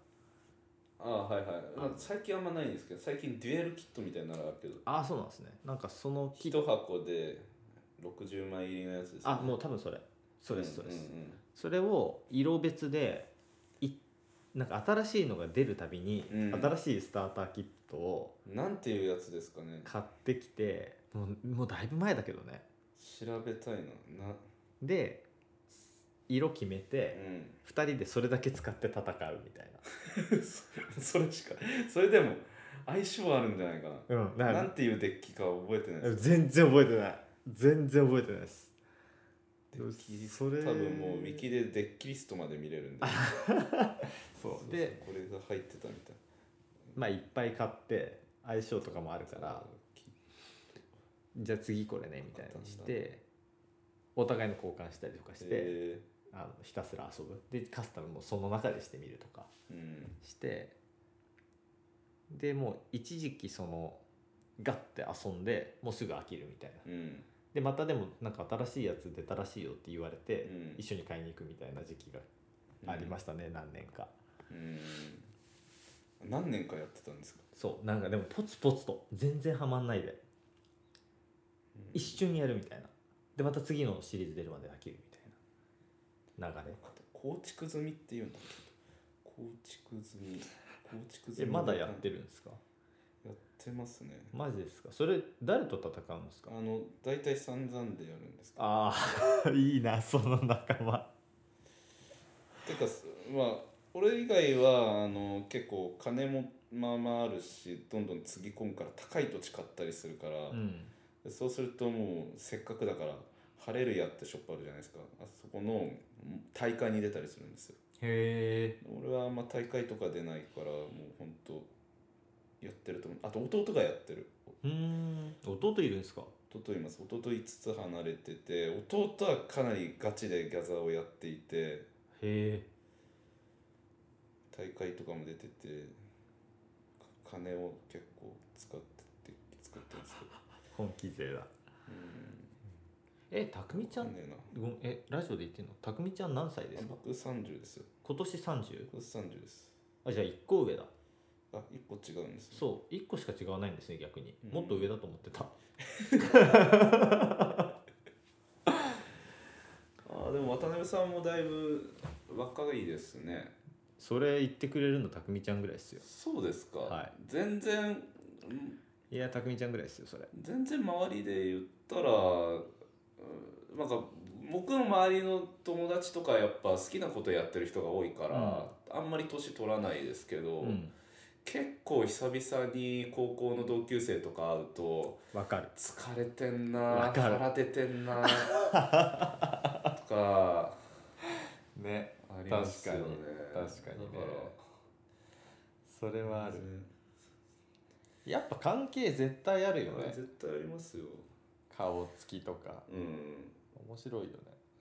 Speaker 1: あはいはい、まあ、最近あんまないんですけど最近デュエルキットみたいなのがあるけど
Speaker 2: ああそうなんですねなんかそのキット
Speaker 1: 一箱で60枚入りのやつです、
Speaker 2: あもう多分それそうですそうです、
Speaker 1: んん
Speaker 2: それを色別でいなんか新しいのが出るたびに、
Speaker 1: うん
Speaker 2: 新しいスターターキットを
Speaker 1: うんなんていうやつですかね
Speaker 2: 買ってきてもうもうだいぶ前だけどね
Speaker 1: 調べたいなな
Speaker 2: で色決め
Speaker 1: う
Speaker 2: て、 <laughs>
Speaker 1: ん
Speaker 2: 二2人でそれだけ使って戦うみたい
Speaker 1: そ <laughs> れしかそれでも相性あるんじゃないか
Speaker 2: な,、
Speaker 1: <laughs>
Speaker 2: うん、
Speaker 1: な
Speaker 2: な
Speaker 1: なんんていうデッキかは覚えてないです
Speaker 2: 全然覚えてない全然覚えてないです
Speaker 1: デッキリス
Speaker 2: そ
Speaker 1: ト
Speaker 2: れ
Speaker 1: 多分もうウィキでデッキリストまで見れるん
Speaker 2: <laughs>
Speaker 1: で
Speaker 2: そうで
Speaker 1: これが入ってたみたい
Speaker 2: まあいっぱい買って相性とかもある
Speaker 1: な
Speaker 2: からじゃあ次これねみたいにし
Speaker 1: わかり
Speaker 2: てお互いの交換したりとかして、
Speaker 1: え
Speaker 2: あのひたすら遊ぶでカスタムもその中でしてみるとか
Speaker 1: ーうん
Speaker 2: してでもう一時期そのガッて遊んでもうすぐ飽きるみたいな
Speaker 1: うん
Speaker 2: でまたでもなんか新しいやつ出たらしいよって言われて、
Speaker 1: うん
Speaker 2: 一緒に買いに行くみたいな時期がありましたね、何年か
Speaker 1: うん何年かやってたんですか
Speaker 2: そうなんかでもポツポツと全然ハマんないで一瞬やるみたいなでまた次のシリーズ出るまで飽きるみたいな流れ
Speaker 1: 構築済みっていうんだけど構築済み構築済
Speaker 2: え
Speaker 1: み
Speaker 2: まだやってるんですか
Speaker 1: やってますね
Speaker 2: マジですかそれ誰と戦うんですか
Speaker 1: あの大体散々でやるんですけど
Speaker 2: ああ <laughs> いいなその仲間
Speaker 1: てかすまあ俺以外はあの結構金もまあまああるしどんどんつぎ込むから高い土地買ったりするから、
Speaker 2: うん
Speaker 1: でそうするともうせっかくだから晴れるやってショップあるじゃないですかあそこのうん大会に出たりするんですよ
Speaker 2: へ
Speaker 1: 俺はあんま大会とか出ないからもうほんとやってると思うあと弟がやってる
Speaker 2: えうん弟いるんですか
Speaker 1: 弟います弟5つ離れてて弟はかなりガチでギャザーをやっていて
Speaker 2: へえ
Speaker 1: 大会とかも出ててか金を結構使ってて作ってますけど
Speaker 2: 本気勢だ
Speaker 1: うん
Speaker 2: えたくみちゃ
Speaker 1: わか
Speaker 2: ん
Speaker 1: ねえな
Speaker 2: ごめんえラジオで言ってんのたくみちゃん何歳です
Speaker 1: あ
Speaker 2: か
Speaker 1: 僕30ですよ
Speaker 2: 今年 30?
Speaker 1: 僕30です
Speaker 2: あじゃあ1個上だ
Speaker 1: あ一歩違うんですよ
Speaker 2: そう1個しか違わないんですね逆に
Speaker 1: うん
Speaker 2: もっと上だと思ってた、
Speaker 1: あーでも渡辺さんもだいぶ若いですね
Speaker 2: それ言ってくれるのたくみちゃんぐらいですよ
Speaker 1: そうですか、
Speaker 2: はい
Speaker 1: 全然ん
Speaker 2: いやたくみちゃんぐらいですよそれ
Speaker 1: 全然周りで言ったらうんなんか僕の周りの友達とかやっぱ好きなことやってる人が多いから、あんまり年取らないですけど、
Speaker 2: うん
Speaker 1: 結構久々に高校の同級生とか会うと
Speaker 2: わかる
Speaker 1: 疲れてんな
Speaker 2: わかる
Speaker 1: 腹出てん
Speaker 2: <laughs>
Speaker 1: なとか
Speaker 2: ね
Speaker 1: ありますよね
Speaker 2: 確かに確かにね
Speaker 1: だから
Speaker 2: それはあるやっぱ関係絶対あるよね
Speaker 1: 絶対ありますよ
Speaker 2: 顔つきとか
Speaker 1: うん
Speaker 2: 面白いよね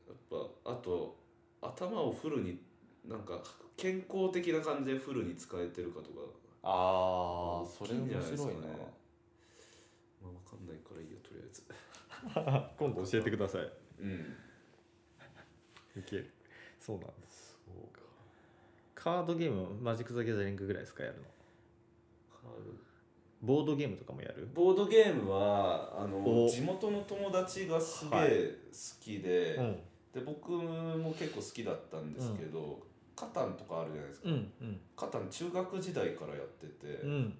Speaker 1: やっぱあと頭をフルになんか健康的な感じでフルに使えてるかとか
Speaker 2: ああそ
Speaker 1: 大き
Speaker 2: れ
Speaker 1: ん
Speaker 2: 面
Speaker 1: じゃいですか
Speaker 2: 白い
Speaker 1: ね
Speaker 2: な
Speaker 1: まあ、わかんないからいいやとりあえず
Speaker 2: 今度教えてください
Speaker 1: うん
Speaker 2: いけるそうなんです
Speaker 1: そうか
Speaker 2: カードゲームマジック・ザ・ギャザリングぐらいですかやるの
Speaker 1: カード
Speaker 2: ボードゲームとかもやる
Speaker 1: ボードゲームはあの
Speaker 2: お
Speaker 1: 地元の友達がすげ
Speaker 2: はい
Speaker 1: え好きで,、
Speaker 2: うん
Speaker 1: で僕も結構好きだったんですけど、カタンとかあるじゃないですか、
Speaker 2: うんうん
Speaker 1: カタン中学時代からやってて、
Speaker 2: うん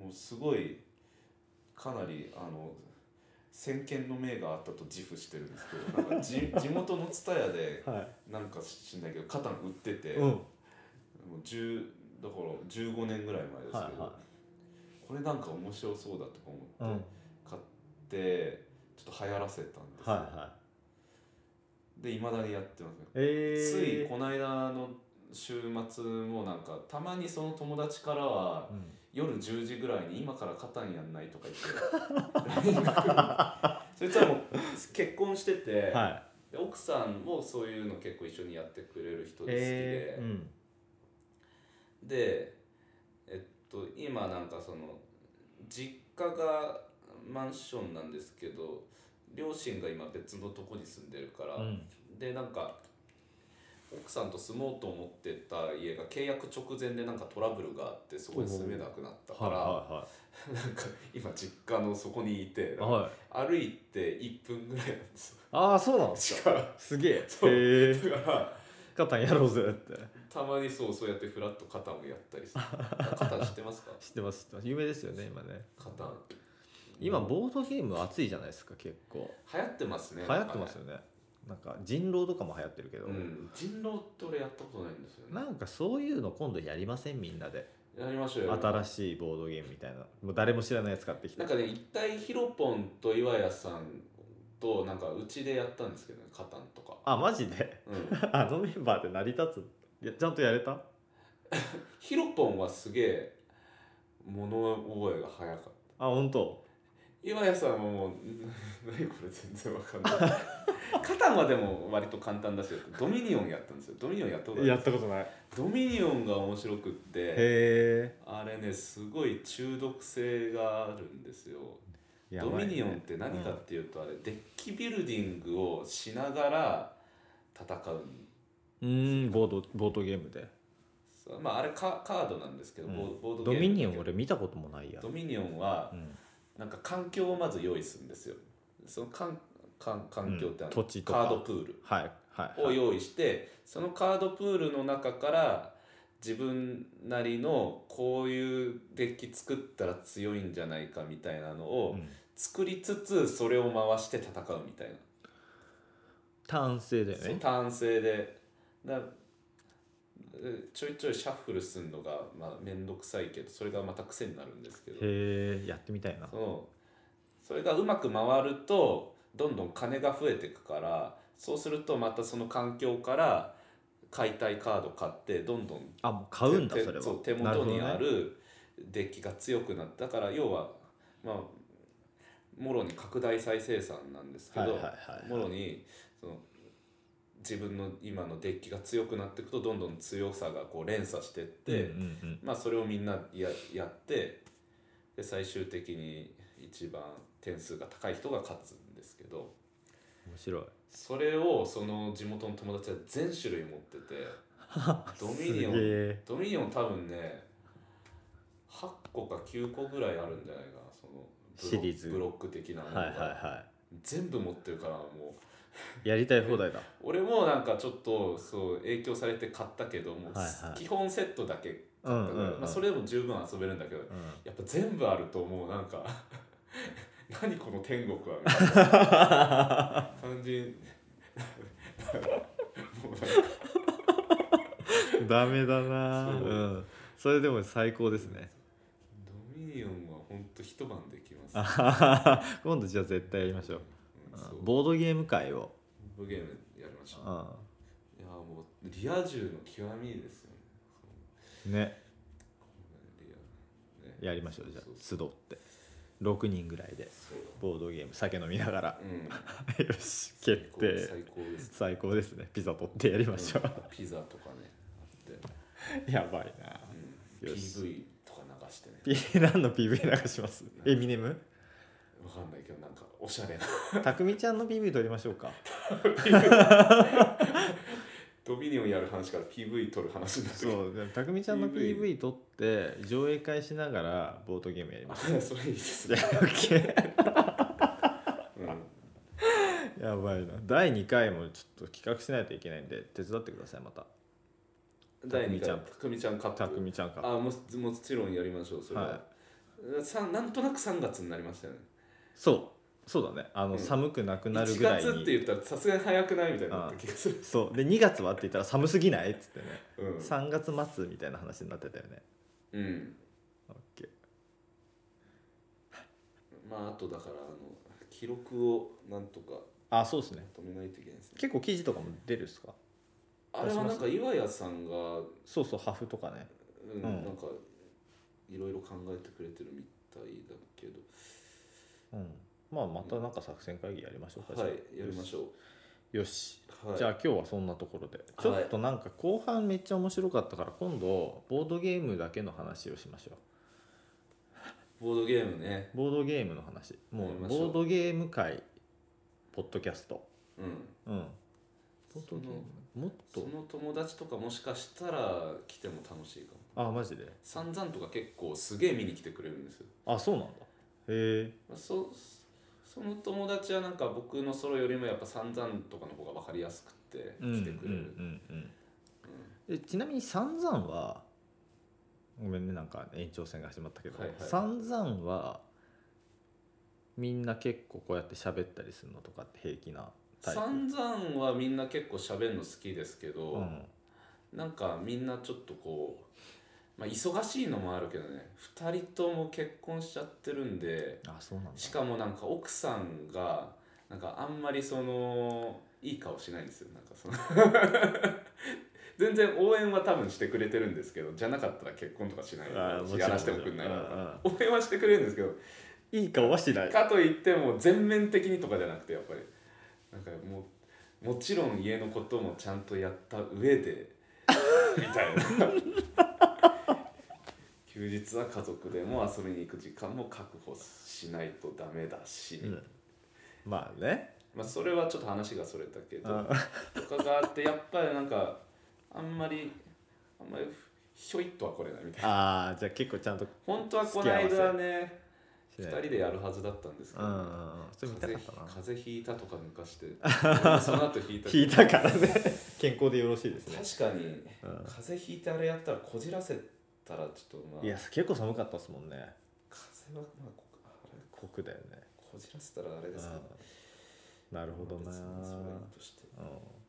Speaker 1: もうすごいかなりあの先見の明があったと自負してるんですけどなんかじ地元の蔦屋で
Speaker 2: は
Speaker 1: なんか知んないけどカタン売ってて、
Speaker 2: い
Speaker 1: も
Speaker 2: ん
Speaker 1: う10だから15年ぐらい前ですけど、
Speaker 2: はいは
Speaker 1: これなんか面白そうだとか
Speaker 2: うん
Speaker 1: 思って買って、ちょっと流行らせたんですよ、
Speaker 2: はいはい
Speaker 1: でいまだにやってますね
Speaker 2: え
Speaker 1: つ
Speaker 2: ー、
Speaker 1: いこの間の週末もなんかたまにその友達からは
Speaker 2: うん
Speaker 1: 夜10時ぐらいに今からカタンやんないとか言って
Speaker 2: <laughs>
Speaker 1: LINE が来るそいつはもう結婚してて、
Speaker 2: は
Speaker 1: で奥さんもそういうの結構一緒にやってくれる人
Speaker 2: い
Speaker 1: で好きで、
Speaker 2: うん
Speaker 1: でえっと今なんかその実家がマンションなんですけど両親が今別のとこに住んでるから、
Speaker 2: うん
Speaker 1: でなんか奥さんと住もうと思ってた家が契約直前でなんかトラブルがあってそこに住めなくなったから、
Speaker 2: は
Speaker 1: なんか今実家のそこにいて
Speaker 2: いはいはいはい
Speaker 1: 歩いて1分ぐらいなんです
Speaker 2: ああそうなんですか
Speaker 1: よしか
Speaker 2: すげえへ
Speaker 1: そう
Speaker 2: え
Speaker 1: だから
Speaker 2: カタンやろうぜって
Speaker 1: たまにそうそうやってフラッと肩をやったりする肩知ってますか
Speaker 2: 知ってます知ってます有名ですよね今ね
Speaker 1: 肩
Speaker 2: 今
Speaker 1: 流
Speaker 2: ボードゲーム熱いじゃないですか結構
Speaker 1: 行ってますね
Speaker 2: 流行ってますよねなんか人狼とかも流行ってるけど、
Speaker 1: うん人狼って俺やったことないんですよね
Speaker 2: なんかそういうの今度やりませんみんなで
Speaker 1: やりましょうよ
Speaker 2: 新しいボードゲームみたいなもう誰も知らないやつ買ってきて
Speaker 1: なんかね一回ヒロポンと岩屋さんとなんかうちでやったんですけどね肩とか
Speaker 2: あマジで <laughs>
Speaker 1: うん
Speaker 2: あのメンバーで成り立ついやちゃんとやれた
Speaker 1: ヒロポンはすげえ物覚えが早かった
Speaker 2: あ本当
Speaker 1: 岩屋さんはもう <laughs> 「何これ全然わかんない」肩までも割と簡単だしドミニオンやったんですよドミニオンやったことな
Speaker 2: や
Speaker 1: い
Speaker 2: ったことないへ
Speaker 1: ドミニオンが面白くって
Speaker 2: え
Speaker 1: あれねすごい中毒性があるんですよ
Speaker 2: や
Speaker 1: ド
Speaker 2: ば
Speaker 1: ミ
Speaker 2: い
Speaker 1: ニオンって何かっていうとあれデッキビルディングをしながら戦う
Speaker 2: うんボードボードゲームで
Speaker 1: そうまああれカカードなんですけど、
Speaker 2: うん
Speaker 1: ボーボード
Speaker 2: ド
Speaker 1: ゲーム
Speaker 2: ミニ
Speaker 1: だ
Speaker 2: オン
Speaker 1: けど
Speaker 2: 俺見たこともないや
Speaker 1: ドミニオンは
Speaker 2: うん
Speaker 1: なんか環境をまず用意するんですよその環環環境ってあの、
Speaker 2: うん土地と
Speaker 1: カ
Speaker 2: か
Speaker 1: ードプール
Speaker 2: はいはい
Speaker 1: を
Speaker 2: はい
Speaker 1: 用意してそのカードプールの中から自分なりのこういうデッキ作ったら強いんじゃないかみたいなの
Speaker 2: う
Speaker 1: を
Speaker 2: ん
Speaker 1: 作りつつそれを回して戦うみたいな、
Speaker 2: ターン制だよ
Speaker 1: そう
Speaker 2: ね
Speaker 1: 単性でだえちょいちょいシャッフルするのが、まあ、めんどくさいけどそれがまた癖になるんですけど
Speaker 2: へえやってみたいな
Speaker 1: そのそれがうまく回るとどんどん金が増えていくからそうするとまたその環境から買いたいカード買ってどんどん
Speaker 2: あもう買うんだ
Speaker 1: 手
Speaker 2: それは
Speaker 1: そう手
Speaker 2: な
Speaker 1: 元
Speaker 2: ほど
Speaker 1: に
Speaker 2: ね
Speaker 1: あるデッキが強くなってだから要はまあもろに拡大再生産なんですけ
Speaker 2: はい
Speaker 1: ど、
Speaker 2: はいはい
Speaker 1: もろにその自分の今のデッキが強くなっていくとどんどん強さがこう連鎖してって、
Speaker 2: うんうん
Speaker 1: まあそれをみんなややってで最終的に一番点数が高い人が勝つんですけど
Speaker 2: うん、面白い
Speaker 1: それをその地元の友達は全種類持って
Speaker 2: <laughs>
Speaker 1: てドミニオン
Speaker 2: すげえ
Speaker 1: ドミニオン多分ね8個か9個ぐらいあるんじゃないかなそのブロ
Speaker 2: シリーズ
Speaker 1: ブロック的なものが、
Speaker 2: はいはいは
Speaker 1: 全部持ってるからもう
Speaker 2: いやりたい放題だ
Speaker 1: 俺もなんかちょっとそう影響されて買ったけどもう、
Speaker 2: はいはい
Speaker 1: 基本セットだけ
Speaker 2: う
Speaker 1: だ
Speaker 2: ん
Speaker 1: か
Speaker 2: う
Speaker 1: ら、
Speaker 2: ん、うん、
Speaker 1: まあ、それでも十分遊べるんだけど
Speaker 2: うん
Speaker 1: やっぱ全部あるともうなんか <laughs> 何この天国はみたいな感じにもうなんか
Speaker 2: ダメだな
Speaker 1: そう
Speaker 2: うんそれでも最高ですね
Speaker 1: ドミニオンは本当一晩できます
Speaker 2: あははは今度じゃあ絶対やりましょう
Speaker 1: うんそう
Speaker 2: うん
Speaker 1: ボ
Speaker 2: ボードゲーム会を
Speaker 1: ードゲームやりましたいうやもうリア充の極みですよね
Speaker 2: んね
Speaker 1: そうリアね
Speaker 2: やりましょうじゃあ
Speaker 1: そうそ
Speaker 2: 集って6人ぐらいで
Speaker 1: う
Speaker 2: ボードゲーム酒飲みながら <laughs>
Speaker 1: うん
Speaker 2: よし決定
Speaker 1: 最高です
Speaker 2: 最高ですねピザ取ってやりましょう
Speaker 1: うんピザとかねあって、 <laughs>
Speaker 2: やばいな
Speaker 1: うん、
Speaker 2: よし
Speaker 1: PV とか流してね
Speaker 2: P <laughs> 何の PV 流しますエミネム <laughs>
Speaker 1: わかんないけどなんかおしゃれな
Speaker 2: たくみちゃんの PV 撮りましょうか
Speaker 1: ドミニオンやる話から PV 撮る話になってくる
Speaker 2: そうでもたくみちゃんの
Speaker 1: PV
Speaker 2: PV 撮って上映会しながらボードゲームやりま
Speaker 1: あ
Speaker 2: し
Speaker 1: <laughs>
Speaker 2: ょ
Speaker 1: それいいです
Speaker 2: う。
Speaker 1: ね
Speaker 2: OK <laughs>
Speaker 1: うん、
Speaker 2: <laughs> やばいな第2回もちょっと企画しないといけないんで手伝ってくださいまた
Speaker 1: 第
Speaker 2: 匠
Speaker 1: 二
Speaker 2: ちゃ
Speaker 1: 回
Speaker 2: ん
Speaker 1: たくみちゃんカップ。
Speaker 2: たくみちゃんか
Speaker 1: あもちもちろんやりましょうそれは。
Speaker 2: は
Speaker 1: さんなんとなく三月になりましたよね。
Speaker 2: そうそうだねあの、
Speaker 1: うん
Speaker 2: 寒くなくなる
Speaker 1: 一
Speaker 2: ぐらい
Speaker 1: 月
Speaker 2: に
Speaker 1: って言ったらさすがに早くないみたいになった気がする。
Speaker 2: そうで2月はって言ったら寒すぎないっつってね
Speaker 1: うん。
Speaker 2: 3月末みたいな話になってたよね
Speaker 1: うん。
Speaker 2: オッケ
Speaker 1: まああとだからあの記録をなんとか
Speaker 2: ーあそうですね
Speaker 1: 止めないといけないですね。
Speaker 2: 結構記事とかも出るっすか
Speaker 1: あれはなんか岩屋さんがうん、
Speaker 2: そうそうハフとかねん
Speaker 1: なんかいろいろ考えてくれてるみたいだけど。
Speaker 2: うんまあまたなんか作戦会議やりましょうか、
Speaker 1: はいやりましょ
Speaker 2: うよし
Speaker 1: う。はい。
Speaker 2: じゃあ今日はそんなところで、
Speaker 1: い
Speaker 2: ちょっとなんか後半めっちゃ面白かったから今度ボードゲームだけの話をしましょ
Speaker 1: ボードゲームね。
Speaker 2: うボードゲームの話も
Speaker 1: やり
Speaker 2: う
Speaker 1: ましょ
Speaker 2: ボ
Speaker 1: う
Speaker 2: ードゲーム会ポッドキャスト
Speaker 1: うん。
Speaker 2: うんボー
Speaker 1: そ
Speaker 2: ド
Speaker 1: の
Speaker 2: ゲームもっ
Speaker 1: そ
Speaker 2: と
Speaker 1: の友達とかもしかしたら来ても楽しいかも
Speaker 2: あマジで
Speaker 1: 散々とか結構すげえ見に来てくれるんですよ
Speaker 2: あそうなんだへえ
Speaker 1: まあそその友達はなんか僕のソロよりもやっぱ散々とかの方が分かりやすくて来てくれる、
Speaker 2: うんうんうんうんえちなみに「散々は」ごめんねなんか延長戦が始まったけど
Speaker 1: はいは
Speaker 2: 「
Speaker 1: い
Speaker 2: 散々」はみんな結構こうやって喋ったりするのとかって平気なタイプ
Speaker 1: 散々はみんな結構喋るの好きですけど、
Speaker 2: うん、
Speaker 1: なんかみんなちょっとこう、まあ、忙しいのもあるけどね2人とも結婚しちゃってるんで
Speaker 2: あそうなんだ
Speaker 1: しかもなんか奥さんがなんかあんまりそのいい顔しないんですよなんかその <laughs> 全然応援は多分してくれてるんですけどじゃなかったら結婚とかしない
Speaker 2: あーもちろん
Speaker 1: やらせてもくんないか
Speaker 2: うん
Speaker 1: ら応援はしてくれるんですけど
Speaker 2: いい顔はしない
Speaker 1: かといっても全面的にとかじゃなくてやっぱりなんかもうもちろん家のこともちゃんとやった上でみたいな <laughs> 休日は家族でも遊びに行く時間も確保しないとダメだし、
Speaker 2: うんまあね
Speaker 1: まあ、それはちょっと話がそれたけど
Speaker 2: あ
Speaker 1: とかがあってやっぱりなんかあんまりあんまりふひょいっとは来れないみたいな
Speaker 2: ああじゃあ結構ちゃんと
Speaker 1: 本当はこの
Speaker 2: 付き合
Speaker 1: 間
Speaker 2: わ
Speaker 1: ね
Speaker 2: し
Speaker 1: 2
Speaker 2: ない
Speaker 1: 人でやるはずだったんですけ
Speaker 2: う
Speaker 1: ど、
Speaker 2: んうんうんそれ見た
Speaker 1: 風
Speaker 2: かっ
Speaker 1: 邪
Speaker 2: たな
Speaker 1: 風邪ひいたとか抜かして
Speaker 2: <laughs>
Speaker 1: 俺その後ひいた
Speaker 2: 引いたから
Speaker 1: <laughs>
Speaker 2: ね健康でよろしいですね、
Speaker 1: 確かに
Speaker 2: うん
Speaker 1: 風邪ひいてあれやったらこじらせたらちょっとまあ
Speaker 2: いや結構寒かったですもんね
Speaker 1: 風邪はまあこあれ
Speaker 2: 酷だよね、
Speaker 1: こじらせたらあれ
Speaker 2: う
Speaker 1: ですけど
Speaker 2: ん、なるほどな
Speaker 1: 別にそれはいいとして
Speaker 2: うん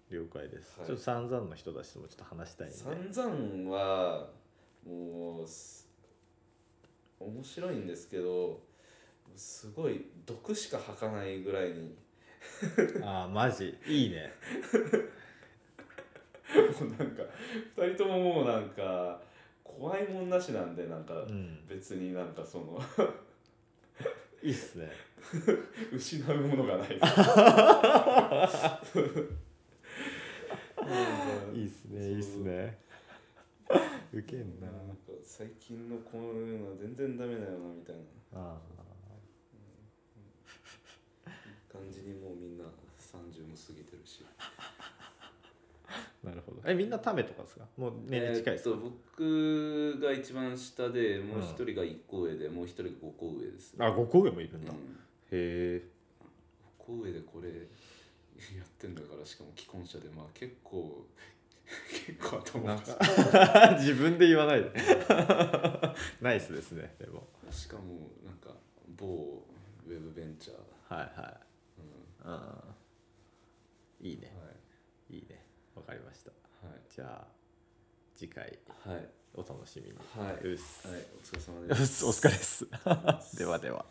Speaker 2: 了解です、
Speaker 1: はい
Speaker 2: ちょっと散々の人たちともちょっと話したいんで
Speaker 1: 散々はもうす面白いんですけどすごい毒しか吐かないぐらいに
Speaker 2: ああマジいいね
Speaker 1: もう <laughs> なんか2人とももうなんか怖いもんなしなんでなんか
Speaker 2: うん
Speaker 1: 別になんかその <laughs>
Speaker 2: いいっすね
Speaker 1: 失うもの <laughs> がない
Speaker 2: いいっすねいいっすね <laughs> ウケんな
Speaker 1: なんか最近のこういうのは全然ダメだよなみたいな
Speaker 2: あ
Speaker 1: 感じにもうみんな30も過ぎてるし
Speaker 2: あなるほどえみんなためとかですかもう年齢近いです
Speaker 1: え
Speaker 2: か
Speaker 1: ー、っと僕が一番下でもう一人が1個上で、もう一人が5個上です、
Speaker 2: あ5個上もいる
Speaker 1: うんん、
Speaker 2: だ、
Speaker 1: 5
Speaker 2: へえ
Speaker 1: 個上でこれやってんだからしかも既婚者でまあ結構 <laughs> 結構頭おかしい
Speaker 2: <laughs> 自分で言わないで <laughs> ナイスですねでも
Speaker 1: しかもなんか某ウェブベンチャー、
Speaker 2: はいは
Speaker 1: う
Speaker 2: いあーいいね
Speaker 1: ん、はい
Speaker 2: いいねわかりました
Speaker 1: はい
Speaker 2: じゃあ次回
Speaker 1: はい
Speaker 2: <laughs> お楽しみに
Speaker 1: はい、はい、
Speaker 2: うっす
Speaker 1: お疲れ様
Speaker 2: う
Speaker 1: で
Speaker 2: っ
Speaker 1: す
Speaker 2: すお疲れっす
Speaker 1: れ様です
Speaker 2: <laughs> ではでは